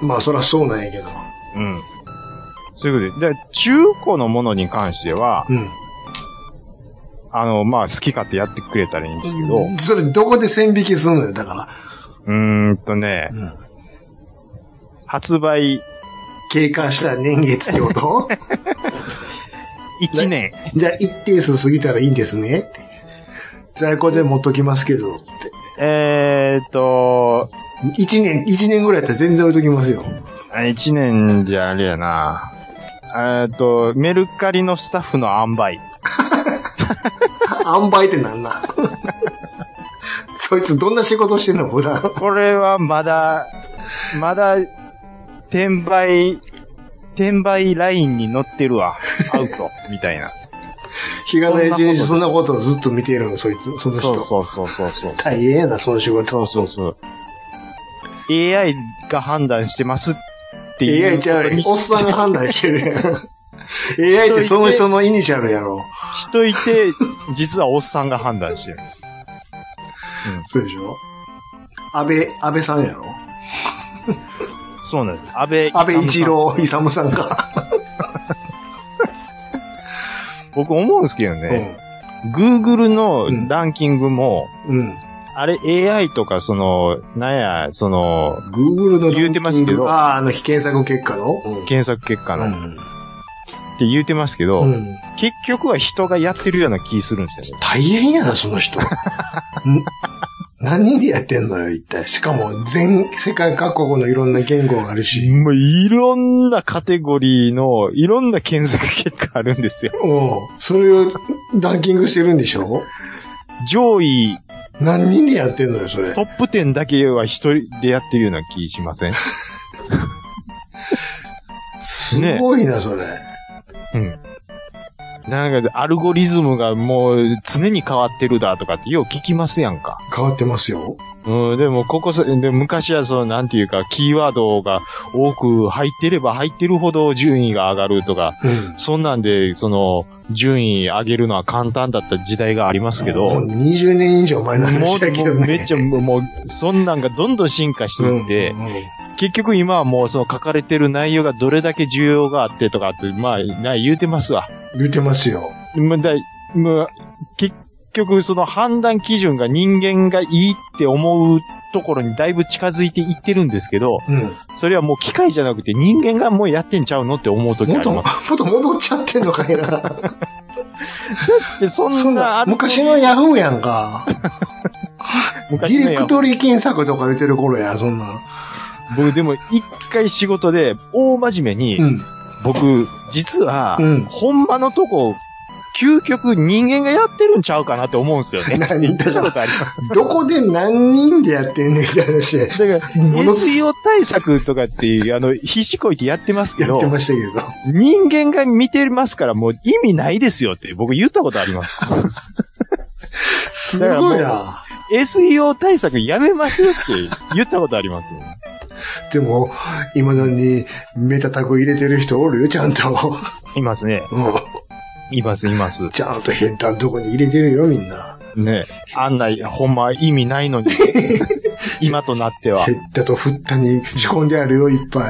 [SPEAKER 2] まあそりゃそうなんやけど。
[SPEAKER 3] うん。そういうことで。で、中古のものに関しては、
[SPEAKER 2] うん。
[SPEAKER 3] あの、まあ、好き勝手やってくれたらいいんですけど、う
[SPEAKER 2] それどこで線引きするのよ、だから。
[SPEAKER 3] ーんとね、
[SPEAKER 2] うん。
[SPEAKER 3] 発売
[SPEAKER 2] 経過した年月ってこと
[SPEAKER 3] 1年。
[SPEAKER 2] じゃあ一定数過ぎたらいいんですねって。在庫で持っときますけど、つって。
[SPEAKER 3] えーっと、
[SPEAKER 2] 一年、一年ぐらいやったら全然置いときま すよ。
[SPEAKER 3] 1年じゃあれやな。えーっと、メルカリのスタッフの塩梅。
[SPEAKER 2] 塩梅ってなんなん そいつどんな仕事してんの普段。
[SPEAKER 3] これはまだ、まだ、転売、転売ラインに乗ってるわ。アウ ト。みたいな。
[SPEAKER 2] 日がない一日そんなことをずっと見てるの、そいつ、その人。
[SPEAKER 3] そうそうそうそうそう。
[SPEAKER 2] 大変やな、その仕事。
[SPEAKER 3] そうそうそう。AI が判断してますっていう。
[SPEAKER 2] AI ちゃうよおっさんが判断してる やん。AI ってその人のイニシャルやろ。
[SPEAKER 3] しといて、実はおっさんが判断してるんですよ。
[SPEAKER 2] そうでしょ安倍、安倍さんやろ
[SPEAKER 3] そうなんです。安倍、
[SPEAKER 2] 安倍一。郎、勇さん か。
[SPEAKER 3] 僕思うんですけどね、Google のランキングも、
[SPEAKER 2] うん。うん。
[SPEAKER 3] あれ AI とかその、なんや、その、
[SPEAKER 2] Google のランキング
[SPEAKER 3] 言うてますけど
[SPEAKER 2] ああ、あの、非検索結果のうん。
[SPEAKER 3] 検索結果のって言うてますけど、
[SPEAKER 2] うん。うん
[SPEAKER 3] 結局は人がやってるような気するんですよね。
[SPEAKER 2] 大変やな、その 人。ん何でやってんのよ、一体。しかも、全世界各国のいろんな言語があるし。
[SPEAKER 3] もういろんなカテゴリーの、いろんな検索結果あるんですよ。
[SPEAKER 2] うん。それをランキングしてるんでしょ
[SPEAKER 3] 上位
[SPEAKER 2] 何人でやってんのよ、それ。
[SPEAKER 3] トップ10だけは一人でやってるような気しません
[SPEAKER 2] すごいな、それ。
[SPEAKER 3] うん。なんか、アルゴリズムがもう常に変わってるだとかってよう聞きますやんか。
[SPEAKER 2] 変わってますよ。
[SPEAKER 3] うん、でもここさ、で昔はその、なんていうか、キーワードが多く入ってれば入ってるほど順位が上がるとか、
[SPEAKER 2] うん。
[SPEAKER 3] そんなんで、その、順位上げるのは簡単だった時代がありますけど、
[SPEAKER 2] もう20年以上前の
[SPEAKER 3] も
[SPEAKER 2] 話だ
[SPEAKER 3] う、
[SPEAKER 2] け
[SPEAKER 3] も
[SPEAKER 2] ど
[SPEAKER 3] う
[SPEAKER 2] ね。
[SPEAKER 3] めっちゃ、もうもう、そんなんがどんどん進化していって、
[SPEAKER 2] うんうん
[SPEAKER 3] 結局今はもうその書かれてる内容がどれだけ重要があってとかって、まあ、な言うてますわ。
[SPEAKER 2] 言うてますよ。
[SPEAKER 3] もうだいもう結局その判断基準が人間がいいって思うところにだいぶ近づいていってるんですけど、
[SPEAKER 2] うん。
[SPEAKER 3] それはもう機械じゃなくて人間がもうやってんちゃうのって思う時あ
[SPEAKER 2] もっ
[SPEAKER 3] り
[SPEAKER 2] と、
[SPEAKER 3] ま
[SPEAKER 2] も
[SPEAKER 3] す。
[SPEAKER 2] っと戻っちゃってんの かいな。
[SPEAKER 3] で、そ
[SPEAKER 2] そ
[SPEAKER 3] ん
[SPEAKER 2] ん
[SPEAKER 3] な
[SPEAKER 2] な
[SPEAKER 3] あ、る
[SPEAKER 2] 昔のヤフーやんか。デ
[SPEAKER 3] 昔
[SPEAKER 2] ィ
[SPEAKER 3] の
[SPEAKER 2] レ
[SPEAKER 3] や
[SPEAKER 2] クトリー検索とか言ってる頃や、そんな。
[SPEAKER 3] 僕でも一回仕事で大真面目に、
[SPEAKER 2] うん。
[SPEAKER 3] 僕、実は、
[SPEAKER 2] うん
[SPEAKER 3] ほんまのとこ、究極人間がやってるんちゃうかなって思うんですよね。
[SPEAKER 2] 何だ
[SPEAKER 3] 言った
[SPEAKER 2] か
[SPEAKER 3] こ
[SPEAKER 2] ら、
[SPEAKER 3] とあります
[SPEAKER 2] どこで何人でやってんねんって話で
[SPEAKER 3] だから、
[SPEAKER 2] ものす
[SPEAKER 3] SEO 対策とかっていう、あの、必死こいてやってますけ
[SPEAKER 2] や
[SPEAKER 3] ど
[SPEAKER 2] って、ましたけど。
[SPEAKER 3] 人間が見てますからもう意味ないですよって僕言ったことあります。
[SPEAKER 2] すごいな。
[SPEAKER 3] SEO 対策やめましょうって言ったことありますよ。
[SPEAKER 2] でも、今のにメタタグ入れてる人おるよ、ちゃんと。
[SPEAKER 3] いますね。
[SPEAKER 2] うん。
[SPEAKER 3] います、います。
[SPEAKER 2] ちゃんと変態のとこに入れてるよ、みんな。
[SPEAKER 3] ねあんな、ほんま意味ない のに。今となっては。
[SPEAKER 2] 減ったと振ったに仕込んであるよ、いっぱ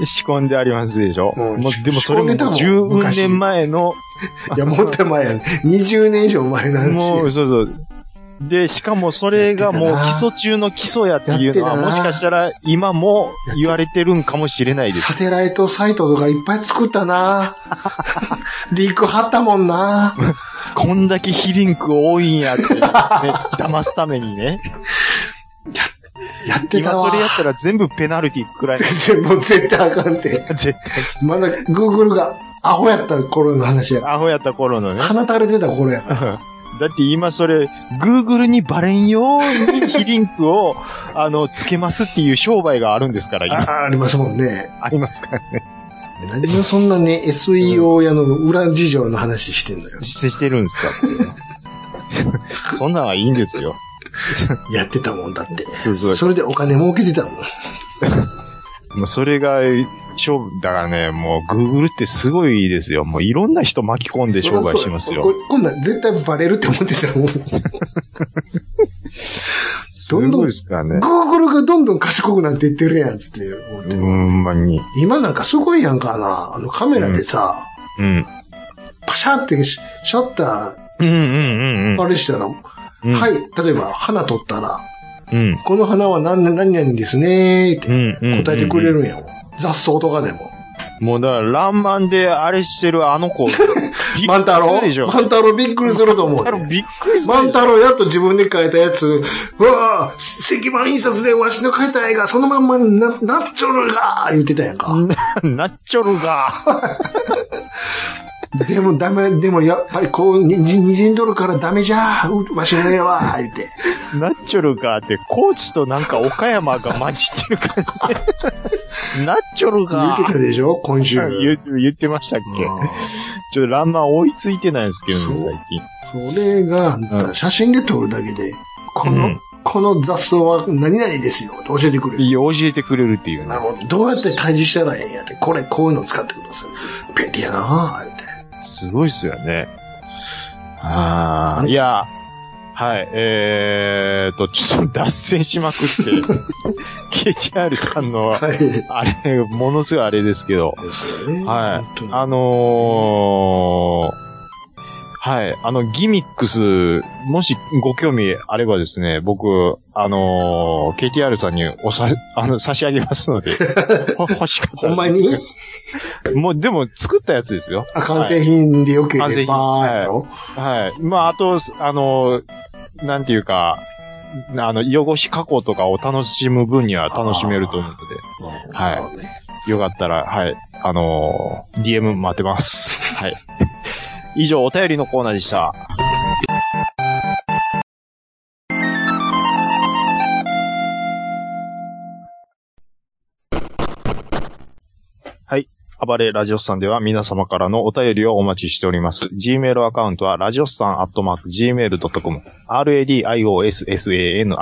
[SPEAKER 2] い。
[SPEAKER 3] 仕込んでありますでしょ。
[SPEAKER 2] うん
[SPEAKER 3] もうでもそれも
[SPEAKER 2] 仕込んでたもん
[SPEAKER 3] 10
[SPEAKER 2] 昔
[SPEAKER 3] 年前の、
[SPEAKER 2] いや、もっと前やね。20年以上前の話。
[SPEAKER 3] もう、そうそう。で、しかもそれがもう基礎中の基礎やっていうのは、
[SPEAKER 2] やってた
[SPEAKER 3] も
[SPEAKER 2] な
[SPEAKER 3] しかしたら今も言われてるんかもしれないです。
[SPEAKER 2] サテライトサイトとかいっぱい作っ たなリーク貼ったもんな
[SPEAKER 3] こんだけ 非リンク多いんやって、ね、騙すためにね。
[SPEAKER 2] やってた
[SPEAKER 3] 今
[SPEAKER 2] わ。
[SPEAKER 3] それやったら全部ペナルティくらいの。
[SPEAKER 2] もう絶対あかんって。
[SPEAKER 3] 絶
[SPEAKER 2] まだ Google がアホやった頃の話や
[SPEAKER 3] 対、。アホやった頃のね。
[SPEAKER 2] 放たれてた頃やから。
[SPEAKER 3] だって今それ、Google にバレんようにヒリンクを、あの、つけますっていう商売があるんですから、今。
[SPEAKER 2] あありますもんね。
[SPEAKER 3] ありますからね。
[SPEAKER 2] 何をそんなね、SEO やの裏事情の話してんのよ。
[SPEAKER 3] してしてるんですかそれ そんなんはいいんですよ。
[SPEAKER 2] やってたもんだって。
[SPEAKER 3] そうそう
[SPEAKER 2] それでお金儲けてたもん。
[SPEAKER 3] もうそれが、商売、だからね、もう Google ってすごいですよ。もういろんな人巻き込んで商売します
[SPEAKER 2] こ
[SPEAKER 3] よ。
[SPEAKER 2] こんなん絶対バレるって思ってたもん。
[SPEAKER 3] す
[SPEAKER 2] どんど
[SPEAKER 3] ごい
[SPEAKER 2] ん
[SPEAKER 3] ですからね。
[SPEAKER 2] Google がどんどん賢くなっていってるやんつって思って
[SPEAKER 3] ほんまに。
[SPEAKER 2] 今なんかすごいやんかな。あのカメラでさ、
[SPEAKER 3] うん。
[SPEAKER 2] パシャってシシャッタ
[SPEAKER 3] うんうんうん
[SPEAKER 2] ー、あれしたら、
[SPEAKER 3] うん。。
[SPEAKER 2] はいい、例えば花撮ったら、
[SPEAKER 3] うん。
[SPEAKER 2] この花は何何々ですねーっ
[SPEAKER 3] う
[SPEAKER 2] て
[SPEAKER 3] んうんうん。
[SPEAKER 2] 答えてくれるんやもん。雑草とかでも。
[SPEAKER 3] もうだから、ランマンであれしてるあの子、びっくり
[SPEAKER 2] 万太
[SPEAKER 3] す
[SPEAKER 2] 郎
[SPEAKER 3] るでしょ。
[SPEAKER 2] 万太郎びっくりすると思う
[SPEAKER 3] あ
[SPEAKER 2] ね、
[SPEAKER 3] れびっくりする
[SPEAKER 2] 万
[SPEAKER 3] でしょ。
[SPEAKER 2] 太郎やっと自分で描いたやつ、うわぁ、石板印刷でわしの描いた絵がそのまんまにななっちょるがー言ってたやんか。
[SPEAKER 3] ななっちょるが。
[SPEAKER 2] でもダメ、でもやっぱりこう、にじにじんどるからダメじゃーうわしの絵はー言って。
[SPEAKER 3] なっちょるがって、高知となんか岡山が混じってる感じ。なっちょる
[SPEAKER 2] 言っ
[SPEAKER 3] が
[SPEAKER 2] てたでしょ今週。
[SPEAKER 3] 言う言ってましたっけ
[SPEAKER 2] うん
[SPEAKER 3] ちょっとランマン追いついてないんですけどね、
[SPEAKER 2] そう
[SPEAKER 3] 最近。
[SPEAKER 2] それが、写真で撮るだけで、この、
[SPEAKER 3] うん
[SPEAKER 2] この雑草は何々ですよって教えてくれる。
[SPEAKER 3] いや教えてくれるっていう
[SPEAKER 2] な
[SPEAKER 3] ね
[SPEAKER 2] る。ほど。どうやって退治したらええんやって。これ、こういうの使ってください。便利やなぁ、って。
[SPEAKER 3] すごいっすよね。ああ、いや、はい、えーと、ちょっと脱線しまく って、KTR さんの、
[SPEAKER 2] はい。で
[SPEAKER 3] あれ、ものすごいあれですけど、
[SPEAKER 2] すよね。
[SPEAKER 3] はい
[SPEAKER 2] 本当に
[SPEAKER 3] あのー、はい、あの、ギミックス、もしご興味あればですね、僕、あのー、KTR さんにおさ、 あの、差し上げます ので、ほ欲しかった
[SPEAKER 2] ほ
[SPEAKER 3] ら
[SPEAKER 2] んまに
[SPEAKER 3] もう、でも、作ったやつですよ。
[SPEAKER 2] あ完成品でよけ
[SPEAKER 3] 完成
[SPEAKER 2] れ
[SPEAKER 3] 品
[SPEAKER 2] ば、やろ、
[SPEAKER 3] はい。まあ、あと、あの、なんていうか、あの、汚し加工とかを楽しむ分には楽しめると思うのは
[SPEAKER 2] ないるほどね
[SPEAKER 3] で、よかったら、はい、あのー、DM 待ってます。 はい。以上、お便りのコーナーでした。暴れラジオスさんでは皆様からのお便りをお待ちしております。Gmail アカウントは、ラジオスさんアットマーク Gmail.com、radiossan ア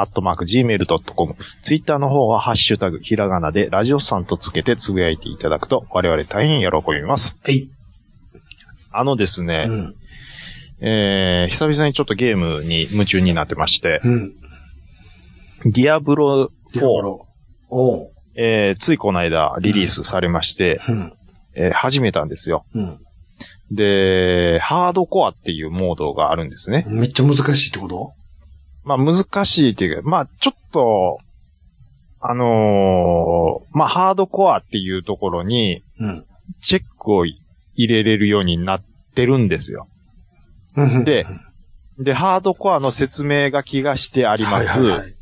[SPEAKER 3] ットマーク Gmail.com、Twitter の方は、ハッシュタグ、ひらがなで、ラジオスさんとつけてつぶやいていただくと、我々大変喜びます。
[SPEAKER 2] はい。
[SPEAKER 3] あのですね、
[SPEAKER 2] うん。
[SPEAKER 3] えー、久々にちょっとゲームに夢中になってまして、
[SPEAKER 2] うん。
[SPEAKER 3] ディアブロ
[SPEAKER 2] だか
[SPEAKER 3] 4、
[SPEAKER 2] らおう。
[SPEAKER 3] えー、ついこの間リリースされまして、
[SPEAKER 2] うん。
[SPEAKER 3] えー始めたんですよ。
[SPEAKER 2] うん。
[SPEAKER 3] で、ハードコアっていうモードがあるんですね。
[SPEAKER 2] めっちゃ難しいってこと
[SPEAKER 3] まあ難しいっていうか、まあちょっと、あのーまあハードコアっていうところに
[SPEAKER 2] うん。
[SPEAKER 3] チェックを入れれるようになってるんですよ。
[SPEAKER 2] うん
[SPEAKER 3] で、で、ハードコアの説明書きがしてあります。
[SPEAKER 2] はいはいはい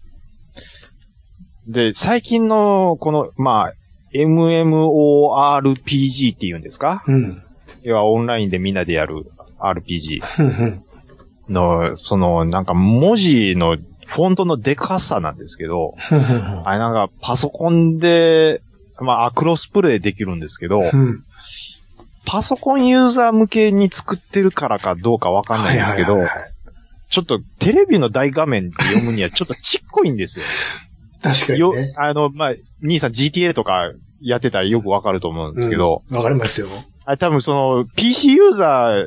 [SPEAKER 3] で、最近のこの、まあ、MMORPG っていうんですか
[SPEAKER 2] うん。
[SPEAKER 3] 要はオンラインでみんなでやる RPG
[SPEAKER 2] うんうん。
[SPEAKER 3] の、その、なんか文字のフォントのデカさなんですけど、
[SPEAKER 2] うんうん
[SPEAKER 3] あれなんかパソコンで、まあ、クロスプレイできるんですけど、
[SPEAKER 2] うん。うん。
[SPEAKER 3] パソコンユーザー向けに作ってるからかどうかわかんないんですけど
[SPEAKER 2] はいはい、はいはい
[SPEAKER 3] ちょっとテレビの大画面で読むにはちょっとちっこいんですよ。
[SPEAKER 2] 確かに
[SPEAKER 3] よ
[SPEAKER 2] ね。、
[SPEAKER 3] あの、まあ、兄さん GTA とかやってたらよくわかると思うんですけど、
[SPEAKER 2] わかりますよ。
[SPEAKER 3] あれ多分その PC ユーザー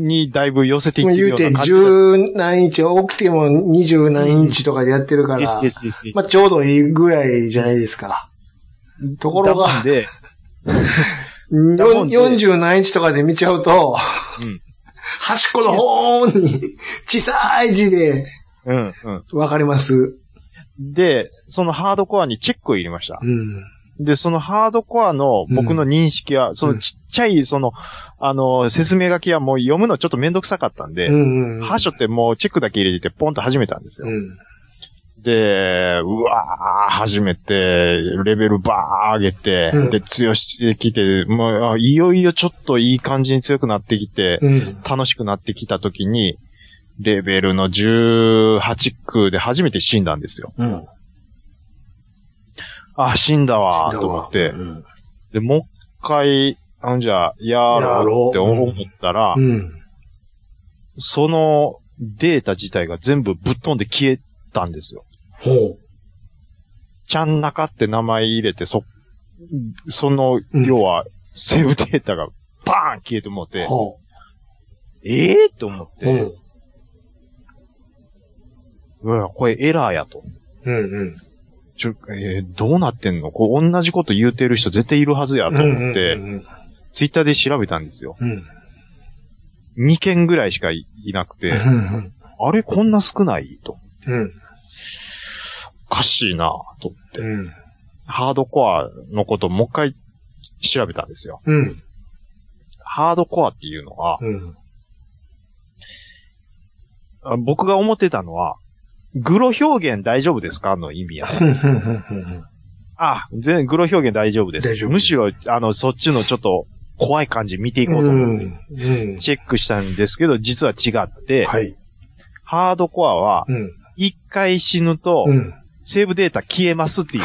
[SPEAKER 3] にだいぶ寄せてい
[SPEAKER 2] まあ
[SPEAKER 3] ってるよ
[SPEAKER 2] 言う
[SPEAKER 3] うな感
[SPEAKER 2] て、
[SPEAKER 3] じだ
[SPEAKER 2] 十何インチ、多くても二十何インチとかでやってるから、
[SPEAKER 3] ですですですです
[SPEAKER 2] まあちょうどいいぐらいじゃないですか。ところが
[SPEAKER 3] だもんで、だもんで
[SPEAKER 2] 四十何インチとかで見ちゃうと、
[SPEAKER 3] うん
[SPEAKER 2] 端っこの方に小さい字で
[SPEAKER 3] うん、うん。
[SPEAKER 2] わかります。
[SPEAKER 3] で、そのハードコアにチェックを入れました
[SPEAKER 2] う。ん。
[SPEAKER 3] で、そのハードコアの僕の認識は、そのちっちゃい、その、あの、説明書きはもう読むのちょっとめんどくさかったんで、
[SPEAKER 2] うん。
[SPEAKER 3] 箇所ってもうチェックだけ入れてポンと始めたんです
[SPEAKER 2] う
[SPEAKER 3] よ。
[SPEAKER 2] ん。
[SPEAKER 3] で、うわー、始めて、レベルばー上げて、
[SPEAKER 2] うん
[SPEAKER 3] で、強してきて、もう、あいよいよちょっといい感じに強くなってきて、
[SPEAKER 2] うん。
[SPEAKER 3] 楽しくなってきた時に、レベルの18区で初めて死んだんですよ。
[SPEAKER 2] うん。
[SPEAKER 3] あ、死んだわーと思って、
[SPEAKER 2] うん。
[SPEAKER 3] で、もう一回、あんじゃ、やろうって思ったら、
[SPEAKER 2] うん。
[SPEAKER 3] そのデータ自体が全部ぶっ飛んで消えたんですよ。
[SPEAKER 2] ほう。
[SPEAKER 3] ちゃんなかって名前入れて、そ、その、
[SPEAKER 2] うん
[SPEAKER 3] 要は、セーブデータがバーン消えてもうて、
[SPEAKER 2] ほ
[SPEAKER 3] ええと思っ
[SPEAKER 2] う。う
[SPEAKER 3] て、
[SPEAKER 2] ん。
[SPEAKER 3] うわ、これエラーやと。
[SPEAKER 2] うん。うん。
[SPEAKER 3] ちょ、えーどうなってんのこれ同じこと言うてる人絶対いるはずやと思って、
[SPEAKER 2] うん。
[SPEAKER 3] ツイッターで調べたんですよ。
[SPEAKER 2] うん。
[SPEAKER 3] 2件ぐらいしかいいなくて、
[SPEAKER 2] うん。
[SPEAKER 3] あれこんな少ないと。
[SPEAKER 2] うん。
[SPEAKER 3] おかしいなと思って、
[SPEAKER 2] うん。
[SPEAKER 3] ハードコアのことをもう一回調べたんですよ。
[SPEAKER 2] うん。
[SPEAKER 3] ハードコアっていうのは、
[SPEAKER 2] うん。
[SPEAKER 3] あ僕が思ってたのは、グロ表現大丈夫ですかの意味やね。あ、全グロ表現大丈夫です。
[SPEAKER 2] 大丈夫
[SPEAKER 3] むしろ、あの、そっちのちょっと怖い感じ見ていこうと思って、
[SPEAKER 2] うん。
[SPEAKER 3] チェックしたんですけど、実は違って、
[SPEAKER 2] はい。
[SPEAKER 3] ハードコアは、
[SPEAKER 2] うん。
[SPEAKER 3] 一回死ぬと、
[SPEAKER 2] うん。
[SPEAKER 3] セーブデータ消えますっていう。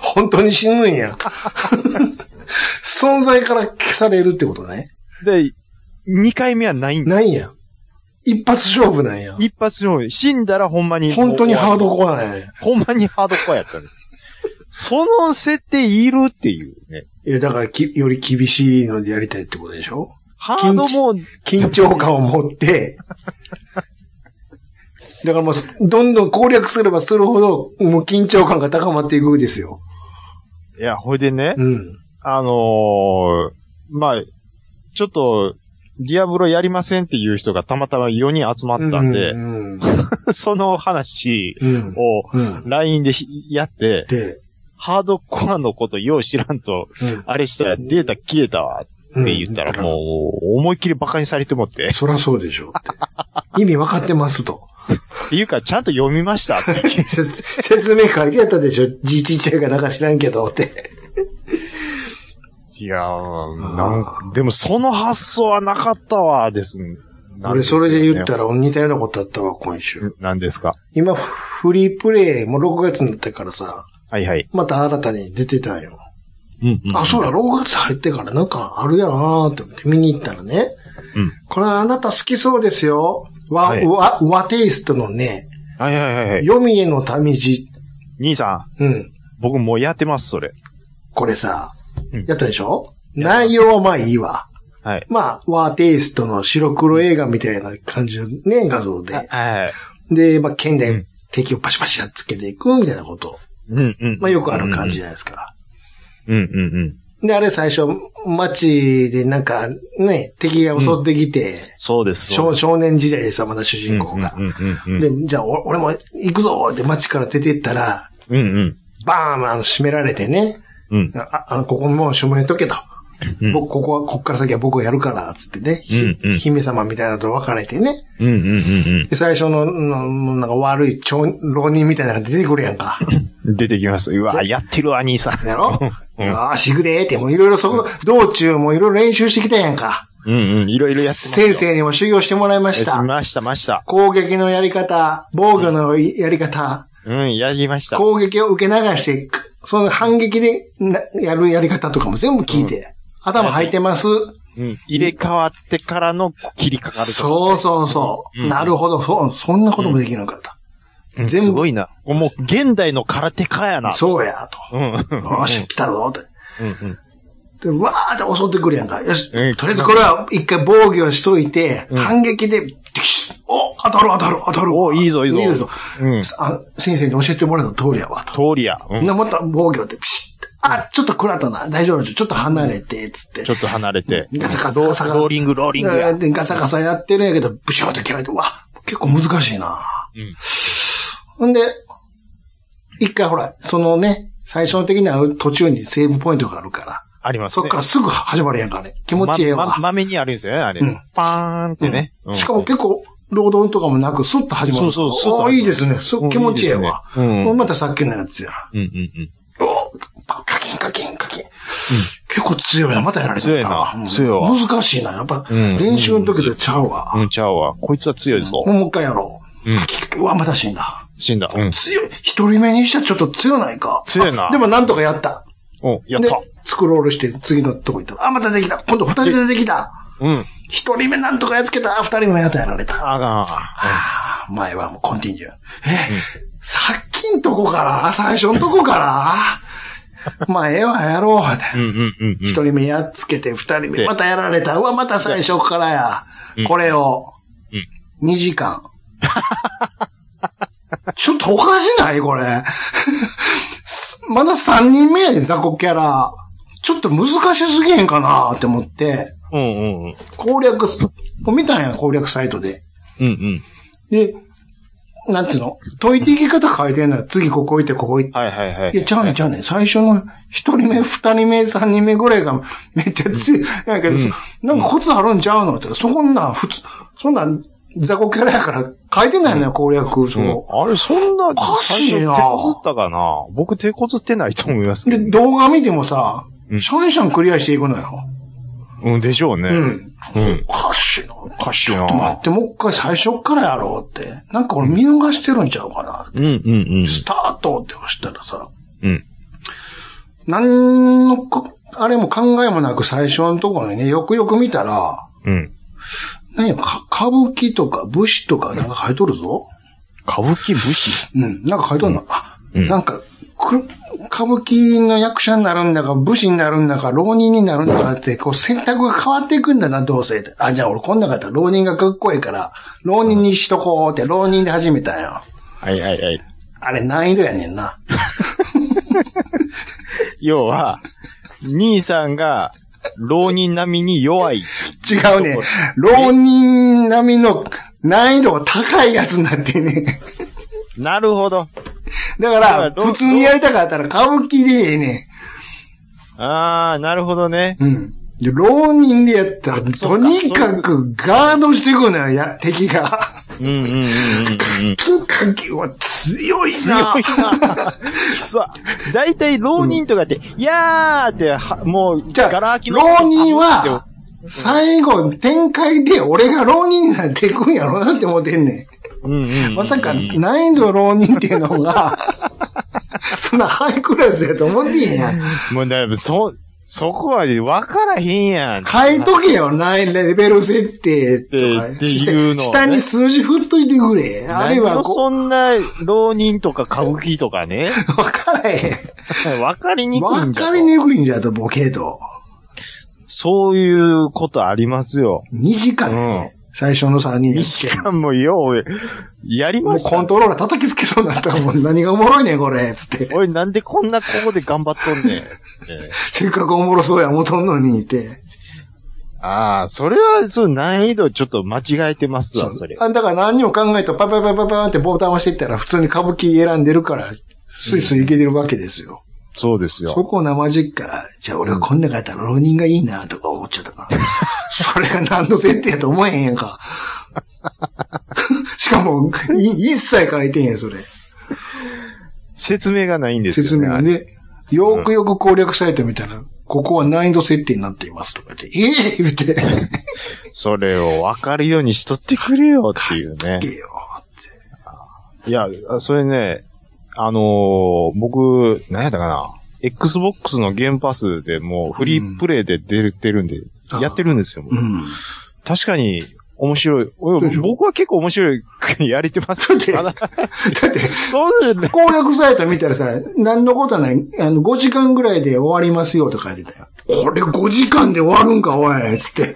[SPEAKER 2] 本当に死ぬん や。存在から消されるってことね。
[SPEAKER 3] で、二回目はないんだ。
[SPEAKER 2] ないんや。一発勝負なんや。
[SPEAKER 3] 一発の死んだらほんまに。
[SPEAKER 2] 本当にハー
[SPEAKER 3] もう
[SPEAKER 2] ドコアなんや。
[SPEAKER 3] ほんまにハードコアやったんです。その設定いるっていうね。
[SPEAKER 2] いや、だからき、より厳しいのでやりたいってことでしょ
[SPEAKER 3] ハードも、
[SPEAKER 2] 緊張感を持って、 だからもう、どんどん攻略すればするほど、もう緊張感が高まっていくんですよ。
[SPEAKER 3] いや、ほいでね、
[SPEAKER 2] うん。
[SPEAKER 3] あのーまあ、ちょっと、ディアブロやりませんっていう人がたまたま4人集まったんで、
[SPEAKER 2] うん。
[SPEAKER 3] その話
[SPEAKER 2] うん。
[SPEAKER 3] を
[SPEAKER 2] うん。
[SPEAKER 3] LINE でしやって、
[SPEAKER 2] で、
[SPEAKER 3] ハードコアのことよう知らんと、
[SPEAKER 2] うん
[SPEAKER 3] あれしたらデータ消えたわって言ったら
[SPEAKER 2] うん
[SPEAKER 3] もう思いっきり馬鹿にされてもって、
[SPEAKER 2] そらそうでしょうって。意味わかってますと。
[SPEAKER 3] っていうかちゃんと読みましたって
[SPEAKER 2] 説説明書いてやったでしょ字ちっちゃいかなんか知らんけどって。
[SPEAKER 3] いやー、なんか、でもその発想はなかったわ、です。なん
[SPEAKER 2] 俺
[SPEAKER 3] す
[SPEAKER 2] そ
[SPEAKER 3] よね
[SPEAKER 2] れで言ったら似たようなことあったわ、今週。
[SPEAKER 3] 何ですか
[SPEAKER 2] 今、フリープレイも6月になったからさ、
[SPEAKER 3] はいはい。
[SPEAKER 2] また新たに出てたんよ。
[SPEAKER 3] うん、うん。
[SPEAKER 2] あ、そうだ、6月入ってからなんかあるやなーって思って見に行ったらね。
[SPEAKER 3] うん
[SPEAKER 2] これあなた好きそうですよ。和、
[SPEAKER 3] はい
[SPEAKER 2] 和、和テイストのね、
[SPEAKER 3] はいはいはいはい。
[SPEAKER 2] 読みへの民路。
[SPEAKER 3] 兄さん、
[SPEAKER 2] うん。
[SPEAKER 3] 僕もうやってます、それ。
[SPEAKER 2] これさ
[SPEAKER 3] うん、
[SPEAKER 2] やったでしょ、内容はまあいいわ。
[SPEAKER 3] はい。
[SPEAKER 2] まあ、ワーテイストの白黒映画みたいな感じのね、画像で。
[SPEAKER 3] はい。
[SPEAKER 2] で、まあ、剣
[SPEAKER 3] う
[SPEAKER 2] で
[SPEAKER 3] ん
[SPEAKER 2] 敵をパシパシやっつけていくみたいなこと。
[SPEAKER 3] うんうん。
[SPEAKER 2] まあ、よくある感じじゃないですか。
[SPEAKER 3] うんうんうん。
[SPEAKER 2] で、あれ最初、街でなんかね、敵が襲ってきて、
[SPEAKER 3] そうです。
[SPEAKER 2] 少
[SPEAKER 3] う
[SPEAKER 2] 少年時代でさ、まだ主
[SPEAKER 3] うんう
[SPEAKER 2] 人公
[SPEAKER 3] ん
[SPEAKER 2] が。
[SPEAKER 3] うんうん。
[SPEAKER 2] で、じゃあ、お俺も行くぞって街から出てったら、
[SPEAKER 3] うんうん。
[SPEAKER 2] バーンあの、閉められてね。
[SPEAKER 3] うん。
[SPEAKER 2] あ、あの、ここもう閉めとけと。
[SPEAKER 3] うん
[SPEAKER 2] 僕、ここは、こっから先は僕がやるから、つってね。ひ
[SPEAKER 3] うんうん
[SPEAKER 2] 姫様みたいなのと別れてね。
[SPEAKER 3] うんうんうん
[SPEAKER 2] で、最初の、のなんか悪い町、浪人みたいなのが出てくるやんか。
[SPEAKER 3] うん。出てきます。うわ、やってるわ、兄さん。
[SPEAKER 2] やろ
[SPEAKER 3] うん
[SPEAKER 2] よーし、行くでーって、もういろいろそこ、道中もいろいろ練習してきたやんか。
[SPEAKER 3] うんうん。いろいろやってますよ。
[SPEAKER 2] 先生にも修行してもらいまし
[SPEAKER 3] え
[SPEAKER 2] た
[SPEAKER 3] し。ました、ました。
[SPEAKER 2] 攻撃のやり方、防御のやり方、
[SPEAKER 3] うん、やりました。
[SPEAKER 2] 攻撃を受け流して、その反撃でなやるやり方とかも全部聞いて、頭入ってます。
[SPEAKER 3] うん。入れ替わってからの切りかかるとこ。
[SPEAKER 2] そうそうそう。
[SPEAKER 3] うん
[SPEAKER 2] なるほど、そう、そんなこともできるのかと。
[SPEAKER 3] うん
[SPEAKER 2] 全部
[SPEAKER 3] すごいな。もう、現代の空手家やな。
[SPEAKER 2] そうや、と。
[SPEAKER 3] うん。うん
[SPEAKER 2] よし、来たぞ、って。
[SPEAKER 3] うん。
[SPEAKER 2] で、わーって襲ってくるやんか。よし、と
[SPEAKER 3] うん
[SPEAKER 2] りあえずこれは一回防御しといて、
[SPEAKER 3] うん
[SPEAKER 2] 反撃で、テキシッお、当たる当たる当たる。
[SPEAKER 3] おいいぞいいぞ
[SPEAKER 2] いいぞ。
[SPEAKER 3] うん。
[SPEAKER 2] あ先生に教えてもらった通りやわ、と。
[SPEAKER 3] 通りや。うん。
[SPEAKER 2] な、もっと防御って、ピシッて。あ、ちょっと食らったな。大丈夫ちょっと離れて、つって。
[SPEAKER 3] ちょっと離れて。
[SPEAKER 2] ガサガサガサガサ
[SPEAKER 3] ローリング、ローリングや。
[SPEAKER 2] でガサガサやってるんやけど、ブシューって切られて、うわ、結構難しいな。
[SPEAKER 3] うん
[SPEAKER 2] ほんで、一回ほら、そのね、最初の的には途中にセーブポイントがあるから、
[SPEAKER 3] ありますね。
[SPEAKER 2] そっからすぐ始まるやんかね。気持ちええわ。
[SPEAKER 3] ま、ま、豆にあるんですよね、あれ。
[SPEAKER 2] うん
[SPEAKER 3] パーンってね。うん
[SPEAKER 2] しかも結構、ロードンとかもなく、スッと始まる。
[SPEAKER 3] そうそうスッと始ま
[SPEAKER 2] あ
[SPEAKER 3] る
[SPEAKER 2] いいですね。す
[SPEAKER 3] うん
[SPEAKER 2] 気持ちええわ。
[SPEAKER 3] いいですねうん
[SPEAKER 2] もうまたさっきのやつや。
[SPEAKER 3] うんうん
[SPEAKER 2] おカカキンカキンカキン。結構強いな。またやられて
[SPEAKER 3] 強いな強いわ
[SPEAKER 2] 難しいな。やっぱ、
[SPEAKER 3] うん
[SPEAKER 2] 練習の時とちゃうわ。
[SPEAKER 3] うん。うん、ちゃうわ。こいつは強いぞ。
[SPEAKER 2] もう一回やろう。
[SPEAKER 3] うん
[SPEAKER 2] カキンカキン。うわ、また死んだ。
[SPEAKER 3] 死んだ。うん。
[SPEAKER 2] 強い。一人目にしてはちょっと強ないか。
[SPEAKER 3] 強いな
[SPEAKER 2] あでもなんとかやった。
[SPEAKER 3] お、やった
[SPEAKER 2] で。スクロールして次のとこ行ったら。あ、またできた。今度二人でできた。
[SPEAKER 3] うん。
[SPEAKER 2] 一人目なんとかやっつけた。あ、二人目やったやられた。
[SPEAKER 3] あが
[SPEAKER 2] あー前はもうコンティニュー。え、さっきんとこから、最初んとこから。 まあ、ええわ、やろう。みたい
[SPEAKER 3] ん。ううん
[SPEAKER 2] なん
[SPEAKER 3] うんうん。
[SPEAKER 2] 一人目やっつけて、二人目、
[SPEAKER 3] で
[SPEAKER 2] またやられた。うわ、また最初からや。これを
[SPEAKER 3] うん、
[SPEAKER 2] 2時間。 ちょっとおかしないこれ。 すまだ3人目やで、雑魚キャラ。ちょっと難しすぎへんかなって思って、
[SPEAKER 3] うんうんうん。
[SPEAKER 2] 攻略す、見たんや、攻略サイトで。
[SPEAKER 3] うんうん。
[SPEAKER 2] で、なんていうの解いていき方変えてんのよ。次ここ行って、ここ行って。
[SPEAKER 3] はいはいはい。
[SPEAKER 2] いや、ちゃうねんちゃうねん最初の一人目、二人目、三人目ぐらいがめっちゃ強い。やけど、なんかコツあるんちゃうのって言ったら、そんなん普通、そんなん雑魚キャラやから書いてないのよ、攻略。そうの
[SPEAKER 3] ん、あれ、そんな、
[SPEAKER 2] かしい
[SPEAKER 3] 最
[SPEAKER 2] な
[SPEAKER 3] 初手こずったかな僕手こずってないと思いますけ
[SPEAKER 2] で、
[SPEAKER 3] ど。
[SPEAKER 2] 動画見てもさ、
[SPEAKER 3] うん
[SPEAKER 2] シャンシャンクリアしていくのよ。
[SPEAKER 3] うん、でしょうね。
[SPEAKER 2] うん。
[SPEAKER 3] うん。
[SPEAKER 2] おかしいな。
[SPEAKER 3] おかしいな
[SPEAKER 2] 待って、もう一回最初っからやろうって。なんか俺見逃してるんちゃうかな。
[SPEAKER 3] うんうんうん。
[SPEAKER 2] スタートって押したらさ、
[SPEAKER 3] うん。
[SPEAKER 2] 何のこ、あれも考えもなく最初のところにね、よくよく見たら、
[SPEAKER 3] うん。
[SPEAKER 2] 何や、か歌舞伎とか武士とかなんか書いとるぞ。
[SPEAKER 3] 歌舞伎武士
[SPEAKER 2] うん、なんか書いとるの。あ、
[SPEAKER 3] うん
[SPEAKER 2] なんか、く歌舞伎の役者になるんだか、武士になるんだか、浪人になるんだかって、こう選択が変わっていくんだな、どうせ。あ、じゃあ俺こんなかったら浪人がかっこいいから、浪人にしとこうって、浪人で始めたんよ。
[SPEAKER 3] はいはいはい。
[SPEAKER 2] あれ難易度やねんな。
[SPEAKER 3] 要は、兄さんが、浪人並みに弱い。
[SPEAKER 2] 違うね。浪人並みの難易度が高いやつになってね。
[SPEAKER 3] なるほど。
[SPEAKER 2] だ
[SPEAKER 3] か
[SPEAKER 2] か
[SPEAKER 3] ら
[SPEAKER 2] ら、
[SPEAKER 3] 浪
[SPEAKER 2] 普通にやりたかったら歌舞伎でええね
[SPEAKER 3] あー、なるほどね。
[SPEAKER 2] ん。うん。で、浪人でやったら、
[SPEAKER 3] そ
[SPEAKER 2] と
[SPEAKER 3] うか
[SPEAKER 2] にかくガードしていくのよ、や、敵が。
[SPEAKER 3] うんうんうんうんうん。
[SPEAKER 2] とかきは強い
[SPEAKER 3] 強
[SPEAKER 2] な。
[SPEAKER 3] いなそう。だいたい浪人とかって、いやーっては、もう、
[SPEAKER 2] じゃ
[SPEAKER 3] ガラ
[SPEAKER 2] あ
[SPEAKER 3] 空き、の
[SPEAKER 2] 浪人は、、最後、展開で俺が浪人になっていくんやろうなって思ってんねん。
[SPEAKER 3] うんうんうん。
[SPEAKER 2] まさか、難易度浪人っていうの が、そんなハイクラスやと思ってんやん。
[SPEAKER 3] もうだいぶ、そ、そこは分からへんやん。
[SPEAKER 2] 変えとけよ、ないレベル設定とか。
[SPEAKER 3] っていうのをね
[SPEAKER 2] 下に数字振っといてくれ。ある
[SPEAKER 3] 何
[SPEAKER 2] いは
[SPEAKER 3] を
[SPEAKER 2] こ
[SPEAKER 3] そんな、浪人とか歌舞伎とか ね。
[SPEAKER 2] う、わからへん。
[SPEAKER 3] 分かりにくい
[SPEAKER 2] わ
[SPEAKER 3] んじゃ
[SPEAKER 2] か
[SPEAKER 3] と
[SPEAKER 2] りにくいんじゃと、ボケと。
[SPEAKER 3] そういうことありますよ。
[SPEAKER 2] 2時間ね。最初の3人。
[SPEAKER 3] 2時間もよう、やり
[SPEAKER 2] も
[SPEAKER 3] ま
[SPEAKER 2] う
[SPEAKER 3] した、
[SPEAKER 2] コントローラー叩きつけそうになったもん。何がおもろいねん、これ。つって。
[SPEAKER 3] おい、なんでこんなここで頑張っとんねん。ええ
[SPEAKER 2] せっかくおもろそうや、思うとんのに、って。
[SPEAKER 3] ああ、それは、そう、難易度ちょっと間違えてますわ、それ。
[SPEAKER 2] あだから何にも考えたら、パパパパパンってボタン押していったら、普通に歌舞伎選んでるから、スイスイいけてるわけですよ。
[SPEAKER 3] そうです
[SPEAKER 2] そ
[SPEAKER 3] よ。
[SPEAKER 2] こを生実家、じゃあ俺はこんなかったら浪人がいいなとか思っちゃったから。それが何の設定やと思えへんやんか。しかも、い一切書いてんやん、それ。
[SPEAKER 3] 説明がないんですよ、ね。
[SPEAKER 2] 説明が。ね。よくよく攻略サイト見たら、ここは難易度設定になっていますとか言って、ええ言 って、
[SPEAKER 3] それを分かるようにしとってくれよっていうね。
[SPEAKER 2] ええよ。
[SPEAKER 3] いや、それね、あのー僕、何やったかな。Xbox のゲームパスでもうフリープレイで出てるんで、
[SPEAKER 2] あ
[SPEAKER 3] やってるんですよ。
[SPEAKER 2] うん。
[SPEAKER 3] 確かに面白い。おい
[SPEAKER 2] そうでしょ
[SPEAKER 3] 僕は結構面白いやれて ます
[SPEAKER 2] だって
[SPEAKER 3] ただ
[SPEAKER 2] だって、
[SPEAKER 3] そうね。
[SPEAKER 2] 攻略サイト見たらさ、何のことはない、あの、5時間ぐらいで終わりますよとか言ってたよ。これ5時間で終わるんか、おい つって。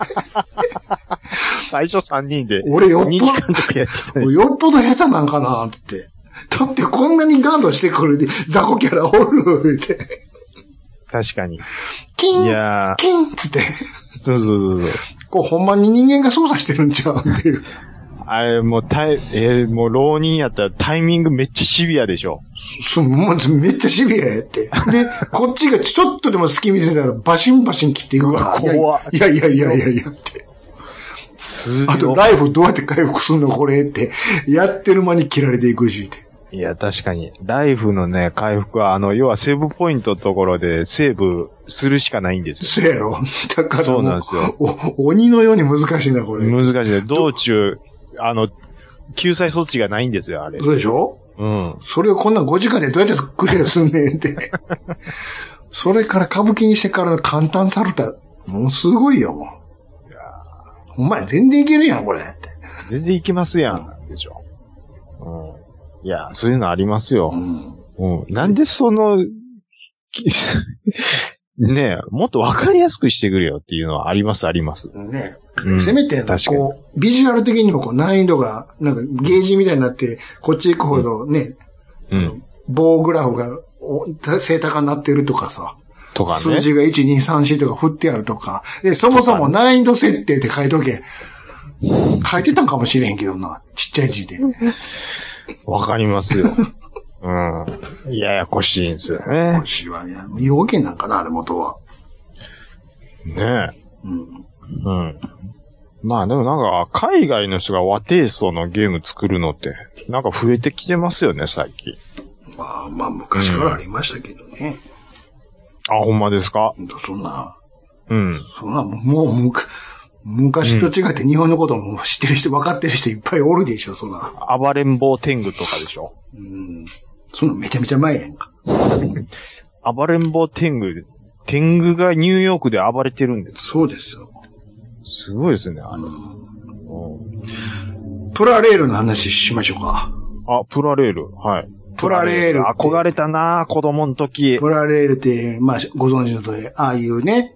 [SPEAKER 3] 最初3人で。
[SPEAKER 2] 俺よっぽ
[SPEAKER 3] 2時間とかやってたでしょ
[SPEAKER 2] よっぽど下手なんかなって。だってこんなにガードしてくる雑魚キャラおるって。
[SPEAKER 3] 確かに。
[SPEAKER 2] キン
[SPEAKER 3] いや
[SPEAKER 2] キンっつって。
[SPEAKER 3] ー、そうそうそうそう。
[SPEAKER 2] こうほんまに人間が操作してるんちゃうっていう。
[SPEAKER 3] あれ、もうタイ、えーもう浪人やったらタイミングめっちゃシビアでしょ。
[SPEAKER 2] そう、もうめっちゃシビアやって。で、こっちがちょっとでも隙見せたらバシンバシン切っていくから。
[SPEAKER 3] うわ怖っ
[SPEAKER 2] いやいやいやいやいやいやって。
[SPEAKER 3] 通
[SPEAKER 2] あと、
[SPEAKER 3] 常。
[SPEAKER 2] ライフどうやって回復すんのこれって、やってる間に切られていくし、って。
[SPEAKER 3] いや、確かに。ライフのね、回復は、あの、要はセーブポイントのところでセーブするしかないんですよ。
[SPEAKER 2] そうやろ。だからも
[SPEAKER 3] そうなんですよ
[SPEAKER 2] お鬼のように難しいな、これ。
[SPEAKER 3] 難しいね。道中、あの、救済措置がないんですよ、あれ。
[SPEAKER 2] そうでしょ
[SPEAKER 3] うん。
[SPEAKER 2] それをこんな5時間でどうやってクリアすんねんって。 それから歌舞伎にしてからの簡単された。もうすごいよ、もう。お前全然いけるやん、これ。って
[SPEAKER 3] 全然いけますやん。でしょ。うん。いや、そういうのあります
[SPEAKER 2] う
[SPEAKER 3] よ。
[SPEAKER 2] ん。
[SPEAKER 3] うん。なんでその、 きねえ、もっとわかりやすくしてくれよっていうのはあります、あります。
[SPEAKER 2] ね、
[SPEAKER 3] うん
[SPEAKER 2] せめて、
[SPEAKER 3] 確かに
[SPEAKER 2] こう、ビジュアル的にもこう難易度が、なんかゲージみたいになって、こっち行くほどね、
[SPEAKER 3] うん。
[SPEAKER 2] 棒グラフがお正高になってるとかさ、
[SPEAKER 3] とか
[SPEAKER 2] 数
[SPEAKER 3] ね。
[SPEAKER 2] 字が1、2、3、4とか振ってあるとか、で、そもそも難易度設定って書いとけ。書いてたんかもしれへんけどな、ちっちゃい字で。
[SPEAKER 3] わかります よ。うん。ややこしいんですよね。
[SPEAKER 2] 腰はね、要件なんかな、あれ元は。
[SPEAKER 3] ねえ。
[SPEAKER 2] うん。
[SPEAKER 3] うん。まあでもなんか、海外の人が和テイストのゲーム作るのって、なんか増えてきてますよね、最近。
[SPEAKER 2] まあまあ、昔からありましたけどね。
[SPEAKER 3] あ、ほんまですか
[SPEAKER 2] ほんとそんな、
[SPEAKER 3] うん。
[SPEAKER 2] そんな、もうむか、昔と違って日本のことも知ってる人、分かってる人いっぱいおるでしょ、そら。
[SPEAKER 3] 暴れん坊天狗とかでしょ
[SPEAKER 2] うん。そんなめちゃめちゃ前やんか。
[SPEAKER 3] 暴れん坊天狗、天狗がニューヨークで暴れてるんです。
[SPEAKER 2] そうですよ。
[SPEAKER 3] すごいですね、あれ。
[SPEAKER 2] プラレールの話しましょうか。
[SPEAKER 3] あ、プラレール。はい。
[SPEAKER 2] プラレールって
[SPEAKER 3] 憧れたなぁ子供の時。
[SPEAKER 2] プラレールって、まあ、ご存知の通り、ああいうね、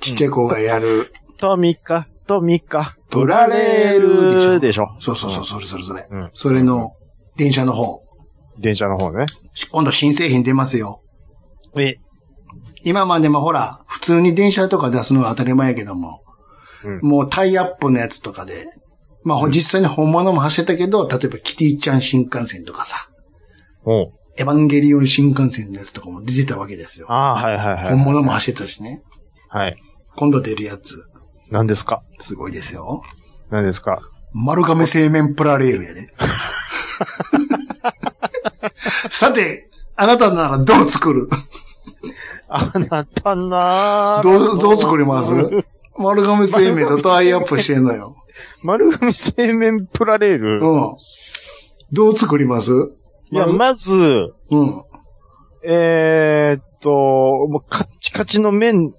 [SPEAKER 2] ちっちゃい子がやる、
[SPEAKER 3] トミカ、トミカ、
[SPEAKER 2] プラレール
[SPEAKER 3] でしょ。
[SPEAKER 2] そうそうそう、それそれそれ。
[SPEAKER 3] うん
[SPEAKER 2] それの、電車の方。
[SPEAKER 3] 電車の方ね。
[SPEAKER 2] し今度新製品出ますよ。
[SPEAKER 3] え、
[SPEAKER 2] 今までもほら、普通に電車とか出すのは当たり前やけども、
[SPEAKER 3] うん
[SPEAKER 2] もうタイアップのやつとかで、まあ、ほ実際に本物も走ってたけど、例えばキティちゃん新幹線とかさ、
[SPEAKER 3] おう
[SPEAKER 2] エヴァンゲリオン新幹線のやつとかも出てたわけですよ。
[SPEAKER 3] ああ、はいはいはい。
[SPEAKER 2] 本物も走ってたしね。
[SPEAKER 3] はい。
[SPEAKER 2] 今度出るやつ、
[SPEAKER 3] 何ですか
[SPEAKER 2] すごいですよ。
[SPEAKER 3] 何ですか
[SPEAKER 2] 丸亀製麺プラレール やで。さて、あなたならどう作る
[SPEAKER 3] あなたなぁ
[SPEAKER 2] どう、どう作ります丸亀製麺とタイアップしてんのよ。
[SPEAKER 3] 丸亀製麺プラレール。
[SPEAKER 2] うん。どう作ります
[SPEAKER 3] いや、
[SPEAKER 2] 丸
[SPEAKER 3] まず、
[SPEAKER 2] うん。
[SPEAKER 3] えーっと、もうカッチカチの麺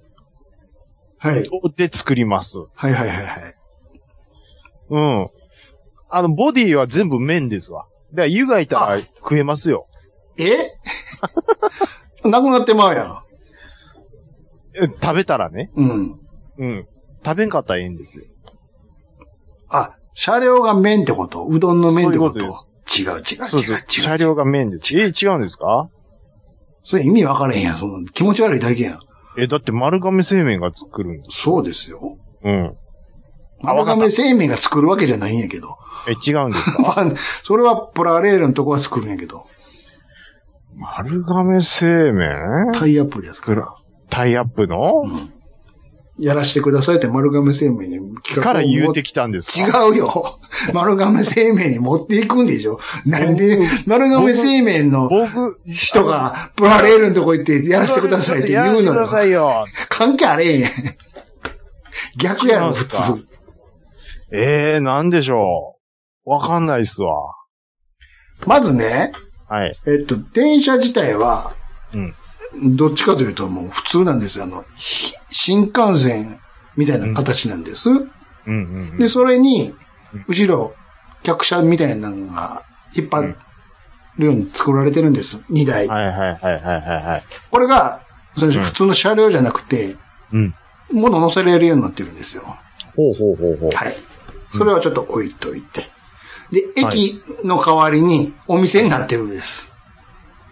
[SPEAKER 2] はい。
[SPEAKER 3] で作ります。
[SPEAKER 2] はいはいはいはい。
[SPEAKER 3] うん。あの、ボディは全部麺ですわ。だから湯がいたら食えますよ。
[SPEAKER 2] え なくなってまうやん。
[SPEAKER 3] え食べたらね。
[SPEAKER 2] うん。
[SPEAKER 3] うん。食べんかったらええんですよ。
[SPEAKER 2] あ、車両が麺ってことうどんの麺ってこと
[SPEAKER 3] そういうこ
[SPEAKER 2] 違う違う違う違う。
[SPEAKER 3] そうそう。車両が麺です。え、違うんですか
[SPEAKER 2] それ意味分からへんやん。その気持ち悪いだけやん。
[SPEAKER 3] え、だって丸亀製麺が作るんです。
[SPEAKER 2] そうですよ。
[SPEAKER 3] うん。あ
[SPEAKER 2] 丸
[SPEAKER 3] わかった
[SPEAKER 2] 亀製麺が作るわけじゃないんやけど。
[SPEAKER 3] え、違うんですか
[SPEAKER 2] ま あ、それはプラレールのとこは作るんやけど。
[SPEAKER 3] 丸亀製麺
[SPEAKER 2] タイアップですから。
[SPEAKER 3] タイアップの
[SPEAKER 2] やらしてくださいって丸亀製麺に企画
[SPEAKER 3] か
[SPEAKER 2] を
[SPEAKER 3] ら
[SPEAKER 2] 持っ
[SPEAKER 3] 言うてきたんですか
[SPEAKER 2] 違 うよ。丸亀製麺に持っていくんでしょ。なんで、丸亀製麺の
[SPEAKER 3] 僕、
[SPEAKER 2] 人がプラレールのとこ行ってやらせてくださいって
[SPEAKER 3] やら
[SPEAKER 2] 言う
[SPEAKER 3] せて
[SPEAKER 2] の
[SPEAKER 3] く
[SPEAKER 2] よ
[SPEAKER 3] だ。さいよ。
[SPEAKER 2] 関係あれへん。逆や
[SPEAKER 3] 違う
[SPEAKER 2] ろ、
[SPEAKER 3] ん
[SPEAKER 2] 普
[SPEAKER 3] すか
[SPEAKER 2] 通。
[SPEAKER 3] ええー、なんでしょう。わかんないっすわ。
[SPEAKER 2] まずね、
[SPEAKER 3] はい。
[SPEAKER 2] えっと、電車自体は、
[SPEAKER 3] うん
[SPEAKER 2] どっちかというともう普通なんですよ。あの、ひ新幹線みたいな形なんです。
[SPEAKER 3] うんうんうん。
[SPEAKER 2] で、それに、後ろ、客車みたいなのが引っ張るように作られてるんです。2台。
[SPEAKER 3] はいはいはいはいはいはい。
[SPEAKER 2] これが、それ普通の車両じゃなくて、
[SPEAKER 3] うん。
[SPEAKER 2] 物乗せられるようになってるんですよ。
[SPEAKER 3] ほうほうほうほう。
[SPEAKER 2] はい。それはちょっと置いといて。で、
[SPEAKER 3] はい
[SPEAKER 2] 駅の代わりにお店になってるんです。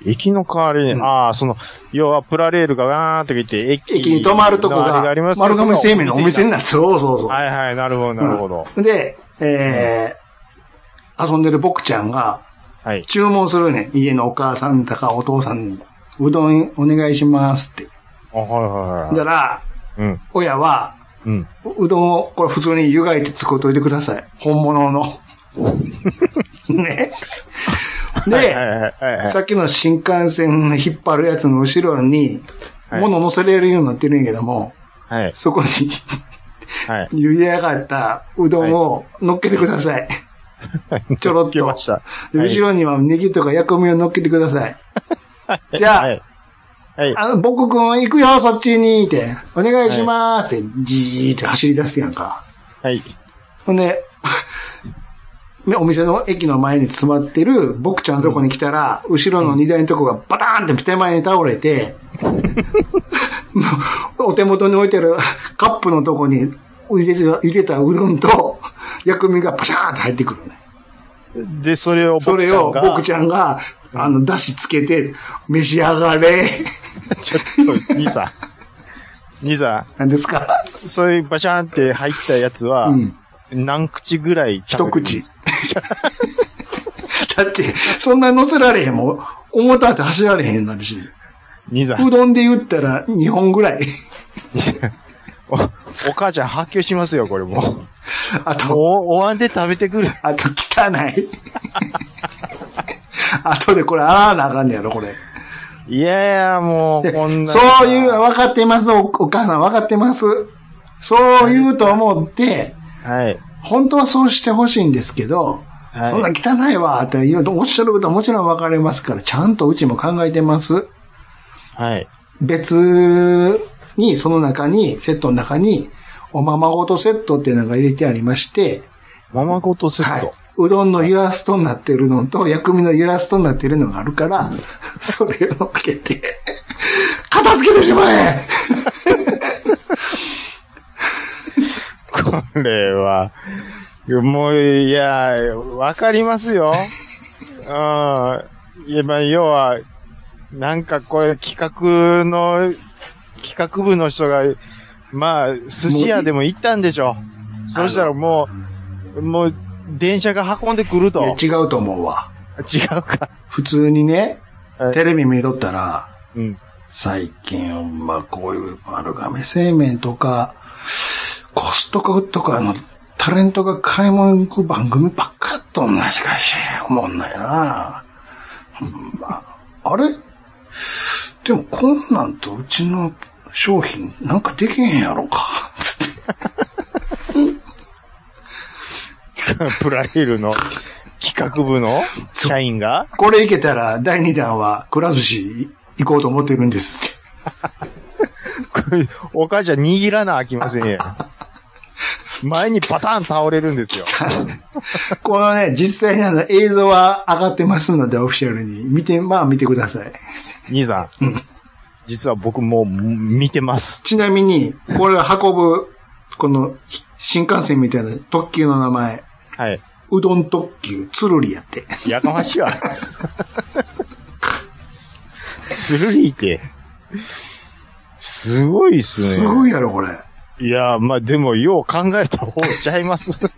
[SPEAKER 3] 駅の代わりに、
[SPEAKER 2] うん
[SPEAKER 3] ああ、その、要はプラレールがガーンと来て、駅
[SPEAKER 2] 駅に泊まるとこ
[SPEAKER 3] のあれ
[SPEAKER 2] が
[SPEAKER 3] ありま、すけど
[SPEAKER 2] 丸亀製麺のお店になってる。そうそうそう。
[SPEAKER 3] はいはい、なるほどなるほど。
[SPEAKER 2] うんで、えー遊んでる僕ちゃんが
[SPEAKER 3] はい。
[SPEAKER 2] 注文するね。家のお母さんとかお父さんに、うどんお願いしますって。
[SPEAKER 3] あ、はいはいは
[SPEAKER 2] だ
[SPEAKER 3] い。
[SPEAKER 2] から、
[SPEAKER 3] うん。
[SPEAKER 2] 親は、
[SPEAKER 3] うん。
[SPEAKER 2] うどんを、これ普通に湯がいて使うといてください。本 物の。ね。
[SPEAKER 3] はい
[SPEAKER 2] で、
[SPEAKER 3] はいはいはい。
[SPEAKER 2] さっきの新幹線の引っ張るやつの後ろに、
[SPEAKER 3] はい
[SPEAKER 2] 物乗せれるようになってるんやけども、
[SPEAKER 3] はい。
[SPEAKER 2] そこに
[SPEAKER 3] はい。
[SPEAKER 2] 茹で上がったうどんを乗っけてください。ちょろっ
[SPEAKER 3] 受け
[SPEAKER 2] と。
[SPEAKER 3] ました。
[SPEAKER 2] で
[SPEAKER 3] はい
[SPEAKER 2] 後ろにはネギとか薬味を乗っけてください。じゃあ、
[SPEAKER 3] はい。はい。
[SPEAKER 2] あの、僕くん行くよ、そっちに、って、お願いしますって、じーって走り出すやんか。
[SPEAKER 3] はい。
[SPEAKER 2] ほんで、 ねお店の駅の前に詰まってる、僕ちゃんのとこに来たら、後ろの荷台のとこがバターンって手前に倒れて、 もうお手元に置いてる カップのとこに、茹でてた、茹でたうどんと、薬味がパシャーンって入ってくるね。
[SPEAKER 3] で、それを僕ちゃ
[SPEAKER 2] そ
[SPEAKER 3] んが、
[SPEAKER 2] れを僕ちゃんが、あの、出汁つけて、召し上がれ。
[SPEAKER 3] ちょっと、兄さん。兄さ
[SPEAKER 2] 何ですか
[SPEAKER 3] ん、そういうバシャーンって入ったやつは、
[SPEAKER 2] うん
[SPEAKER 3] 何口ぐらい
[SPEAKER 2] 一
[SPEAKER 3] 食べてるん
[SPEAKER 2] 口
[SPEAKER 3] です。
[SPEAKER 2] だって、そんな乗せられへんもん。重たって走られへんなるし。
[SPEAKER 3] 兄さん
[SPEAKER 2] う、どんで言ったら2本ぐらい。
[SPEAKER 3] おお母ちゃん発狂しますよ、これもう。
[SPEAKER 2] あ
[SPEAKER 3] もう
[SPEAKER 2] と、
[SPEAKER 3] お椀で食べてくる。
[SPEAKER 2] あと汚い。 あとでこれ洗わなあかんねやろ、これ。
[SPEAKER 3] いやいや、もう、
[SPEAKER 2] で
[SPEAKER 3] こんな。
[SPEAKER 2] そういう、分かってます、おお母さん分かってます。そう言うと思って、
[SPEAKER 3] はい。
[SPEAKER 2] 本当はそうしてほしいんですけど、
[SPEAKER 3] はい。
[SPEAKER 2] そんな汚いわ、って言うと、おっしゃることはもちろん分かれますから、ちゃんとうちも考えてます。
[SPEAKER 3] はい。
[SPEAKER 2] 別に、その中に、セットの中に、おままごとセットっていうのが入れてありまして、
[SPEAKER 3] ままごとセッ
[SPEAKER 2] は
[SPEAKER 3] ト。
[SPEAKER 2] い。うどんのイラストになってるのと、薬味のイラストになってるのがあるから、それをかけて、 片付けてしまえ
[SPEAKER 3] これは、もう、いや、わかりますよ。うん。いや、まあ、要は、なんかこれ企画の、企画部の人が、まあ、寿司屋でも行ったんでしょ。そうしたらもう、もう、電車が運んでくると。
[SPEAKER 2] い
[SPEAKER 3] 違
[SPEAKER 2] や違うと思うわ。
[SPEAKER 3] うか。
[SPEAKER 2] 普通にね
[SPEAKER 3] はい、
[SPEAKER 2] テレビ見とったら、
[SPEAKER 3] うん。
[SPEAKER 2] 最近、まあこういう丸亀製麺とか、コストコとかのタレントが買い物行く番組ばっかやっとんな、しかし、思んないな。うんまあ、あれでもこんなんとうちの商品なんかできへんやろか。つって
[SPEAKER 3] プライルの企画部の社員が、
[SPEAKER 2] これいけたら第2弾はくら寿司行こうと思ってるんですって。
[SPEAKER 3] これ お母ちゃん握らなあきませんやん。前にパターン倒れるんですよ。
[SPEAKER 2] このね、実際にあの映像は上がってますので、オフィシャルに。見て、まあ見てください。
[SPEAKER 3] 兄さん。実は僕もう見てます。
[SPEAKER 2] ちなみに、これを運ぶ、このひ新幹線みたいな特急の名前、
[SPEAKER 3] はい。
[SPEAKER 2] うどん特急、つるりやって。
[SPEAKER 3] やかましいわ。つるりいて。すごいっすね。
[SPEAKER 2] すごいやろ、これ。
[SPEAKER 3] い。や、まあでもよう考えた方ちゃいます。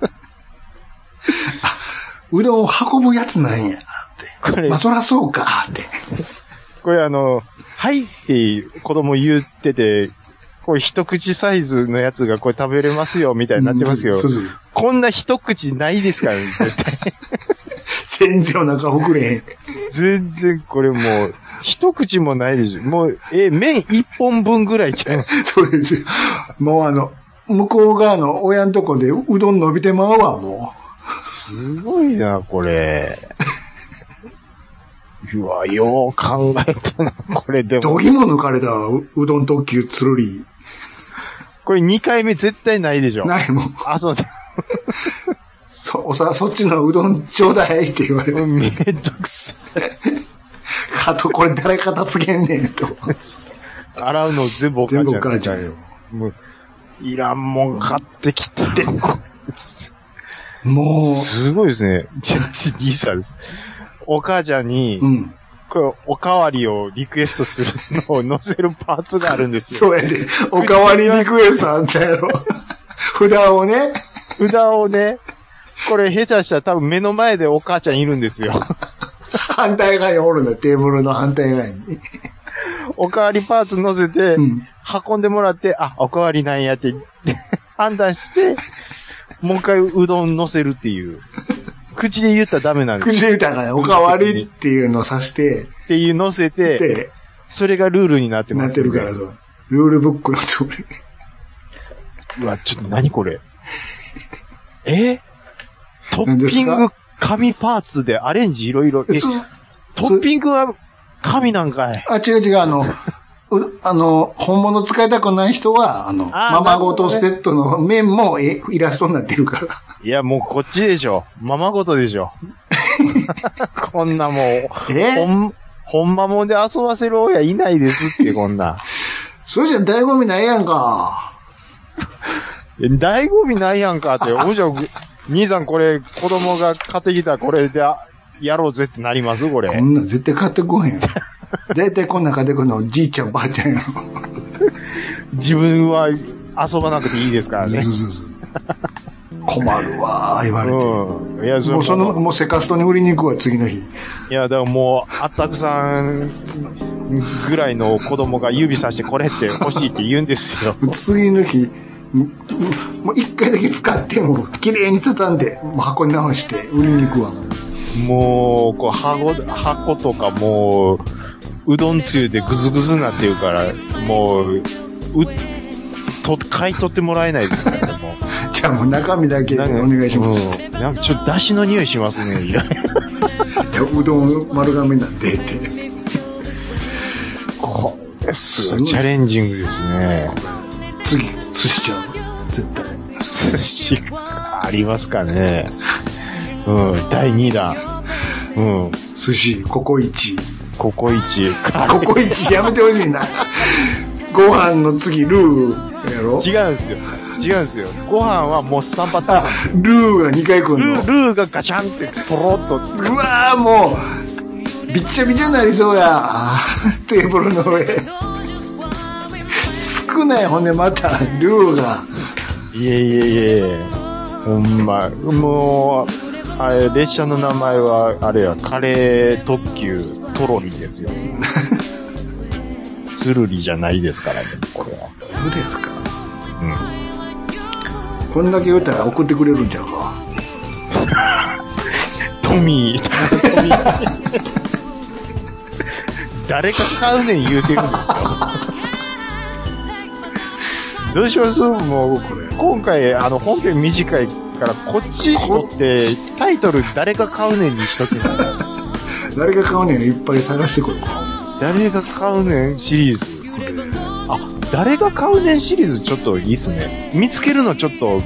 [SPEAKER 2] うどんを運ぶやつなんや、って。
[SPEAKER 3] これ
[SPEAKER 2] まあ、、そらそうか、って。
[SPEAKER 3] これあの、はいって子供言ってて、こう一口サイズのやつがこれ食べれますよみたいになってますけど
[SPEAKER 2] うん、そうそう
[SPEAKER 3] こんな一口ないですから、ね、 絶対。
[SPEAKER 2] 全然お腹ほくれへん。
[SPEAKER 3] 全然これもう、一口もないでしょ。もう、え、麺一本分ぐらいちゃいます。
[SPEAKER 2] そうですよ。もうあの、向こう側の親んとこでうどん伸びてまうわ、も
[SPEAKER 3] すごいな、これ。うわ、よう考えたな、これで
[SPEAKER 2] う。
[SPEAKER 3] も。
[SPEAKER 2] どぎも抜かれたわううどん特急、つるり。
[SPEAKER 3] これ二回目絶対ないでしょ。
[SPEAKER 2] ないもん。
[SPEAKER 3] あ、そうだ。
[SPEAKER 2] そ、おさ、そっちのうどんちょうだいって言われる。
[SPEAKER 3] めんどくさい。
[SPEAKER 2] あと、これ誰片付けんねんと。
[SPEAKER 3] 洗うの全部お母ちゃん
[SPEAKER 2] 全部お母ちゃんよ。
[SPEAKER 3] もう、いらんもん買ってきた。
[SPEAKER 2] もう、
[SPEAKER 3] すごいですね。ジャッジ兄さんです。お母ちゃんに、
[SPEAKER 2] うん。
[SPEAKER 3] これ、おかわりをリクエストするのを載せるパーツがあるんですよ。
[SPEAKER 2] そうやで。おかわりリクエストあんたやろ。札をね、
[SPEAKER 3] 札をね、これ下手したら多分目の前でお母ちゃんいるんです よ。
[SPEAKER 2] 反対側におるのよ、テーブルの反対側に。
[SPEAKER 3] おかわりパーツ載せて、
[SPEAKER 2] うん
[SPEAKER 3] 運んでもらって、あ、おかわりなんやって、 判断して、もう一回うどん乗せるっていう。口で言ったらダメなんです
[SPEAKER 2] 口で言うたから、おかわりっていうのをさして、
[SPEAKER 3] っていう乗せて、
[SPEAKER 2] で、
[SPEAKER 3] それがルールになってま
[SPEAKER 2] なっ
[SPEAKER 3] す
[SPEAKER 2] て
[SPEAKER 3] んで。
[SPEAKER 2] るから、そう。ルールブックの通り。
[SPEAKER 3] うわ、ちょっと何こ れ。えト
[SPEAKER 2] 何
[SPEAKER 3] ッ
[SPEAKER 2] です
[SPEAKER 3] ピン
[SPEAKER 2] か
[SPEAKER 3] グ紙パーツでアレンジいろいろ。え、
[SPEAKER 2] そう
[SPEAKER 3] トッピングは紙なんかい。
[SPEAKER 2] あ、違う違う、あの、うあの、本物使いたくない人は、あの、
[SPEAKER 3] あー
[SPEAKER 2] ままごと
[SPEAKER 3] なるほ
[SPEAKER 2] セ
[SPEAKER 3] ど
[SPEAKER 2] ットの面もえイラストになってるから。
[SPEAKER 3] いや、もうこっちでしょ。ままごとでし ょ。こんなもう、ほ
[SPEAKER 2] え
[SPEAKER 3] ん、ほんまもんで遊ばせる親いないですって、こん な。
[SPEAKER 2] それじゃ醍醐味ないやんか。
[SPEAKER 3] え醍醐味ないやんかって。おじゃ、兄さんこれ、子供が買ってきたこれで、あやろうぜってなりますこ
[SPEAKER 2] こ
[SPEAKER 3] れ。
[SPEAKER 2] んなん絶対買ってこへ ん。絶対こんなん買ってくんの、じいちゃんばあちゃんやろ。
[SPEAKER 3] 自分は遊ばなくていいですから
[SPEAKER 2] そう
[SPEAKER 3] ね
[SPEAKER 2] そ。うそう。困るわー、言われて。
[SPEAKER 3] うん。いや、それ
[SPEAKER 2] もうその、
[SPEAKER 3] も
[SPEAKER 2] もうセカストに売りに行くわ、次の日。
[SPEAKER 3] いや、だからもう、あったくさんぐらいの子供が指さしてこれって欲しいって言うんです よ。
[SPEAKER 2] 次の日、もうもう一回だけ使って、もう綺麗に畳んで、もう箱に直して、売りに行くわ。
[SPEAKER 3] もう、こう、箱、箱とかもう、うどんつゆでぐずぐずになってるから、もう、う、と、買い取ってもらえないです から、もう。
[SPEAKER 2] じゃあもう中身だけお願いします。
[SPEAKER 3] うんなんかちょっと出汁の匂いしますね、いや
[SPEAKER 2] いやうどん丸亀なんでって。
[SPEAKER 3] これすご
[SPEAKER 2] すご
[SPEAKER 3] い
[SPEAKER 2] い
[SPEAKER 3] チャレンジングですね。
[SPEAKER 2] 次、寿司ちゃう。絶対。
[SPEAKER 3] 寿司ありますかね。うん、第2弾。うん、
[SPEAKER 2] 寿司、ココイチ。
[SPEAKER 3] ココイチ。
[SPEAKER 2] あ、ココイチやめてほしいな。ご飯の次、ルーやろ
[SPEAKER 3] 違うんですよ。違うんですよ。ご飯はもうスタンパタ
[SPEAKER 2] あ
[SPEAKER 3] ーン。、
[SPEAKER 2] ルーが2回来
[SPEAKER 3] ル
[SPEAKER 2] んの
[SPEAKER 3] ー、。ルーがガチャンってとろっと。
[SPEAKER 2] うわーもう、びっちゃびちゃになりそうや。 あーテーブルの上。少ない、ほんでまた、ルーが。
[SPEAKER 3] いえいえいえ。ほんま、もう、あれ、列車の名前は、あれや、カレー特急トロリですよ。つるりじゃないですからね、これは。
[SPEAKER 2] そうですか。
[SPEAKER 3] うん。
[SPEAKER 2] こんだけ言ったら送ってくれるんちゃうか。
[SPEAKER 3] トミー、ト ミー。誰か買うねん言うてるんですよ。どうしますもう、これ。今回、あの、本編短いから、こっち取って、タイトル誰か買うねんにしときます。
[SPEAKER 2] 誰が買うねん、いっぱい探してこい。こ
[SPEAKER 3] 誰が買うねんシリーズ。
[SPEAKER 2] れ
[SPEAKER 3] あ、誰が買うねんシリーズちょっといいっすね。見つけるのちょっと、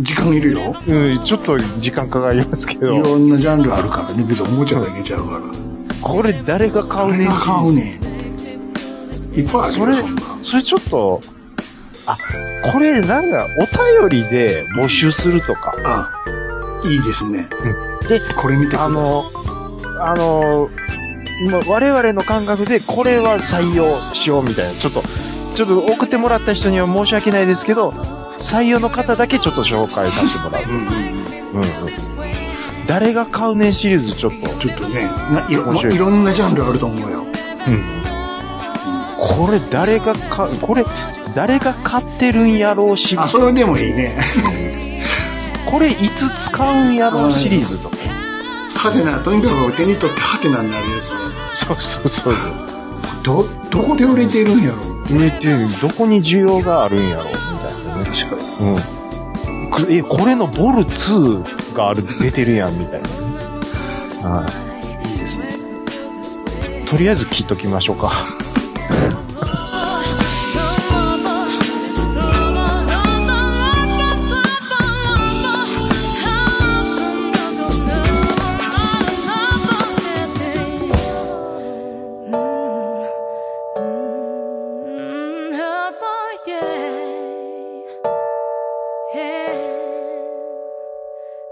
[SPEAKER 2] 時間いるよ。
[SPEAKER 3] うん、ちょっと時間かかりますけ
[SPEAKER 2] い
[SPEAKER 3] ど、
[SPEAKER 2] ろんなジャンルあるからね、別におもちゃだけちゃうから。
[SPEAKER 3] これ誰が買うねんシリーズ
[SPEAKER 2] 買う。ねんって。いっぱいある
[SPEAKER 3] そ
[SPEAKER 2] よ、
[SPEAKER 3] れ
[SPEAKER 2] そんな。、
[SPEAKER 3] それちょっと、あ、これなんかお便りで募集するとか。
[SPEAKER 2] あ、いいですね。
[SPEAKER 3] で、
[SPEAKER 2] これ見て
[SPEAKER 3] あ
[SPEAKER 2] くだ
[SPEAKER 3] の、あの、ま我々の感覚でこれは採用しようみたいな、ちょっと、ちょっと送ってもらった人には申し訳ないですけど、採用の方だけちょっと紹介させてもらう。
[SPEAKER 2] うんうんうん。
[SPEAKER 3] うんうん。誰が買うねんシリーズちょっと、
[SPEAKER 2] ちょっとね、ないろ
[SPEAKER 3] 面白い
[SPEAKER 2] いろんなジャンルあると思うよ。
[SPEAKER 3] うん。これ誰が買う、これ誰が買ってるんやろうシリー
[SPEAKER 2] あ、
[SPEAKER 3] ズ。
[SPEAKER 2] それでもいいね。
[SPEAKER 3] これいつ使うんやろうシリーズとか。
[SPEAKER 2] ハテナ、とにかく手に取ってハテナになるやつね。
[SPEAKER 3] そうそうそうそう。
[SPEAKER 2] ど、どこで売れているんやろう
[SPEAKER 3] ねっていうどこに需要があるんやろみたいなね。
[SPEAKER 2] 確かに。
[SPEAKER 3] うんく。え、これのボル2がある、出てるやん、みたいなね。はい
[SPEAKER 2] いですね。
[SPEAKER 3] い。とりあえず切っときましょうか。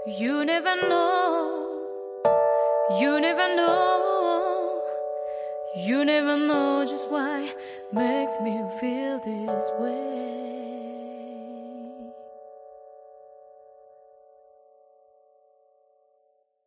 [SPEAKER 1] You never know, you never know. You never know just why makes me feel this way.